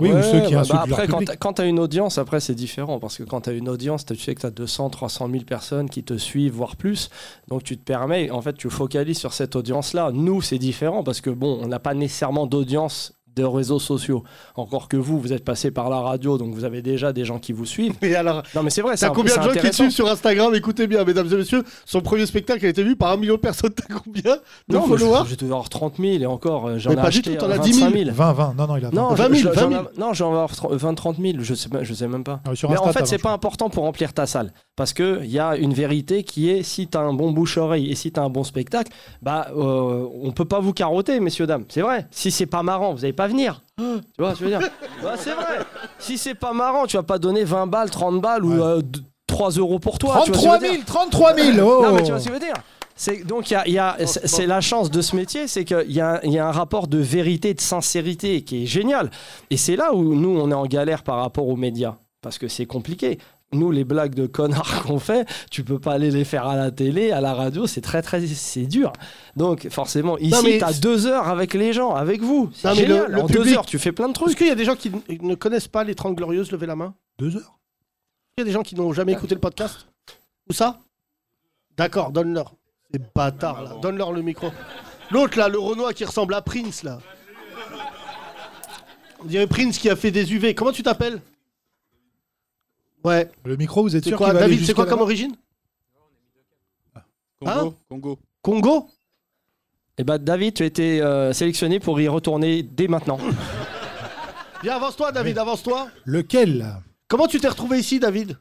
S2: Oui, ou
S8: Ouais,
S2: ceux qui
S8: bah,
S2: insultent
S8: bah,
S2: leur
S8: Après, quand
S2: public.
S8: t'as- quand t'as une audience, après, c'est différent. Parce que quand t'as une audience, t'as- tu sais que t'as 200, 300 000 personnes qui te suivent, voire plus. Donc, tu te permets, en fait, tu focalises sur cette audience-là. Nous, c'est différent parce que, bon, on n'a pas nécessairement d'audience de réseaux sociaux. Encore que vous, vous êtes passé par la radio, donc vous avez déjà des gens qui vous suivent.
S6: Mais alors,
S8: Non, mais c'est vrai,
S6: t'as
S8: c'est
S6: combien
S8: c'est
S6: de gens qui te
S8: intéressant.
S6: suivent sur Instagram Écoutez bien, mesdames et messieurs, son premier spectacle a été vu par un million de personnes. <laughs> T'as combien de
S8: Non, mais je-
S6: followers
S8: je devais avoir 30 000 et encore, euh, j'en
S6: Mais
S8: ai
S6: pas du
S8: acheté
S6: tout, t'en
S8: euh,
S6: as 10 000.
S8: 25 000.
S2: 20, 20. Non, non, il a
S8: Non,
S6: 20 000,
S8: je- je-
S6: 20 000.
S8: j'en ai- non, j'en vais avoir euh, tro- 20 30 000, je sais, pas- je sais même pas.
S2: Ah, sur
S8: Mais
S2: Insta,
S8: en fait,
S2: t'as
S8: c'est
S2: vingt,
S8: pas important pour remplir ta salle. Parce qu'il y a une vérité qui est si t'as un bon bouche-oreille et si t'as un bon spectacle, bah, euh, on peut pas vous carotter, messieurs, dames. C'est vrai. Si c'est pas marrant, vous allez pas venir. <gasps> tu vois, ce que je veux dire. Bah, c'est vrai. Si c'est pas marrant, tu vas pas donner 20 balles, 30 balles ou euh, d- 3 euros pour toi. tu vois ce que je
S2: 33
S8: veux dire.
S2: 000, 33 000 oh
S8: Non, mais tu vois ce que je veux dire c'est, donc il y a- il y a- c'est c'est la chance de ce métier, c'est qu'il y, a un- il y a un rapport de vérité, de sincérité qui est génial. Et c'est là où nous, on est en galère par rapport aux médias, parce que c'est compliqué. Nous, les blagues de connards <laughs> qu'on fait, tu peux pas aller les faire à la télé, à la radio, c'est très très c'est dur. Donc forcément,
S6: mais-
S8: ici, tu as deux heures avec les gens, avec vous. C'est
S6: Non, mais
S8: génial.
S6: le- le
S8: en deux
S6: public-
S8: heures, tu fais plein de
S6: Est-ce
S8: trucs.
S6: qu'il y a des gens qui n- ne connaissent pas les 30 Glorieuses Levez la main.
S2: Deux heures
S6: Il y a des gens qui n'ont jamais écouté le podcast Ou ça D'accord, donne-leur. Ces bâtards là, donne-leur le micro. L'autre là, le Renoir qui ressemble à Prince là. On dirait Prince qui a fait des UV. Comment tu t'appelles Ouais.
S2: Le micro, vous êtes
S6: C'est
S2: sûr
S6: quoi,
S2: qu'il va aller
S6: David, c'est
S2: jusqu'à
S6: quoi
S2: la
S6: comme
S2: main
S6: origine Hein
S2: Hein
S7: Congo, Congo.
S6: Congo
S8: Et bah David, tu as été euh, sélectionné pour y retourner dès maintenant.
S6: Viens, avance-toi, David, avance-toi.
S2: Lequel
S6: Comment tu t'es retrouvé ici, David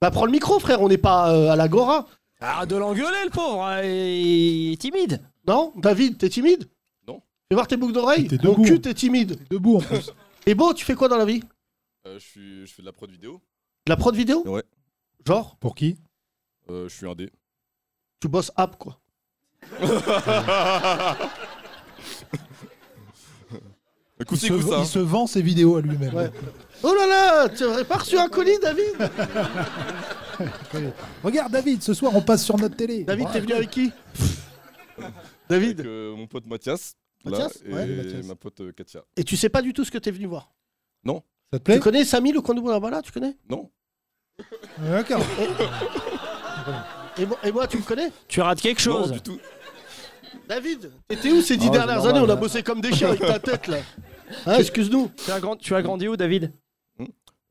S6: Bah, prends le micro, frère, on n'est pas euh, à l'Agora.
S8: Ah, de l'engueuler, le pauvre, euh, il est timide.
S6: Non David, t'es timide
S7: Non.
S6: Fais voir tes boucles d'oreilles.
S2: T'es
S6: Mon
S2: debout.
S6: cul, t'es timide.
S2: Debout en plus.
S6: <laughs> Et bon, tu fais quoi dans la vie
S7: Euh, je, suis, je fais de la prod vidéo.
S6: De la prod vidéo
S7: Ouais.
S6: Genre,
S2: Pour qui
S7: Euh, je suis un dé.
S6: tu bosses app, quoi.
S2: il
S7: Écoutez,
S2: se,
S7: écoute
S11: hein.
S7: ça.
S2: il se vend ses vidéos à lui-même.
S6: Ouais. Oh là là, tu aurais pas reçu un colis, David
S2: <laughs> Regarde David, ce soir on passe sur notre
S6: <laughs>
S2: télé.
S6: David, t'es venu avec qui
S11: euh,
S7: David. mon pote Mathias.
S6: Mathias
S11: là,
S6: Ouais,
S11: et
S6: Mathias.
S11: ma pote euh, Katia.
S6: Et tu sais pas du tout ce que t'es venu voir.
S11: Non
S2: Ça te
S6: Tu connais Samy le Kondou Boudabala Tu connais
S11: Non.
S2: D'accord.
S6: Et, moi- et moi, tu me connais
S15: Tu rates quelque chose
S11: du tout.
S6: David, t'étais où ces dix
S8: Ah,
S6: dernières
S8: c'est normal,
S6: années On a
S8: hein.
S6: bossé comme des chiens avec ta tête là. Hein, excuse-nous.
S8: Tu as, grand- tu as grandi où, David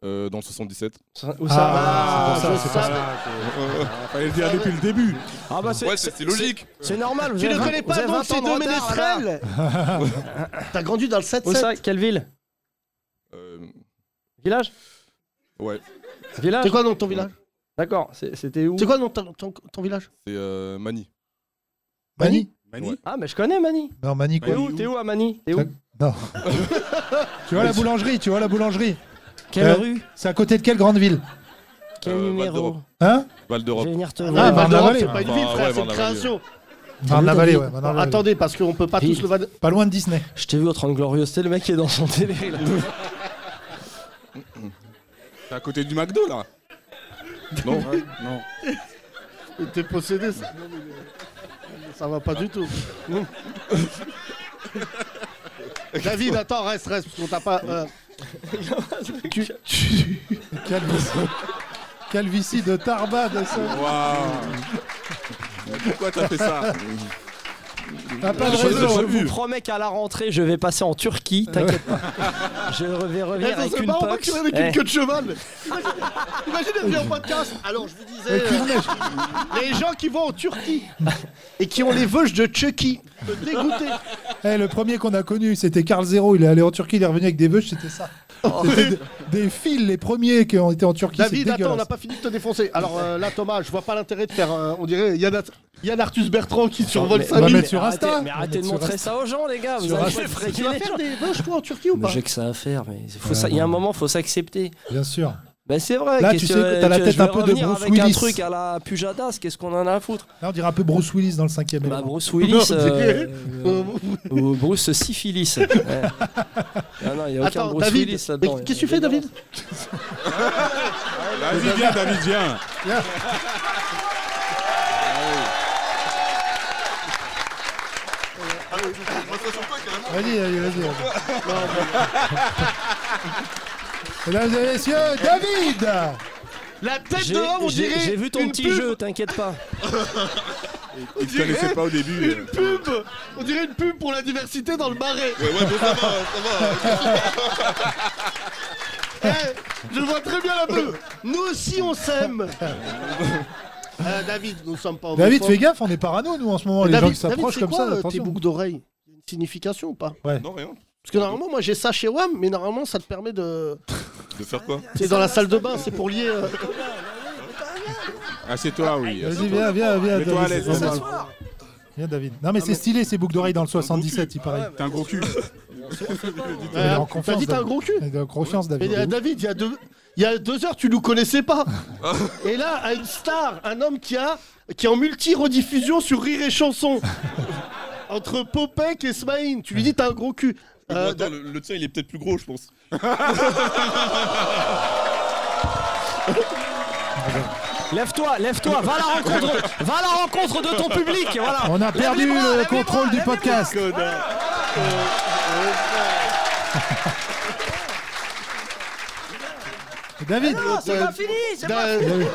S11: Euh, dans le 77.
S8: Où ça
S11: Ah,
S8: Ah,
S11: je
S8: je
S11: savais.
S8: savais.
S11: Ah,
S2: fallait le dire depuis le début.
S8: Ah bah c'est
S11: Ouais, c'est- c'est logique.
S8: C'est normal. vous
S6: Tu
S8: avez
S6: ne
S8: vingt-
S6: connais
S8: vous
S6: pas
S8: avez
S6: donc
S8: 20 ans
S6: ces
S8: de
S6: deux
S8: retard,
S6: ménestrels T'as grandi dans le 7-7
S8: Où ça Quelle ville
S11: Euh,
S8: Village
S11: ouais,
S8: Village
S6: C'est quoi le nom de ton village
S8: D'accord, c'est- c'était où
S6: C'est quoi le nom de ton, ton- ton village
S11: c'est euh, Mani.
S2: Mani
S11: Mani
S8: Ah mais je connais Mani.
S2: Non, Mani
S6: Bah,
S8: T'es
S2: quoi
S8: où T'es où à Mani T'es où
S2: Non. tu vois la boulangerie, tu vois la boulangerie.
S8: Quelle
S2: Euh,
S8: rue
S2: C'est à côté de quelle grande ville
S8: Quel numéro
S2: Hein
S11: Val d'Europe.
S6: Euh, Ah,
S2: Val
S6: Val d'Europe,
S2: d'Europe,
S6: c'est pas une ville,
S11: Ah,
S6: frère,
S11: ouais,
S6: c'est une
S11: Val d'Europe.
S6: création.
S2: Marne-la-Vallée, ouais. Marne-la-Vallée.
S6: Attendez, parce qu'on peut pas tous le <laughs> Val
S2: Pas loin de Disney. <laughs>
S8: Je t'ai vu au 30 Glorieux, c'est le mec qui est dans son télé là.
S7: T'es à côté du McDo là
S11: Non.
S7: Ouais, non.
S6: T'es possédé, ça. Ça va pas
S2: <laughs>
S6: du tout. David, attends, reste, reste, parce qu'on t'a pas. euh, tu, tu-
S2: Calvici. Calvici de Tarbade.
S7: Pourquoi t'as fait ça
S2: T'as pas de
S8: je,
S2: raison.
S8: je vous promets qu'à la rentrée, je vais passer en Turquie, t'inquiète pas. Je vais
S6: Eh,
S8: revenir
S6: ça,
S8: avec
S6: c'est
S8: une
S6: marrant, on voit
S8: pox.
S6: que tu reviens avec une
S8: Eh.
S6: queue de cheval. Imagine elle vient en podcast. Alors, je vous disais.
S2: Avec une
S6: euh, les gens qui vont en Turquie et qui ont les veuches de Chucky. Me dégoûter.
S2: Eh, le premier qu'on a connu, c'était Carl Zero. Il est allé en Turquie, il est revenu avec des bœufs, c'était ça. C'était des, des fils, les premiers qui ont été en Turquie. c'est
S6: David, attends, on
S2: dégueulasse.
S6: n'a pas fini de te défoncer. Alors euh, là, Thomas, je vois pas l'intérêt de faire. euh, on dirait Yann, At- Yann Arthus Bertrand qui survole
S8: mais-
S6: sa
S8: mais
S6: mine.
S8: arrêtez- Mais arrêtez de montrer ça aux gens, les gars. Vous allez
S6: Insta.
S8: fréquer
S6: Tu vas
S8: les gens.
S6: faire des veuches, toi, en Turquie ou
S8: Mais
S6: pas
S8: j'ai que ça à faire. Mais faut
S2: Ouais,
S8: ça- il y a un moment, faut s'accepter.
S2: Bien sûr.
S8: Bah c'est vrai.
S2: Là, tu
S8: qu'est-ce
S2: sais que t'as la
S8: je
S2: tête
S8: vais
S2: un peu de
S8: revenir
S2: Bruce
S8: avec un
S2: Willis.
S8: truc à la Pujadas. Qu'est-ce qu'on en a à foutre
S2: Là, on dirait un peu Bruce Willis dans le cinquième
S8: Bah
S2: élément. <laughs>
S8: Bruce Willis. euh, euh, ou Bruce
S11: <laughs>
S8: syphilis. Ouais. Ah non, il y a aucun
S6: Attends,
S8: Bruce
S6: David,
S8: Willis
S6: mais
S8: là-dedans.
S6: qu'est-ce que tu fais, David
S11: Bah,
S7: Vas-y, viens, David, viens.
S2: Vas-y, vas-y, vas-y. Mesdames et messieurs, David
S6: La tête
S8: J'ai-
S6: de homme, on
S8: j'ai-
S6: dirait.
S8: J'ai vu ton
S6: une
S8: petit
S6: pub.
S8: jeu, t'inquiète pas.
S7: Il te connaissait pas au début.
S6: Une pub On dirait une pub pour la diversité dans le marais.
S11: Ouais, ouais, bon, ça va, ça va.
S6: Eh, je vois très bien la pub. Nous aussi, on s'aime. Euh, David, nous sommes pas.
S2: David,
S6: homophobes.
S2: fais gaffe, on est parano, nous, en ce moment.
S6: Mais
S2: Les gens
S6: David,
S2: qui s'approchent
S6: David,
S2: comme
S6: c'est quoi,
S2: ça,
S6: euh, Tes
S2: attention.
S6: boucles d'oreilles, y a une signification ou pas
S2: Ouais.
S11: Non, rien.
S6: Parce que normalement, moi, j'ai ça chez WAM, mais normalement, ça te permet
S2: <laughs>
S6: de.
S11: De faire quoi
S6: C'est dans la salle de bain, c'est pour lier. euh,
S7: Assieds-toi, Ah, oui.
S2: Vas-y, viens, viens, viens,
S7: Mets-toi à
S2: David,
S7: l'aise.
S2: c'est normal. Viens, David. Non, mais c'est stylé, ces boucles d'oreilles dans le 77, il paraît.
S7: T'es un gros cul.
S2: Il est en
S6: T'as
S2: confiance,
S6: dit t'as un
S2: David.
S6: gros cul
S2: Il est en confiance,
S6: Mais euh,
S2: David.
S6: David, il y, a deux... il y a deux heures, tu nous connaissais pas. et là, à une star, un homme qui a qui est en multi-rediffusion sur Rire et Chanson. Entre Popek et Smaïn. Tu lui dis t'as un gros cul.
S11: Mais bon,
S6: Euh,
S11: Ah, attends, le, le tien, il est peut-être plus gros, je pense.
S8: Lève-toi, lève-toi, va à la rencontre, va à la rencontre de ton public, voilà.
S2: On a perdu
S8: Lève-les-moi,
S2: le
S8: lève-les-moi.
S2: contrôle du podcast. David
S6: non, c'est pas
S8: Ah, fini,
S6: c'est pas fini.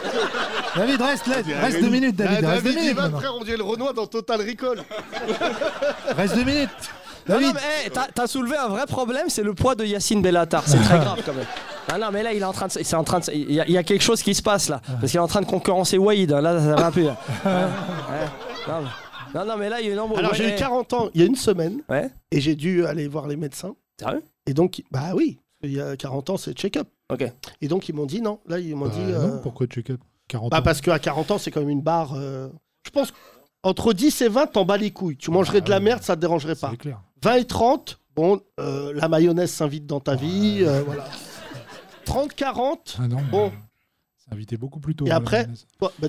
S2: David, reste, reste, reste deux minutes, David. Reste deux
S6: David, il
S2: minutes.
S6: va,
S2: maintenant.
S6: frère, on dirait le Renoir dans Total Recall.
S2: Reste deux minutes.
S8: Non, Ah non,
S2: David,
S8: mais hey, t'as- t'as soulevé un vrai problème, c'est le poids de Yacine Bellatar, c'est très grave quand même. Ah non, mais là, il est en train de. c'est en train de- il, y a, il y a quelque chose qui se passe
S11: Ah.
S8: là, parce qu'il est en train de concurrencer Wade, hein, là, ça va un peu.
S11: <laughs>
S8: hein. Ouais, ouais. Non, mais- non, non, mais là, il y a une embrouille.
S6: Alors,
S8: Ouais,
S6: j'ai eu
S8: hey.
S6: 40 ans il y a une semaine.
S8: Ouais.
S6: Et j'ai dû aller voir les médecins.
S8: Sérieux
S6: Et donc, bah oui, il y a 40 ans, c'est check-up.
S8: Ok.
S6: Et donc, ils m'ont dit non. Là,
S8: Bah,
S6: ils m'ont
S9: Bah
S6: dit.
S2: Euh,
S6: euh,
S2: non, pourquoi check-up 40
S6: Bah
S2: ans.
S6: parce qu'à 40 ans, c'est quand même une barre. euh, Je pense entre 10 et 20, t'en bats les couilles. Tu mangerais de la merde, ça te dérangerait pas.
S2: clair.
S6: 20 et 30, bon, euh, la mayonnaise s'invite dans ta vie. euh, voilà. 30, 40,
S2: Ah non,
S6: bon.
S2: c'est invité beaucoup plus tôt.
S6: Et
S2: la
S6: après,
S2: mayonnaise.
S6: toi, bah,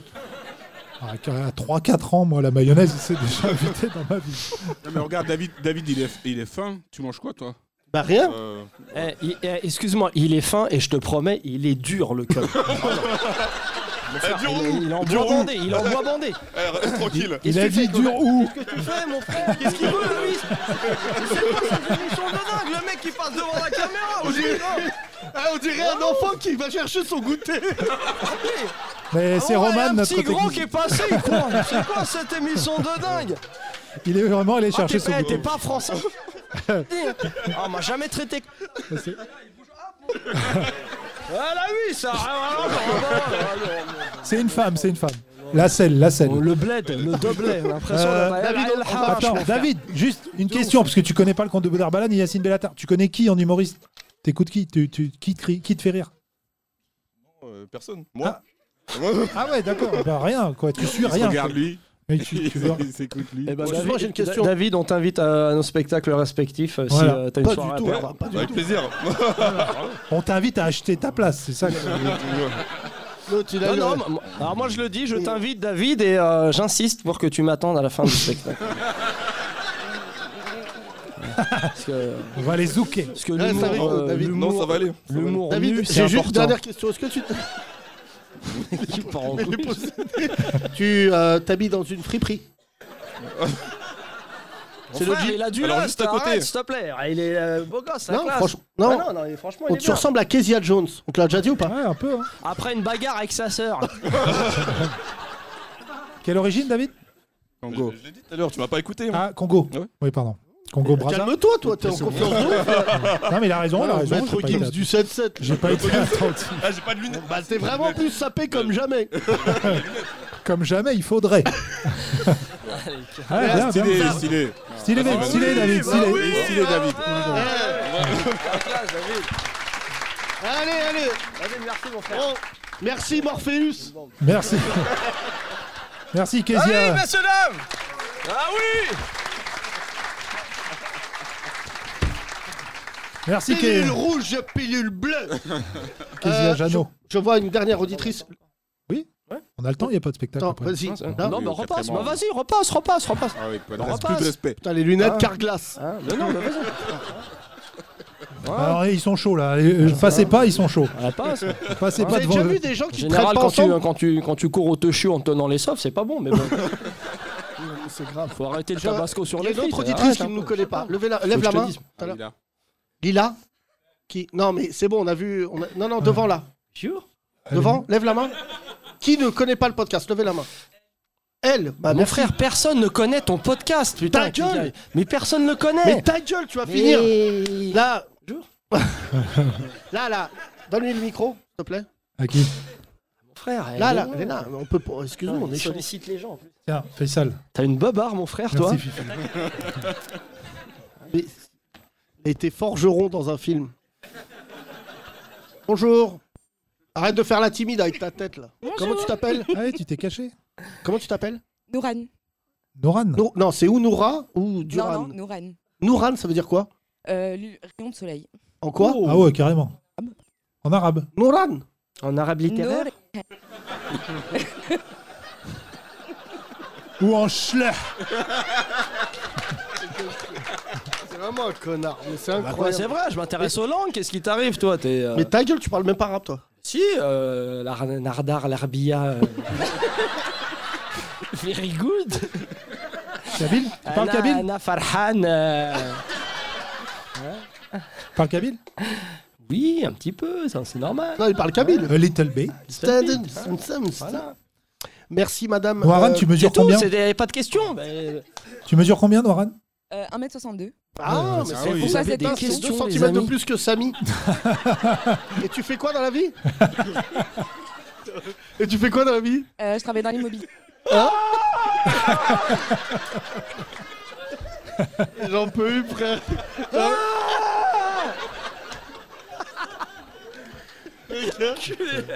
S2: Ah, À 3-4 ans, moi, la mayonnaise, c'est déjà invité dans ma vie.
S7: Non, mais regarde, David, David il, est, il est fin. Tu manges quoi, toi
S6: bah, rien.
S7: Euh,
S11: <laughs>
S8: Eh, il- eh, Excuse-moi, il est fin et je te promets, il est dur le cul.
S11: frère,
S7: Eh, dur
S11: il-
S7: ou
S11: il est en
S7: Dur
S11: bois
S7: ou
S11: bandé, il est en bois <laughs> bandé.
S7: Eh, reste tranquille.
S11: Il a dit dur ou
S8: Qu'est-ce que tu fais, mon frère Qu'est-ce qu'il veut, lui C'est quoi cette émission de dingue Le mec qui passe devant la caméra
S6: On dirait- Ah, on dirait un enfant qui va chercher son goûter.
S2: Mais c'est Roman, notre
S8: Ah petit
S2: technicien.
S8: gros qui est passé, il court. C'est quoi cette émission de dingue
S2: Il est vraiment allé
S8: Ah,
S2: chercher
S8: t'es-
S2: son
S8: eh,
S2: goûter.
S8: T'es pas français. <laughs> Ah, on m'a jamais traité.
S2: C'est-
S8: Voilà, oui, ça. Ah, voilà, voilà, voilà, voilà.
S2: C'est une femme, c'est une femme. La selle, la selle.
S11: Le bled, le doublet, l'impression
S2: Euh,
S11: d'avoir-
S2: David,
S11: El- El
S2: on-
S11: Harach,
S2: attends,
S11: mon frère.
S2: David, juste une question, parce que tu connais pas le conte de Bodarbalan ni Yacine Bellatar. Tu connais qui en humoriste T'écoutes qui tu, tu- qui, te, crie- qui te fait rire
S7: Euh, Personne. Moi
S2: Ah ouais, d'accord. Bah, rien, quoi. Tu suis rien.
S7: regarde lui.
S2: Mais tu, tu vois.
S7: s'écoute lui.
S11: Eh ben,
S7: Excuse-moi,
S11: David-
S7: j'ai une question.
S11: David, on t'invite à nos spectacles respectifs euh, <laughs> si
S2: Voilà.
S11: euh, t'as une
S2: Pas du
S11: soirée à
S2: tout,
S11: perdre.
S2: hein.
S7: Avec plaisir.
S2: On t'invite à acheter ta place, c'est ça que-
S8: Ah
S11: Non, non, m- alors moi je le dis, je t'invite David et euh, j'insiste pour que tu m'attendes à la fin du spectacle. Parce que,
S2: On va les zouker.
S11: parce que
S6: Ouais, ça
S11: l'humour,
S6: rigole,
S11: euh,
S6: David.
S11: l'humour-
S6: Non, ça va aller.
S11: L'humour
S6: David,
S11: nu, c'est
S6: j'ai juste
S11: important.
S6: une dernière question. Est-ce que tu. <laughs>
S11: Il part en couille.
S6: tu euh, t'habilles dans une friperie
S11: Mon
S6: C'est
S11: frère,
S6: logique.
S11: Il a du
S6: Alors,
S11: lust,
S6: juste à côté.
S11: arrête, s'il te plaît. Ah, Il est euh, beau gosse, la
S6: Non,
S11: classe.
S6: franchement-
S11: Ah
S6: non.
S11: non, non, mais franchement,
S6: On
S11: il est
S6: te
S11: bien.
S6: ressemble à Kezia Jones. On te l'a déjà dit ou pas
S2: Ouais, un peu. hein.
S11: Après une bagarre avec sa <laughs> sœur.
S2: Quelle origine, David
S7: Congo. Je, je l'ai dit tout à l'heure, tu m'as pas écouté.
S2: Ah, Euh, Congo. Oui, pardon. Congo Brazza.
S6: Calme-toi, toi, t'es en confiance de
S2: Non, mais il a
S6: Oh,
S2: raison, il a raison.
S6: Maître
S2: j'ai pas
S6: Gims
S2: été-
S6: du 7-7.
S2: J'ai pas été attentif.
S7: Ah, j'ai pas de lunettes.
S6: Bah, t'es vraiment plus sapé comme jamais.
S2: Comme jamais, il faudrait. <laughs> Ouais, bien,
S7: Stylé,
S2: bien.
S7: stylé.
S2: Stylé, mec,
S7: Ah,
S2: stylé,
S7: oui,
S2: David,
S7: bah
S2: stylé.
S7: oui, stylé, David.
S6: Allez, allez.
S11: David, merci, mon frère.
S6: Bon, merci, Morpheus.
S2: Merci. Merci, Kézia.
S8: Allez, messieurs, dames Ah oui
S2: Merci,
S6: Pilule
S2: Kézia.
S6: rouge, pilule <laughs> bleue.
S2: Kézia
S6: Euh,
S2: Jeannot.
S6: Je vois une dernière auditrice.
S2: Oui On a le temps, il n'y a pas de spectacle.
S6: Attends,
S2: après.
S6: vas-y. Hein
S11: Non, mais repasse, bah vas-y, repasse, repasse, repasse.
S7: Ah oui, pas de
S11: Repasse.
S7: respect, plus de respect.
S6: Putain, les lunettes
S11: Ah.
S6: carglass.
S11: Hein non, non, bah vas-y.
S2: Alors, eh, ils sont chauds là. Eh, euh, Passez pas, ils sont chauds.
S11: passe.
S2: Passez
S6: Vous
S2: pas
S6: avez
S2: devant
S6: déjà
S2: eux.
S6: vu des gens
S11: En
S6: qui
S11: général,
S6: traînent pas
S11: quand tu,
S6: ensemble
S11: quand, tu, quand tu cours au teuchu en tenant les softs, c'est pas bon, mais bon.
S6: <laughs> C'est grave.
S11: Faut arrêter le
S6: Tiens,
S11: tabasco sur
S6: Il y a
S11: les
S6: une autre
S11: frites,
S6: auditrice
S11: arrête,
S6: qui
S11: hein.
S6: ne nous connaît Ah, pas. Levez la, lève
S11: que je
S6: la
S11: te
S6: main.
S11: dise.
S7: Ah,
S6: Tout à l'heure. Lila Ah. qui... Non, mais c'est bon, on a vu. on a- Non, non, devant là.
S11: Sure.
S6: Devant, lève la main. Qui ne connaît pas le podcast Levez la main. Elle, bah,
S11: Mon
S6: merci.
S11: frère, personne ne connaît ton podcast,
S6: Ta
S11: putain.
S6: gueule Eh.
S11: Mais personne ne le connaît.
S6: Mais ta gueule, tu vas
S11: Mais-
S6: finir. Là, <laughs> là, là. Donne-lui le micro, s'il te plaît.
S2: À qui
S11: Mon frère, elle
S6: Là,
S11: est
S6: là,
S11: loin.
S6: elle est là. On peut. pas- Excuse-moi, on
S11: Il
S6: est chaud.
S11: sollicite les gens. en plus.
S2: Tiens, Faisal.
S11: T'as une bobarde, mon frère, toi
S2: Merci, Fifi.
S6: Mais- Elle était forgeron dans un film. Bonjour. Arrête de faire la timide avec ta tête là. Comment tu
S16: <laughs>
S6: t'appelles
S2: Ah ouais, tu t'es caché
S6: Comment tu t'appelles
S16: Nouran.
S2: Noran
S6: Nou- Non, c'est ou Noura ou Duran.
S16: Non, non, Nouran.
S6: Nouran, ça veut dire quoi
S16: Euh, lu- rayon de soleil.
S6: En quoi
S2: Ah ouais, carrément. En arabe.
S6: Nouran
S11: En arabe littéraire
S2: Ou en schleh.
S6: C'est vraiment un connard, mais c'est
S11: Bah quoi, c'est
S6: incroyable.
S11: vrai, je m'intéresse aux langues. Qu'est-ce qui t'arrive, toi T'es. euh,
S6: mais ta gueule, tu parles même pas arabe toi.
S11: Si, euh, la ra- Nardar, l'Arbia. euh, <laughs> Very good.
S2: Kabyle Tu parles
S11: Anna-
S2: kabyle
S11: Anna Farhan. euh,
S2: Tu parles kabyle
S11: Oui, un petit peu, ça, c'est normal.
S6: Non, il parle kabyle.
S2: A Euh, little bit.
S6: Staden, Staden, Staden. Merci madame. euh,
S2: Noran, tu mesures
S11: C'est tout,
S2: combien
S11: c'est des- pas de questions. mais-
S2: Tu mesures combien, Noran
S16: Euh, 1m62.
S6: Ah, mais c'est
S11: oui.
S6: pour
S11: Vous
S6: ça
S11: avez
S6: c'est
S11: des
S6: pas
S11: questions,
S6: 2
S11: les
S6: cm de
S11: amis
S6: plus que <laughs> Samy. Et tu fais quoi dans la vie Et tu fais quoi dans la vie
S16: Euh, je travaille dans <laughs> l'immobilier.
S6: J'en peux plus, frère.
S2: Ah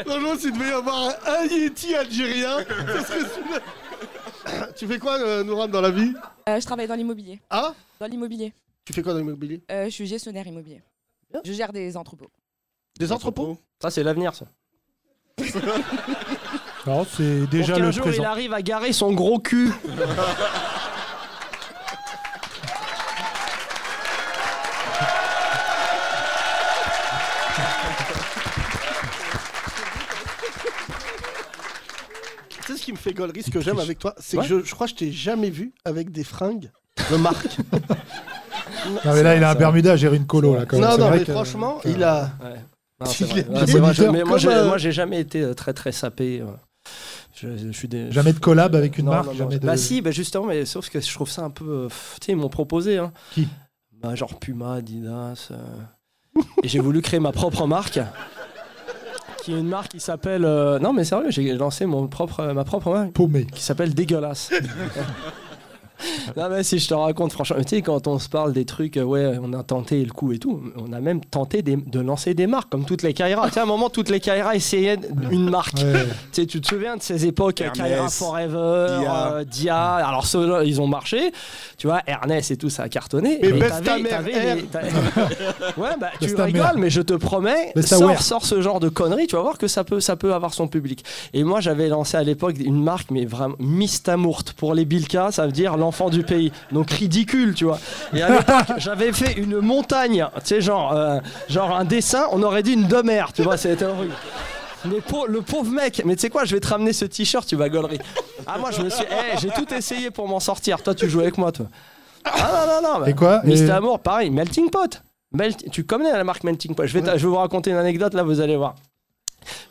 S6: Franchement, s'il devait y avoir un Yeti algérien, ce serait celui Tu fais quoi, euh, Nouran, dans la vie
S16: Euh, je travaille dans l'immobilier.
S6: Ah
S16: Dans l'immobilier.
S6: Tu fais quoi dans l'immobilier
S16: Euh, je suis gestionnaire immobilier. Je gère des entrepôts.
S6: Des entrepôts
S11: Ça, c'est l'avenir, ça.
S2: Non, c'est déjà
S11: Pour qu'un
S2: le
S11: jour, il
S2: présent.
S11: arrive à garer son gros cul.
S6: Tu sais ce qui me fait gaulerie, ce que j'aime avec toi, c'est
S2: Ouais.
S6: que je, je crois que je t'ai jamais vu avec des fringues
S2: <laughs>
S6: de marque.
S2: Non, mais là, il a un Bermuda, j'ai une colo. Là, quand même.
S6: Non,
S2: C'est
S6: non,
S2: vrai
S6: mais
S2: que- euh,
S6: franchement, il a.
S11: Ouais.
S2: <laughs>
S11: Non, c'est
S6: Il
S11: vrai.
S6: est-
S11: Ouais,
S6: il est
S11: c'est vrai, je-
S6: leader
S11: mais moi,
S6: comme
S11: j'ai-
S6: un-
S11: moi, j'ai jamais été euh, très très sapé. euh. Je, je suis des-
S2: Jamais de collab avec une
S11: Non,
S2: marque,
S11: non, non,
S2: jamais de-
S11: Bah si, bah justement, mais sauf que je trouve ça un peu. euh, pff, tu sais, ils m'ont proposé. Hein.
S2: Qui
S11: Bah genre Puma, Adidas. euh. Et j'ai voulu créer ma propre marque. Qui est une marque qui s'appelle. euh, Non mais sérieux, j'ai lancé mon propre, euh, ma propre marque.
S2: Paumé.
S11: Qui s'appelle
S7: <laughs>
S11: Dégueulasse. Non mais si je te raconte franchement, tu sais quand on se parle des trucs, euh, ouais, on a tenté le coup et tout, on a même tenté des- de lancer des marques comme toutes les Kaira. tu sais à un moment toutes les Kaira essayaient d- une marque. Tu sais tu te souviens de ces époques euh, Kaira
S7: Hermès,
S11: Forever,
S7: Dia.
S11: euh, Dia. Alors ceux-là ils ont marché, tu vois, Ernest et tout ça a cartonné.
S7: Mais
S11: Et
S7: baisse
S11: t'avais-
S7: ta mère,
S11: t'avais
S7: R.
S11: les- t'avais- <laughs> ouais bah tu
S7: Baisse ta
S11: rigoles
S7: mère.
S11: mais je te promets,
S7: Baisse ta
S11: sors,
S7: mère.
S11: sors ce genre de conneries, tu vas voir que ça peut ça peut avoir son public. Et moi j'avais lancé à l'époque une marque mais vraiment Mistamourte pour les Bilka, ça veut dire l'enfant du pays. Donc ridicule, tu vois. Et à l'époque, <laughs> j'avais fait une montagne, tu sais genre euh, genre un dessin, on aurait dit une demeure, tu vois, c'était horrible. Mais pau- le pauvre mec, mais tu sais quoi, je vais te ramener ce t-shirt, tu vas gaulerie. Ah moi je me suis, eh, j'ai tout essayé pour m'en sortir. Toi tu joues avec moi toi. Ah non non non. bah,
S2: Et quoi
S11: Mister
S2: Et-
S11: Amour, pareil, Melting Pot. Mel- tu connais la marque Melting Pot. Je vais, t'a- je vais vous raconter une anecdote là, vous allez voir.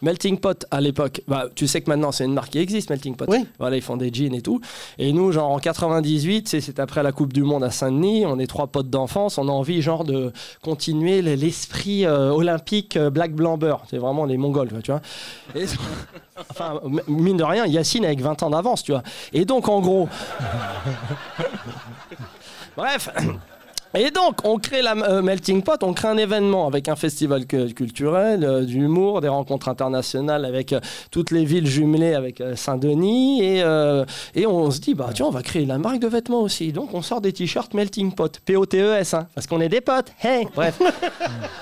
S11: Melting Pot à l'époque, bah, tu sais que maintenant c'est une marque qui existe, Melting Pot. Voilà, ils font des jeans et tout. Et nous, genre en 98, c'est- c'est après la Coupe du Monde à Saint-Denis, on est trois potes d'enfance, on a envie genre de continuer l- l'esprit euh, olympique euh, black blanc beurre. C'est vraiment les Mongols, quoi, tu vois. Et- enfin, m- mine de rien, Yacine avec 20 ans d'avance, tu vois. Et donc en gros. Bref. Et donc, on crée la euh, Melting Pot, on crée un événement avec un festival cu- culturel, euh, d'humour, des rencontres internationales avec euh, toutes les villes jumelées avec euh, Saint-Denis. Et, euh, et on se dit, bah, tiens, on va créer la marque de vêtements aussi. Donc, on sort des t-shirts Melting Pot, P-O-T-E-S, hein, parce qu'on est des potes. Hey, bref.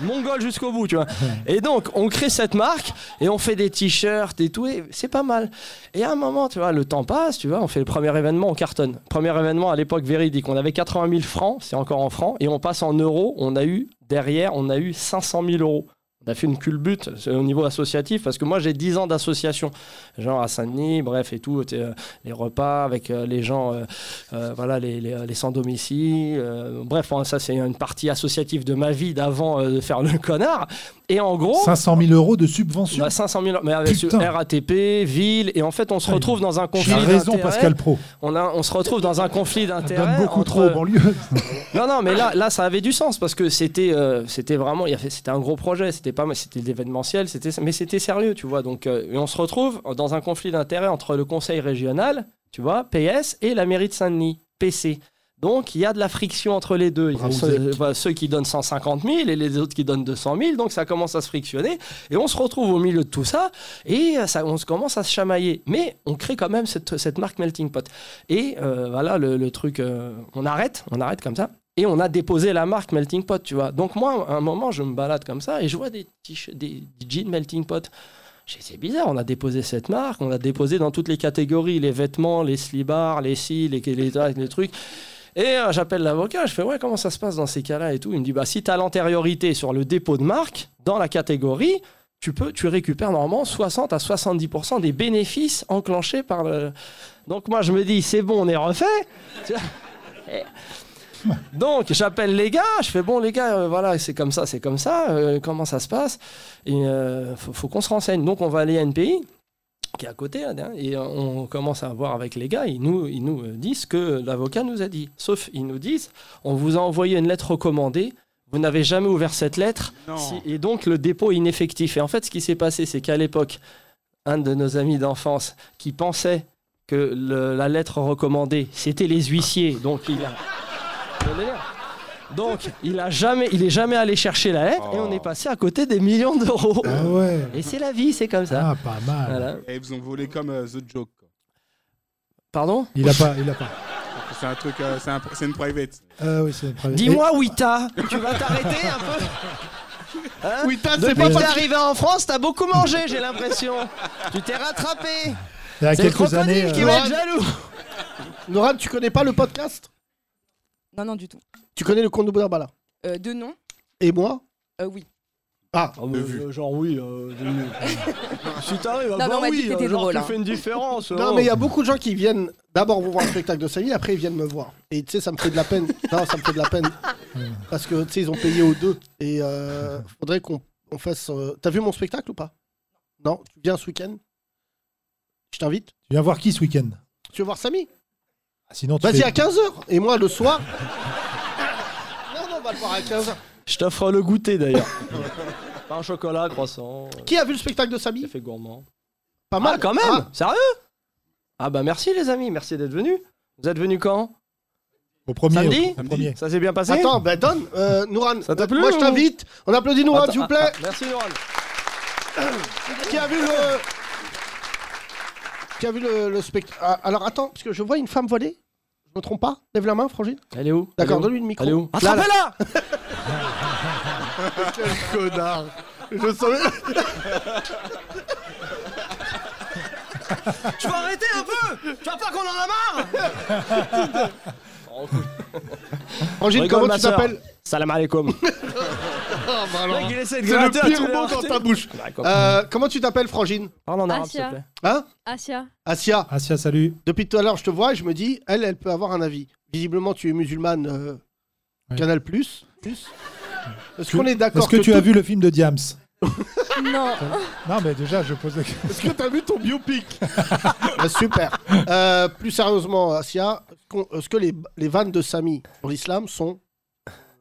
S11: Mongol jusqu'au bout, tu vois. Et donc, on crée cette marque et on fait des t-shirts et tout, et c'est pas mal. Et à un moment, tu vois, le temps passe, tu vois, on fait le premier événement, on cartonne. Premier événement à l'époque véridique, on avait 80 000 francs, c'est encore en francs, et on passe en euros, on a eu, derrière, on a eu 500 000 euros. On a fait une culbute c'est au niveau associatif parce que moi j'ai 10 ans d'association, genre à Saint-Denis, bref et tout, t'es, euh, les repas avec euh, les gens, euh, euh, voilà, les, les- les sans domicile, euh, bref, hein, ça c'est une partie associative de ma vie d'avant euh, de faire le <laughs> connard. Et en gros,
S2: 500 000 euros de subvention.
S11: bah, 500 000, mais avec
S2: Putain.
S11: ce RATP, ville, et en fait, on se retrouve dans un conflit.
S2: J'ai raison,
S11: d'intérêts.
S2: Pascal Pro.
S11: On, a, on se retrouve dans un conflit
S2: On donne
S11: d'intérêts.
S2: beaucoup
S11: entre-
S2: trop aux banlieues.
S11: Non, non, mais là, là, ça avait du sens parce que c'était, euh, c'était vraiment, il y avait- c'était un gros projet. C'était pas, c'était de l'événementiel, c'était, mais c'était sérieux, tu vois. Donc, euh, et on se retrouve dans un conflit d'intérêts entre le conseil régional, tu vois, PS, et la mairie de Saint-Denis, PC. Donc, il y a de la friction entre les deux. Ils ont ceux, euh, voilà, ceux qui donnent 150 000 et les autres qui donnent 200 000. Donc, ça commence à se frictionner. Et on se retrouve au milieu de tout ça. Et euh, ça, on se commence à se chamailler. Mais on crée quand même cette, cette marque Melting Pot. Et euh, voilà, le, le truc, euh, on arrête. On arrête comme ça. Et on a déposé la marque Melting Pot, tu vois. Donc, moi, à un moment, je me balade comme ça et je vois des, t-shirts- des jeans Melting Pot. J'ai dit, C'est bizarre, on a déposé cette marque, on a déposé dans toutes les catégories, les vêtements, les slibards, les cils, les, les, les trucs. Et euh, j'appelle l'avocat, je fais ouais, comment ça se passe dans ces cas-là et tout. Il me dit bah si tu as l'antériorité sur le dépôt de marque dans la catégorie, tu peux tu récupères normalement 60 à 70 des bénéfices enclenchés par le Donc moi je me dis c'est bon, on est refait. Tu vois Et- donc j'appelle les gars, je fais bon les gars, euh, voilà c'est comme ça, c'est comme ça, euh, comment ça se passe Et euh, faut, faut qu'on se renseigne. Donc on va aller à NPI qui est à côté là, derrière, et euh, on commence à voir avec les gars, ils nous, ils nous euh, disent ce que l'avocat nous a dit. Sauf ils nous disent, on vous a envoyé une lettre recommandée, vous n'avez jamais ouvert cette lettre, si- et donc le dépôt est ineffectif. Et en fait ce qui s'est passé, c'est qu'à l'époque, un de nos amis d'enfance qui pensait que le- la lettre recommandée, c'était les huissiers, donc il a... Donc, il a jamais, il est jamais allé chercher la lettre et on est passé à côté des millions d'euros. Et c'est la vie, c'est comme ça.
S2: Ah pas mal.
S7: Et ils vous ont volé comme euh, The Joke. quoi.
S11: Pardon
S2: Il a pas, il a pas.
S7: C'est un truc, euh, c'est un- c'est une private.
S2: Ah oui, c'est une private.
S11: <laughs> Dis-moi, Wita, tu vas t'arrêter un peu Hein
S7: Wita, c'est
S11: Depuis
S7: pas
S11: que t'es
S7: parce que-
S11: arrivé en France, t'as beaucoup mangé, j'ai l'impression. Tu t'es rattrapé.
S2: Il y a
S11: C'est le
S2: quelques
S11: crocodile
S2: années.
S11: qui
S2: euh,
S11: va être jaloux.
S6: Nora, tu connais pas le podcast
S16: Non, non, du tout.
S6: Tu connais le compte de Boudarbala
S16: Euh, deux noms
S6: Et moi
S16: Euh, Oui.
S6: Ah,
S17: genre oui, euh, deux minutes. si t'arrives,
S18: Non,
S17: bah
S18: mais on m'a dit
S17: oui,
S18: que t'étais
S17: genre
S18: drôle,
S17: tu
S18: hein.
S17: fais une différence.
S6: Non,
S17: oh.
S6: mais il y a beaucoup de gens qui viennent d'abord vous voir un spectacle de Samy, après ils viennent me voir. Et tu sais, ça me fait de la peine. Non, ça me fait de la peine. Parce que tu sais, ils ont payé aux deux. Et euh, faudrait qu'on on fasse. euh, T'as vu mon spectacle ou pas Non Tu viens ce week-end Je t'invite.
S2: Tu viens voir qui ce week-end
S6: Tu veux voir Samy
S2: Ah, Sinon, tu
S6: Vas-y
S2: fais-
S6: à 15h. Et moi, le soir. non, non, on va le voir à 15h.
S8: Je t'offre le goûter d'ailleurs. <laughs> Pain au chocolat, croissant. euh,
S6: Qui a vu le spectacle de Samy
S8: Café gourmand.
S6: Pas mal.
S8: Ah, quand même
S6: Ah.
S8: Sérieux Ah bah merci les amis, merci d'être venus. Vous êtes venus quand
S2: Au premier.
S8: Samedi
S6: au premier.
S8: Ça s'est bien passé
S6: Attends, ben donne, euh, Nouran.
S8: Ça t'a plu
S6: Moi, je
S8: ou-
S6: t'invite. On applaudit Nouran,
S8: Attends,
S6: s'il vous
S8: ah,
S6: plaît.
S8: ah, merci Nouran.
S6: Qui a vu le. Qui a vu le, spectacle Ah, Alors attends, parce que je vois une femme voilée. Je me trompe pas Lève la main, Frangine.
S8: Elle est où
S6: D'accord,
S8: Elle est où
S6: donne-lui le micro.
S8: Elle est où
S6: Là,
S8: Attrapez-la
S6: Quel connard Je savais.
S5: Tu vas arrêter un peu Tu vas pas qu'on en
S8: Ah.
S5: a marre
S6: Angile,
S8: Rigole,
S6: comment
S8: ma
S6: tu
S8: sœur.
S6: t'appelles Oh, bah <laughs>
S8: Salam alaikum.
S5: alors.
S6: Mec, il essaie de
S8: C'est le
S6: gratter,
S8: pire
S6: tu l'as
S8: mot
S6: heurté.
S8: dans ta bouche.
S6: Euh, comment tu t'appelles, Frangine
S8: Parle en
S4: arabe, s'il te Asia. plaît.
S6: Hein
S4: Asia,
S6: Asia.
S2: Asia, Ah, salut.
S6: Depuis tout à l'heure, je te vois et je me dis, elle, elle peut avoir un avis. Visiblement, tu es musulmane euh, Canal Plus. Plus. Est-ce
S2: Tu-
S6: qu'on est d'accord
S2: Est-ce que, tu as
S6: tout-
S2: vu le film de Diams
S4: non.
S2: Non, mais déjà, je pose la question.
S6: Est-ce que t'as vu ton biopic Ah, Super. Euh, plus sérieusement, Asia, est-ce qu'on- est-ce que les, les vannes de Samy pour l'islam sont,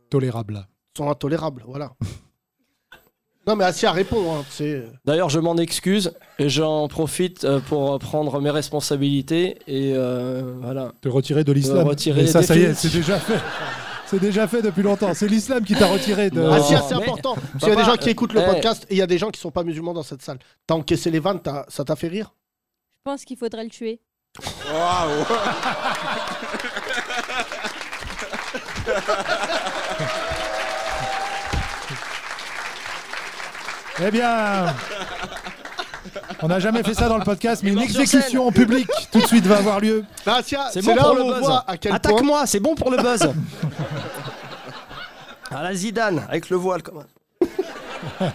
S2: Tolérable.
S6: sont intolérables Voilà. non, mais Asia répond. hein, c'est-
S8: D'ailleurs, je m'en excuse et j'en profite euh, pour prendre mes responsabilités et euh, voilà.
S2: Te retirer de
S8: Me
S2: l'islam.
S8: retirer
S2: Mais ça, ça y est, c'est
S8: définitivement.
S2: déjà fait. C'est déjà fait depuis longtemps. C'est l'islam qui t'a retiré de.
S8: Non.
S6: Ah si, ah, c'est
S8: mais-
S6: important. Parce qu'il y a des
S8: Papa,
S6: gens qui écoutent le
S8: eh.
S6: podcast et il y a des gens qui sont pas musulmans dans cette salle. T'as encaissé les vannes, t'as- ça t'a fait rire
S16: Je pense qu'il faudrait le tuer.
S2: Eh bien. <laughs> On n'a jamais fait ça dans le podcast, mais une
S8: mort sur
S2: exécution en public tout de suite va avoir lieu. <laughs>
S6: Bah, tiens,
S8: C'est
S6: c'est
S8: bon
S6: là
S8: pour
S6: où
S8: le
S6: on
S8: buzz.
S6: voit à quel point-
S8: Attaque-moi, c'est bon pour
S6: <laughs>
S8: le buzz. à la Zidane, avec le voile comme.
S6: <laughs>
S8: On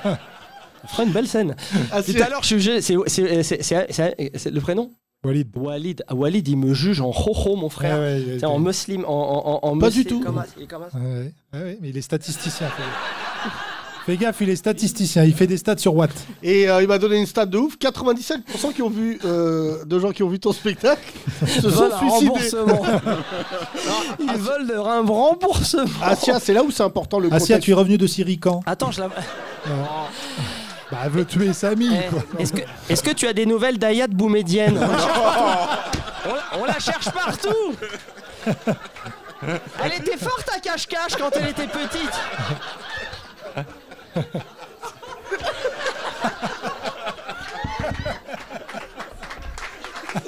S8: fera une belle scène.
S6: Ah,
S8: Tout
S6: si.
S8: à l'heure, je suis jugé- c'est- c'est- c'est- c'est- c'est- c'est le prénom
S2: Walid.
S8: Walid. Ah, Walid, il me juge en ho-ho, mon
S2: Ah
S8: frère.
S6: Euh,
S2: Ouais, ouais, il a
S8: Tiens, en
S2: été-
S8: muslim, en, en, en- en
S2: Pas du
S8: muslim,
S2: tout.
S8: comme- il est comme-
S2: Ouais, Ah ouais, ouais, mais il est statisticien. fais gaffe. Fais gaffe, il est statisticien. Il fait des stats sur Watt.
S6: Et euh, il m'a donné une stat de ouf 97% qui ont vu, euh, de gens qui ont vu ton spectacle
S8: <laughs>
S6: se sont
S8: Voilà,
S6: suicidés. <laughs>
S8: remboursement. Ils veulent un remboursement.
S6: Asia, c'est là où c'est important le
S2: Asia,
S6: contexte.
S2: Ah, tu es revenu de Syrie quand
S8: Attends, je la.
S2: Bah, elle veut tuer Samy, quoi.
S8: Est-ce que, est-ce que tu as des nouvelles d'Ayat Boumédienne on, la cherche partout. On- on la
S6: <laughs>
S8: cherche partout Elle était forte à cache-cache quand elle était petite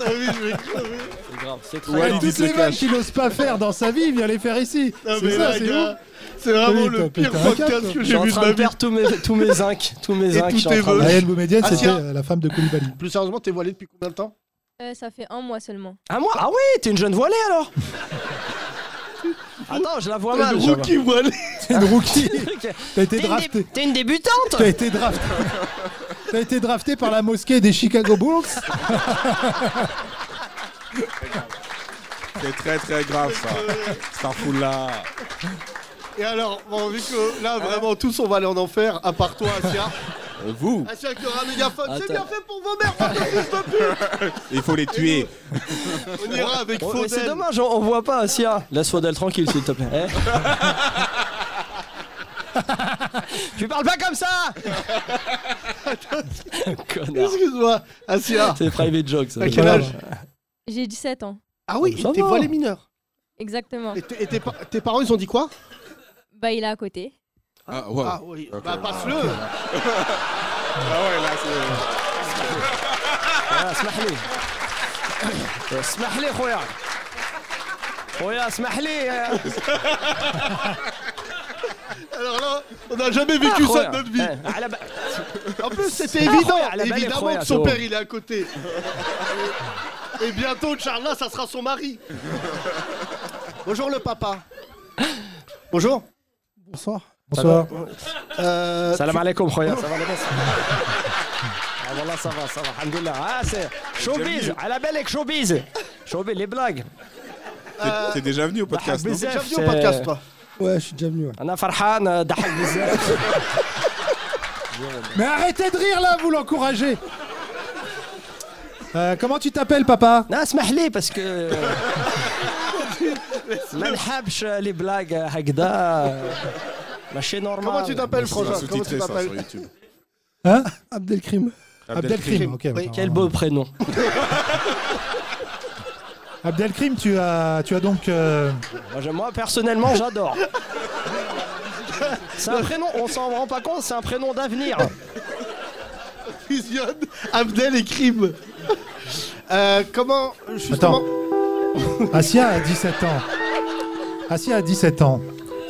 S8: C'est grave, c'est
S2: Ouais, toutes les vannes qu'il n'ose pas faire dans sa vie, il vient les faire ici.
S6: Non,
S2: C'est
S6: mais
S2: ça,
S6: là,
S2: c'est
S6: gars,
S2: ouf.
S6: c'est vraiment
S2: Oui,
S6: le
S2: t'as-
S6: pire
S2: t'as un
S6: podcast
S2: câble.
S6: que
S8: Je suis en train de perdre tous mes, tous mes zincs, tous mes
S6: Et
S8: zincs.
S6: tous
S8: je suis en
S6: tes
S8: train de-
S6: vœux.
S2: Yael Boumedienne, c'était
S6: Asia.
S2: euh, la femme de Koulibaly.
S6: Plus sérieusement, t'es voilé depuis combien de temps
S16: Euh, ça fait un mois seulement.
S8: Ah, moi Ah oui, t'es une jeune voilée alors Attends, je la vois mal. je la vois. <laughs>
S6: Rookie voilé
S2: T'es une rookie. T'as été
S8: T'es une
S2: drafté.
S8: dé- T'es une débutante
S2: T'as été drafté.
S6: <laughs>
S2: T'as été drafté par la mosquée des Chicago Bulls.
S7: C'est très très grave ça. Ça fout là.
S6: Et alors, bon, vu que
S8: Hein
S6: là, vraiment, tous on va aller en enfer, à part toi,
S8: <laughs>
S6: Asia.
S7: Vous,
S6: Asia qui aura un mégaphone, c'est
S7: Attends.
S6: bien fait pour vos mères, pardon, fils de pute
S7: il faut les tuer.
S6: On ira avec
S8: Oh, mais C'est
S6: Faudel.
S8: dommage, on, on voit pas Asia. Laisse Faudel tranquille, s'il te plaît. Eh. tu parles pas comme ça Connard.
S6: <laughs> Excuse-moi, Asia.
S8: <laughs> C'est private joke, ça.
S6: À quel âge
S16: J'ai 17 ans.
S6: Ah oui,
S8: Ça
S6: et t'es
S8: va.
S6: voilé mineur.
S16: Exactement.
S6: Et, t'es- et tes, pa- tes parents, ils ont dit quoi
S16: Bah, il est à côté.
S7: Ah, ouais.
S6: Ah oui, bah passe-le
S7: Ah ouais, là c'est.
S8: Ah, اسمح لي. اسمح لي خويا. خويا اسمح لي.
S6: Alors là, on n'a jamais vécu ça
S8: Ah, خويا.
S6: de notre vie.
S8: Eh, على بالي-
S6: En plus, c'était
S8: Ah,
S6: évident,
S8: خويا, على بالي
S6: évidemment
S8: خويا,
S6: que son
S8: تو.
S6: père, il est à côté. Et, et bientôt, Charla, ça sera son mari. Bonjour le papa. Bonjour.
S2: Bonsoir.
S6: Ça va
S2: Bonsoir.
S6: Euh,
S8: Salam
S6: tu-
S8: alaikum, Khoya.
S6: Ça va, les boss
S8: Ah, voilà, ça va, ça va. Alhamdoulilah. Ah, c'est showbiz. À la belle avec showbiz. Showbiz, les blagues.
S11: T'es déjà venu au podcast, non
S8: T'es déjà
S6: venu au podcast, toi
S17: Ouais, je suis déjà venu. ouais.
S8: Anna Farhan, euh, Dahak Bizarre.
S2: Mais arrêtez de rire là, vous l'encouragez Euh, Comment tu t'appelles, papa
S8: Non, smahli, parce que. euh,
S6: <laughs>
S8: ما نحبش لي بلاغ هكذا ماشي نورمال
S6: Comment tu t'appelles, Frangin Comment tu
S11: sous-titré, ça,
S6: t'appelles
S11: sur YouTube.
S2: Hein
S17: Abdelkrim.
S2: Abdelkrim, ok.
S8: Oui, Quel beau prénom.
S2: Abdelkrim, tu as, tu as donc. euh,
S8: Moi, je- Moi, personnellement, j'adore. C'est un prénom, on s'en rend pas compte, c'est un prénom d'avenir.
S6: Fusionne Abdel et Crime. Euh, comment justement
S2: Attends. Asia a 17 ans. Asia a 17 ans.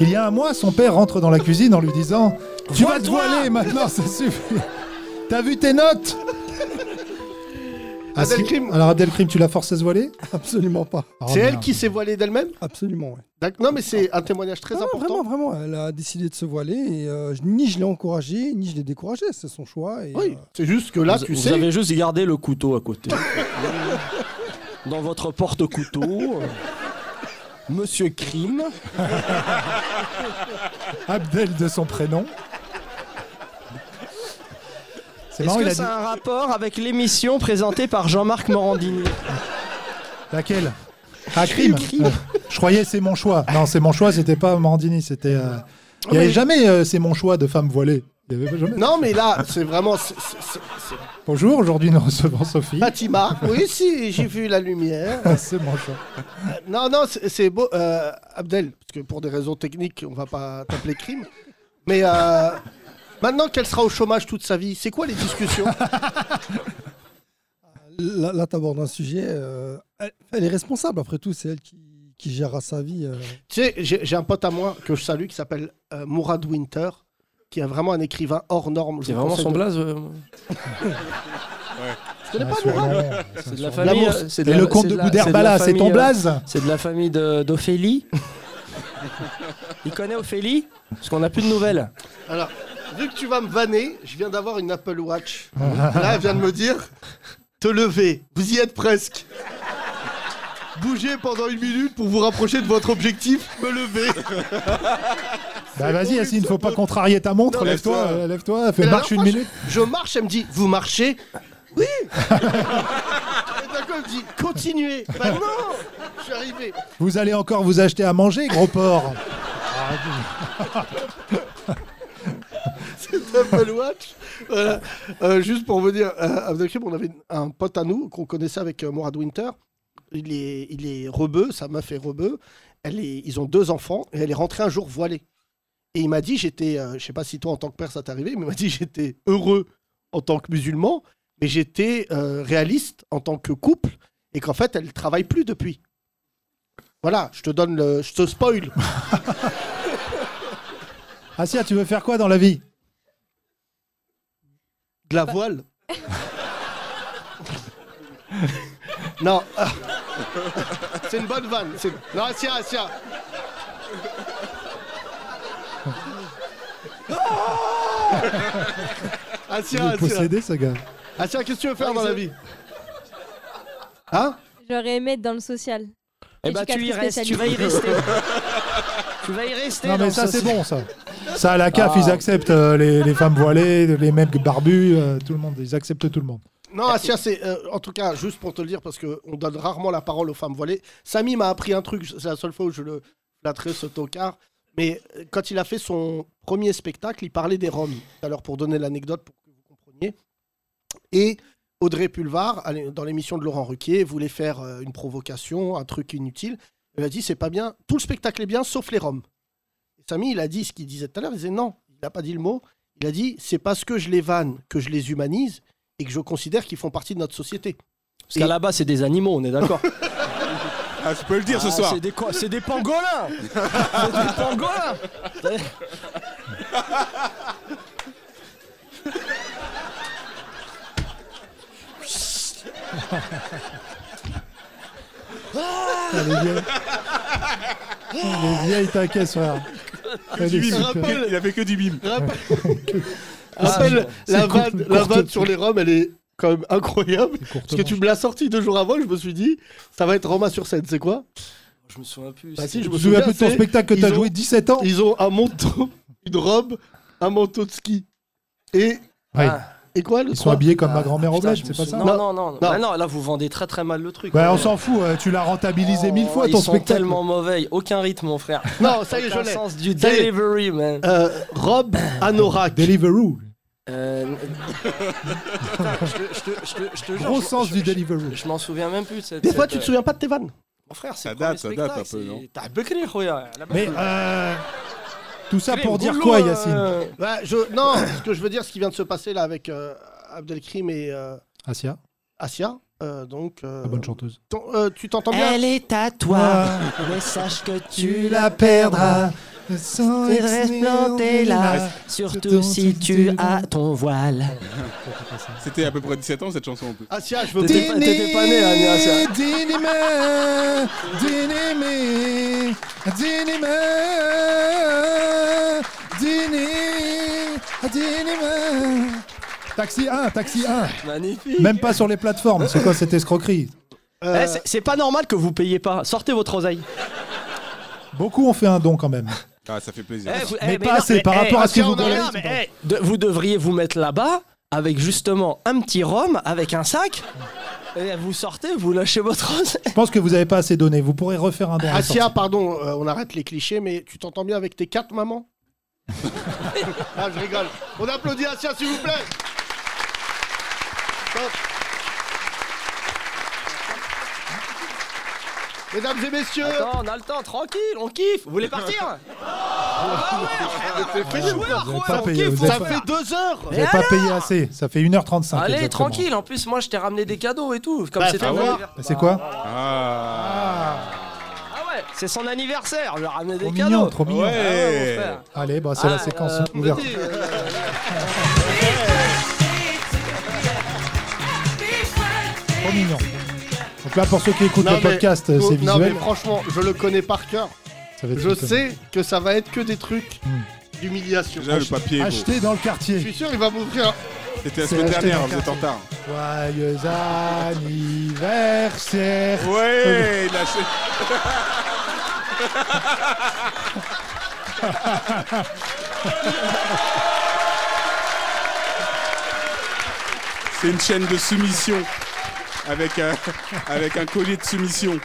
S2: Il y a un mois, son père rentre dans la cuisine en lui disant Tu vas te voiler maintenant, ça suffit. T'as vu tes notes Asia-
S6: Abdelkrim.
S2: Alors, Abdelkrim, tu la forces à se voiler
S17: Absolument pas.
S2: Oh,
S6: C'est elle
S2: merde.
S6: qui s'est voilée d'elle-même
S17: Absolument, ouais.
S6: D'ac- Non, mais c'est un témoignage très
S17: Non,
S6: important.
S17: vraiment, vraiment, elle a décidé de se voiler et euh, je- ni je l'ai encouragée, ni je l'ai découragée, c'est son choix. Et,
S6: Oui, c'est juste que là,
S8: vous,
S6: tu
S8: vous
S6: sais.
S8: avez juste gardé le couteau à côté. <laughs> Dans votre porte-couteau. euh, Monsieur Crime.
S2: Abdel de son prénom. C'est
S8: Est-ce
S2: marrant, il
S8: que
S2: a
S8: ça
S2: dit.
S8: a un rapport avec l'émission présentée par Jean-Marc Morandini
S2: Laquelle Ah, crime Euh, Je croyais c'est mon choix. Non, c'est mon choix, c'était pas Mandini, c'était. euh, Il n'y avait
S6: Mais-
S2: jamais euh, c'est mon choix de femme voilée. Il y avait jamais.
S6: Non, mais là, c'est vraiment. c'est- c'est- c'est- c'est-
S2: Bonjour, aujourd'hui nous recevons Sophie.
S6: Fatima. Oui, si, j'ai vu la lumière.
S2: <laughs> c'est mon choix.
S6: Euh, Non, non, c'est c'est beau. euh, Abdel, parce que pour des raisons techniques, on va pas t'appeler crime. Mais euh, maintenant qu'elle sera au chômage toute sa vie, c'est quoi les discussions <laughs>
S17: Là, là t'abordes un sujet. euh, elle, elle est responsable, après tout, c'est elle qui, qui gérera sa vie. euh.
S6: Tu sais, j'ai j'ai un pote à moi que je salue qui s'appelle euh, Mourad Winter, qui est vraiment un écrivain hors norme.
S8: C'est vraiment son blaze euh,
S6: Je connais
S8: Ouais,
S6: pas
S8: sûrement.
S6: Mourad
S8: C'est de la famille.
S2: L'amour,
S8: euh, c'est
S2: et
S8: la-
S2: le comte
S8: c'est
S2: de
S8: la-
S2: Gouderbala,
S8: la
S2: c'est ton
S8: famille, euh,
S2: blaze
S8: C'est de la famille de- d'Ophélie. Il connaît Ophélie Parce qu'on n'a plus de nouvelles.
S6: Alors, vu que tu vas me vanner, je viens d'avoir une Apple Watch. Là, elle vient de me dire te lever, vous y êtes presque. Bougez pendant une minute pour vous rapprocher de votre objectif, me lever.
S2: Bah vas-y, Yassine, il ne faut pas contrarier ta montre.
S6: Non,
S2: Lève-toi,
S6: lève-toi.
S2: euh, lève-toi,
S6: Et
S2: fais
S6: la
S2: marche une
S6: dernière fois,
S2: minute.
S6: Je marche, elle me dit Vous marchez Oui Et D'accord, elle me dit Continuez Bah non Je suis arrivé
S2: Vous allez encore vous acheter à manger, gros porc.
S6: <laughs> Cette Apple Watch Voilà. Euh, Juste pour vous dire, euh, Abdelkrim, on avait un pote à nous qu'on connaissait avec euh, Mourad Winter. Il est, il est rebeu, sa meuf est rebeu. Elle est, ils ont deux enfants et elle est rentrée un jour voilée. Et il m'a dit J'étais, euh, je sais pas si toi en tant que père ça t'est arrivé, mais il m'a dit J'étais heureux en tant que musulman, mais j'étais euh, réaliste en tant que couple et qu'en fait elle travaille plus depuis. Voilà, je te donne le. Je te spoil.
S2: Asia, tu veux faire quoi dans la vie
S6: De la <laughs> voile Non. ah. <laughs> C'est une bonne vanne. c'est- Non, Asia, Asia. Asia,
S2: Vous
S6: Asia.
S2: possédez, ce gars.
S6: Asia, Ah, qu'est-ce que tu veux faire dans la vie Hein
S16: J'aurais aimé être dans le social.
S8: Eh bah, tu y
S16: Éducatrice
S8: restes, tu vas y rester. tu vas y rester.
S2: Non
S8: dans
S2: mais ça
S8: ce-
S2: c'est bon ça. <laughs> Ça à la CAF
S8: Ah.
S2: ils acceptent euh, les, les femmes voilées, les mecs barbus, euh, tout le monde, ils acceptent tout le monde.
S6: Non, Asia, c'est. euh, en tout cas, juste pour te le dire, parce qu'on donne rarement la parole aux femmes voilées. Samy m'a appris un truc, c'est la seule fois où je le flatterai, ce tocard. Mais euh, quand il a fait son premier spectacle, il parlait des Roms. Tout à l'heure, pour donner l'anecdote, pour que vous compreniez. Et Audrey Pulvar, elle est- dans l'émission de Laurent Ruquier, voulait faire euh, une provocation, un truc inutile. Elle a dit c'est pas bien, tout le spectacle est bien, sauf les Roms. Et Samy, il a dit ce qu'il disait tout à l'heure, il disait non, il n'a pas dit le mot. Il a dit c'est parce que je les vanne que je les humanise et que je considère qu'ils font partie de notre société.
S8: Parce qu'à la base, c'est des animaux, on
S2: <laughs>
S8: est d'accord.
S11: Ah, je peux le dire ce
S8: Ah,
S11: soir.
S8: C'est des quoi C'est
S2: <laughs>
S8: des pangolins C'est des pangolins
S2: Ah, les vieilles, les vieilles taquets, frère. Elle est
S11: bim.
S2: super.
S11: Rappel-
S7: Il a fait que du bim.
S2: Ah,
S6: Rappelle,
S7: c'est
S6: la
S7: court-
S6: vanne, la
S7: courte.
S6: vanne sur les Roms, elle est quand même incroyable. Parce que tu me l'as sortie deux jours avant, je me suis dit, ça va être Roma sur scène, c'est quoi
S8: Je me souviens plus.
S6: Bah si,
S2: Tu
S6: je
S2: te
S6: me
S2: souviens
S6: souviens
S2: plus de ton
S6: c'est-
S2: spectacle que
S6: ils
S2: t'as
S6: ont-
S2: joué 17 ans
S6: Ils ont un manteau, une robe, un manteau de ski. Et.
S2: Ouais.
S6: Et Ah, quoi le
S2: Ils sont
S6: trois
S2: habillés comme ma
S6: Ah,
S2: grand-mère au
S6: putain, je
S2: bled,
S6: me
S2: c'est pas
S6: souviens-
S2: ça
S8: Non, non, non. Non. Bah non, là, vous vendez très très mal le truc.
S2: Bah,
S8: quand
S2: on
S8: même.
S2: s'en fout, euh, tu l'as rentabilisé mille
S6: Oh,
S2: fois
S8: Ils
S2: ton
S8: sont
S2: spectacle.
S8: tellement mauvais. Aucun rythme, mon frère.
S6: Non, ça y est, je
S8: Aucun
S6: l'ai.
S8: sens du
S6: Ça y est.
S8: delivery, man.
S6: Euh,
S2: <coughs>
S6: robe anorak.
S2: Deliveroo.
S8: Euh, Attends, je te- je te- je te- je te jure,
S2: Gros
S8: je-
S2: sens
S8: je-
S2: du
S8: je-
S2: Deliveroo.
S8: Je m'en souviens même plus. de cette-
S6: Des fois,
S8: cette,
S6: tu te
S8: euh,
S6: souviens pas de tes vannes
S8: Mon frère, c'est
S6: Ça
S8: le premier
S6: date, ça date
S8: spectacle,
S6: un peu,
S8: c'est-
S6: non
S8: T'as becqué, regarde, là-bas.
S2: Mais euh, tout ça
S8: Crime,
S2: pour dire
S8: Ah, boulot,
S2: quoi,
S8: euh,
S2: Yacine
S6: Bah, je, non, <coughs> ce que je veux dire, ce qui vient de se passer là avec euh, Abdelkrim et euh,
S2: Asia,
S6: Asia. euh, donc, euh,
S2: Ah, hein. la Ah, bonne chanteuse.
S6: ton- euh, tu t'entends bien
S2: Elle est à toi,
S6: mais sache que
S2: tu la perdras.
S6: C'est resplendé là,
S8: surtout si tu as ton voile.
S7: C'était à peu près 17 ans cette chanson en plus.
S6: Asia, je
S7: veux T'étais pas- t'étais pas né, hein, Asia.
S2: Dinima, Dinimi, Dinima, Dini, Dinima. Taxi 1, taxi 1.
S8: Magnifique.
S2: Même pas sur les plateformes, c'est quoi cette escroquerie
S8: Eh, c'est- c'est pas normal que vous payiez pas. Sortez votre oseille.
S2: Beaucoup ont fait un don quand même.
S7: Ah, ça fait plaisir.
S8: Eh, vous- eh,
S2: Mais pas
S8: non,
S2: assez par
S8: eh,
S2: rapport à ce que
S8: Asia,
S2: vous
S8: on en a-
S2: gagnez.
S8: non, mais, eh, de- Vous devriez vous mettre là-bas avec justement un petit rhum, avec un sac. Et vous sortez, vous lâchez votre oseille.
S2: Je pense que vous avez pas assez donné, vous pourrez refaire un don. à la
S6: Asia,
S2: sortie.
S6: Ah, pardon, euh, on arrête les clichés, mais tu t'entends bien avec tes quatre mamans Ah, je rigole. On applaudit Asia, s'il vous plaît. Top. Mesdames et messieurs.
S8: <laughs> Attends, on a le temps, tranquille, on kiffe. Vous voulez partir Ah
S6: C'est fait jouer,
S2: Vous avez
S6: quoi.
S2: pas
S6: On
S2: payé,
S6: kiffe,
S2: vous avez
S6: Ça
S2: pas-
S6: fait deux heures.
S2: Vous n'avez pas payé assez, ça fait 1h35.
S8: Allez,
S2: exactement.
S8: tranquille. En plus, moi, je t'ai ramené des cadeaux et tout. Comme
S2: Bah,
S8: c'était
S2: fais
S8: mon
S2: voir.
S8: anniversaire.
S2: Bah, c'est quoi
S8: Ah ouais, c'est son anniversaire. Je lui ai ramené des
S2: Trop
S8: cadeaux.
S2: Oh, mignon, trop mignon.
S8: Ah ouais, mon frère.
S2: Allez, bah, c'est la
S8: Ah,
S2: séquence
S8: euh,
S2: ouverte.
S8: petit, euh,
S2: Trop mignon. Donc là, pour ceux qui écoutent
S6: Non,
S2: le
S6: mais-
S2: podcast,
S8: euh,
S6: non,
S2: c'est
S6: Non, mais
S2: visuel.
S6: franchement, je le connais par cœur.
S2: Ça va être
S6: Je
S2: une connerie.
S6: sais que ça va être que des trucs
S8: Hmm.
S6: d'humiliation.
S7: Déjà, le papier est beau.
S2: Acheté dans le quartier.
S6: Je suis sûr, il va m'ouvrir.
S7: C'était la
S2: C'est
S7: semaine
S2: acheté
S7: dernière,
S2: dans
S7: vous êtes en retard.
S2: Joyeux anniversaire.
S7: Ouais, il a acheté. C'est une chaîne de soumission avec un, avec un collier de soumission.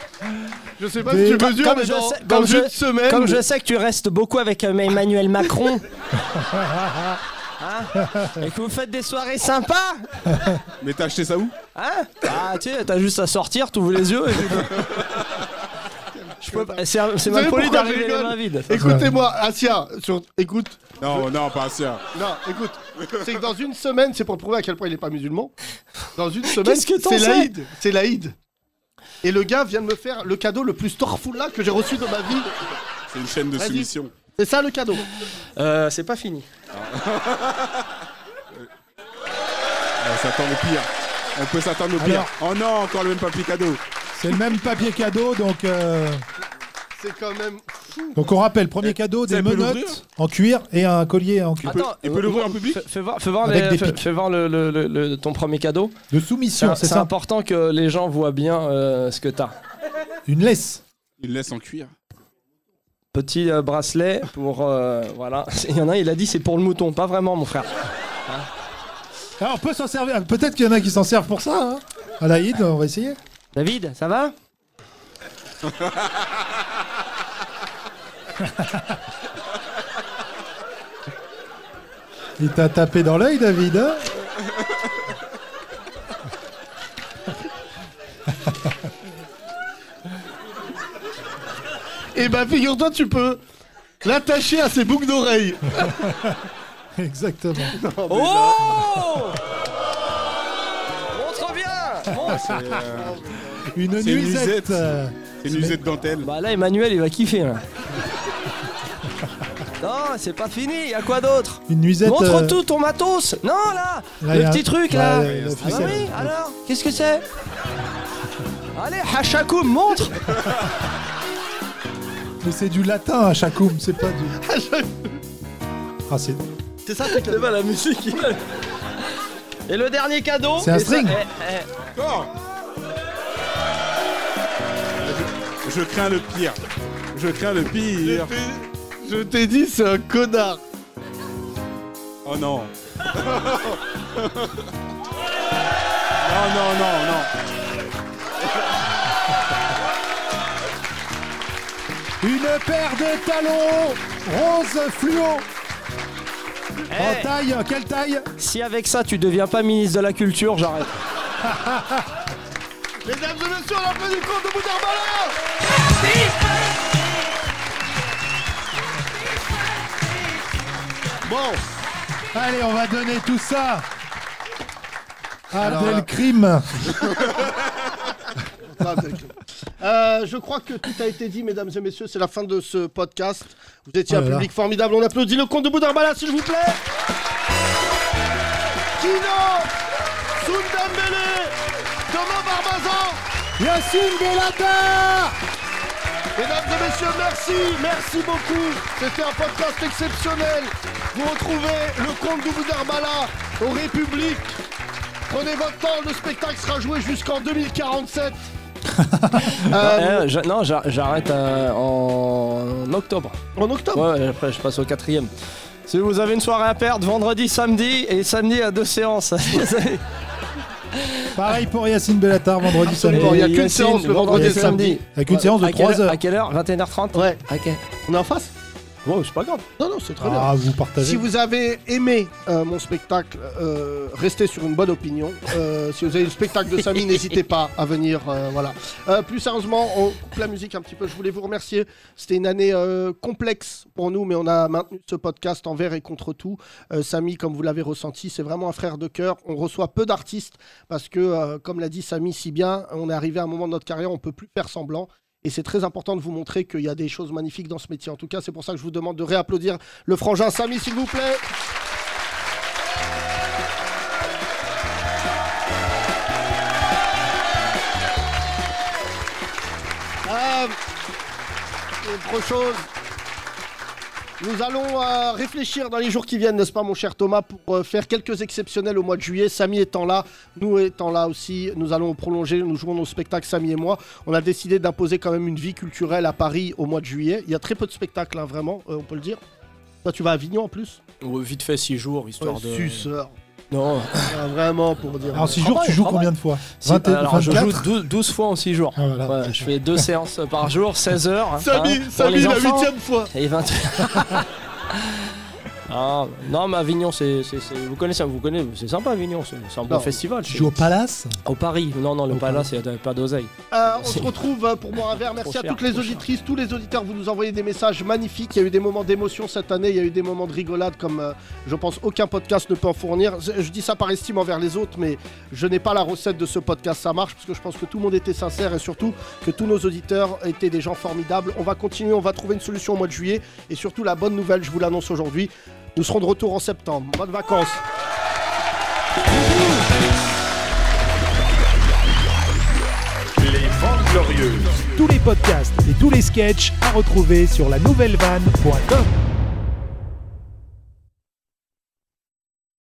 S6: Je sais pas si tu mesures, mais
S8: je
S6: dans,
S8: sais-
S6: dans
S8: comme
S6: une
S8: je-
S6: semaine.
S8: Comme je sais que tu restes beaucoup avec euh,
S6: <laughs>
S8: Emmanuel Macron. Hein Et que vous faites des soirées sympas
S7: Mais t'as acheté ça où
S8: Hein Ah, tu sais, t'as juste à sortir, t'ouvres les yeux et puis- Je peux pas- C'est un- c'est
S6: Vous
S8: mal
S6: savez pourquoi
S8: poli
S6: je
S8: d'arriver les
S6: rigole
S8: mains vides.
S6: Écoutez-moi, Asia, sur... écoute.
S7: Non, non, pas Asia.
S6: Non, écoute. C'est que dans une semaine, c'est pour prouver à quel point il n'est pas musulman. Dans une semaine,
S8: Qu'est-ce que t'en
S6: c'est
S8: sais
S6: l'Aïd. C'est l'Aïd. Et le gars vient de me faire le cadeau le plus torfoula que j'ai reçu de ma vie.
S7: C'est une chaîne de
S6: Vas-y.
S7: soumission.
S6: C'est ça le cadeau.
S8: Euh, c'est pas fini.
S7: On s'attend Euh, au pire. On peut s'attendre au pire. oh non, encore le même papier cadeau.
S2: C'est le même papier cadeau, donc. euh,
S6: C'est quand même fou.
S2: Donc on rappelle, premier cadeau,
S8: ça,
S2: des
S8: elle peut
S2: menottes
S8: l'ouvrir
S2: en cuir et un collier en cuir.
S8: euh,
S7: en public
S8: fais, fais voir, fais voir,
S2: Avec
S8: les-
S2: des
S8: fais-
S2: pics.
S8: fais voir le, le- le- le- ton premier cadeau.
S2: De soumission,
S8: C'est un-
S2: c'est
S8: C'est
S2: Ah, ça
S8: important que les gens voient bien euh, ce que t'as.
S2: Une laisse.
S7: Il laisse en cuir.
S8: Petit euh, bracelet pour. euh, voilà. <laughs> Il y en a un, il a dit c'est pour le mouton. Pas vraiment, mon frère.
S2: Ah, on peut s'en servir. Peut-être qu'il y en a qui s'en servent pour ça. Hein. À l'Aïd, on va essayer.
S8: David, ça va
S2: Il t'a tapé dans l'œil, David. hein <laughs>
S6: Et bah figure-toi, tu peux l'attacher à ses boucles d'oreilles.
S2: Exactement.
S8: Oh Montre Oh, bien Montre
S2: Une
S7: C'est une
S2: nuisette.
S7: nuisette.
S2: euh,
S7: C'est une usette dentelle.
S8: Bah là, Emmanuel, il va
S2: <laughs>
S8: kiffer. là. non, c'est pas fini. Y a quoi d'autre
S2: Une nuisette.
S8: Montre
S2: euh,
S8: tout ton matos. Non, là,
S2: Là, y
S8: le
S2: a-
S8: petit truc
S2: ouais,
S8: là.
S2: la- la
S8: ah bah
S2: ficelle.
S8: oui. Alors, qu'est-ce que c'est Allez, Hachakoum, montre.
S2: Mais c'est du latin à Chakoum, c'est pas
S8: <laughs>
S2: du. Ah, c'est.
S5: C'est ça, c'est pas la musique. Et le dernier cadeau.
S2: C'est un
S5: et ça-
S2: string.
S5: eh, eh.
S7: Je crains le pire. Je crains le pire.
S6: Je t'ai dit, c'est un connard.
S7: Oh non. <laughs> Non, non, non, non.
S2: Une paire de talons rose fluo.
S8: En
S2: taille, quelle taille
S8: Si avec ça tu deviens pas ministre de la culture, j'arrête.
S5: Mesdames et messieurs, on applaudit le compte de Boudarbala
S6: Bon.
S2: Allez, on va donner tout ça à
S6: Alors là-
S2: Abdelkrim.
S6: Euh, je crois que tout a été dit, mesdames et messieurs. C'est la fin de ce podcast. Vous étiez
S2: Oh
S6: un
S2: là là.
S6: public formidable. On applaudit le comte de Boudarbala, s'il vous plaît. Kino Soundembele Thomas Barbazan
S2: Yacine Bellata
S6: Mesdames et messieurs, merci, merci beaucoup. C'était un podcast exceptionnel. Vous retrouvez le comte de Boudarbala au République. Prenez votre temps, le spectacle sera joué jusqu'en 2047.
S2: Euh,
S8: Non, eh, j'a- non, j'a- j'arrête euh, en octobre.
S6: En octobre
S8: Ouais, ouais, après je passe au quatrième. Si vous avez une soirée à perdre, vendredi, samedi et samedi à deux séances. <laughs>
S2: Pareil pour Yacine Bellatar, vendredi samedi.
S8: Absolument, il y a qu'une Yacine, séance le vendredi vendredi et samedi. samedi.
S2: Avec une
S8: Ouais.
S2: séance de
S8: À quelle
S2: 3
S8: heure-
S2: heures.
S8: à quelle heure 21h30
S6: Ouais.
S8: On est en face Wow, c'est pas grave.
S6: Non, non, c'est très bien.
S2: Ah, vous partagez.
S6: Si vous avez aimé euh, mon spectacle, euh, restez sur une bonne opinion. Euh, si vous avez le spectacle de
S2: <laughs>
S6: Samy, n'hésitez pas à venir. euh, voilà. Euh, plus sérieusement, on coupe la musique un petit peu. Je voulais vous remercier. C'était une année euh, complexe pour nous, mais on a maintenu ce podcast envers et contre tout. Euh, Samy, comme vous l'avez ressenti, c'est vraiment un frère de cœur. On reçoit peu d'artistes parce que, euh, comme l'a dit Samy si bien, on est arrivé à un moment de notre carrière, on peut plus faire semblant. Et c'est très important de vous montrer qu'il y a des choses magnifiques dans ce métier. En tout cas, c'est pour ça que je vous demande de réapplaudir le frangin Samy, s'il vous plaît. Euh, autre chose. Nous allons euh, réfléchir dans les jours qui viennent, n'est-ce pas, mon cher Thomas, pour euh, faire quelques exceptionnels au mois de juillet. Samy étant là, nous étant là aussi, nous allons prolonger, nous jouons nos spectacles, Samy et moi. On a décidé d'imposer quand même une vie culturelle à Paris au mois de juillet. Il y a très peu de spectacles, hein, vraiment, euh, on peut le dire. Toi, tu vas à Avignon en plus
S8: Ou Vite fait 6 jours, histoire
S6: Ouais,
S8: de.
S6: suceur.
S8: Non.
S6: vraiment, pour dire.
S2: Alors, 6 jours, tu joues combien de fois
S8: Si-
S2: 20
S8: alors, je joue
S2: 24?
S8: 12, 12 fois en 6 jours. Ouais, je fais deux <laughs> séances par jour, 16 heures. hein.
S2: Samy,
S8: pour
S2: Samy,
S8: les
S2: la
S8: enfants.
S2: huitième
S6: fois.
S8: Et 20 <laughs> Ah, non, mais Avignon, c'est, c'est- c'est- vous connaissez, vous connaissez, c'est sympa Avignon, c'est, c'est un bon
S6: Non.
S8: festival.
S2: Tu joues au Palace
S8: Au Paris, non, non, le Palace, il n'y a pas d'oseille.
S6: Euh, on se retrouve euh, pour boire un verre. Merci
S8: Trop
S6: à
S8: cher,
S6: toutes les
S8: trop cher.
S6: auditrices, tous les auditeurs. Vous nous envoyez des messages magnifiques. Il y a eu des moments d'émotion cette année. Il y a eu des moments de rigolade comme euh, je pense aucun podcast ne peut en fournir. Je, je dis ça par estime envers les autres, mais je n'ai pas la recette de ce podcast. Ça marche parce que je pense que tout le monde était sincère et surtout que tous nos auditeurs étaient des gens formidables. On va continuer. On va trouver une solution au mois de juillet et surtout la bonne nouvelle. Je vous l'annonce aujourd'hui. Nous serons de retour en septembre. Bonnes vacances.
S19: Les Ventes Glorieuses.
S20: Tous les podcasts et tous les sketchs à retrouver sur la nouvellevanne.com.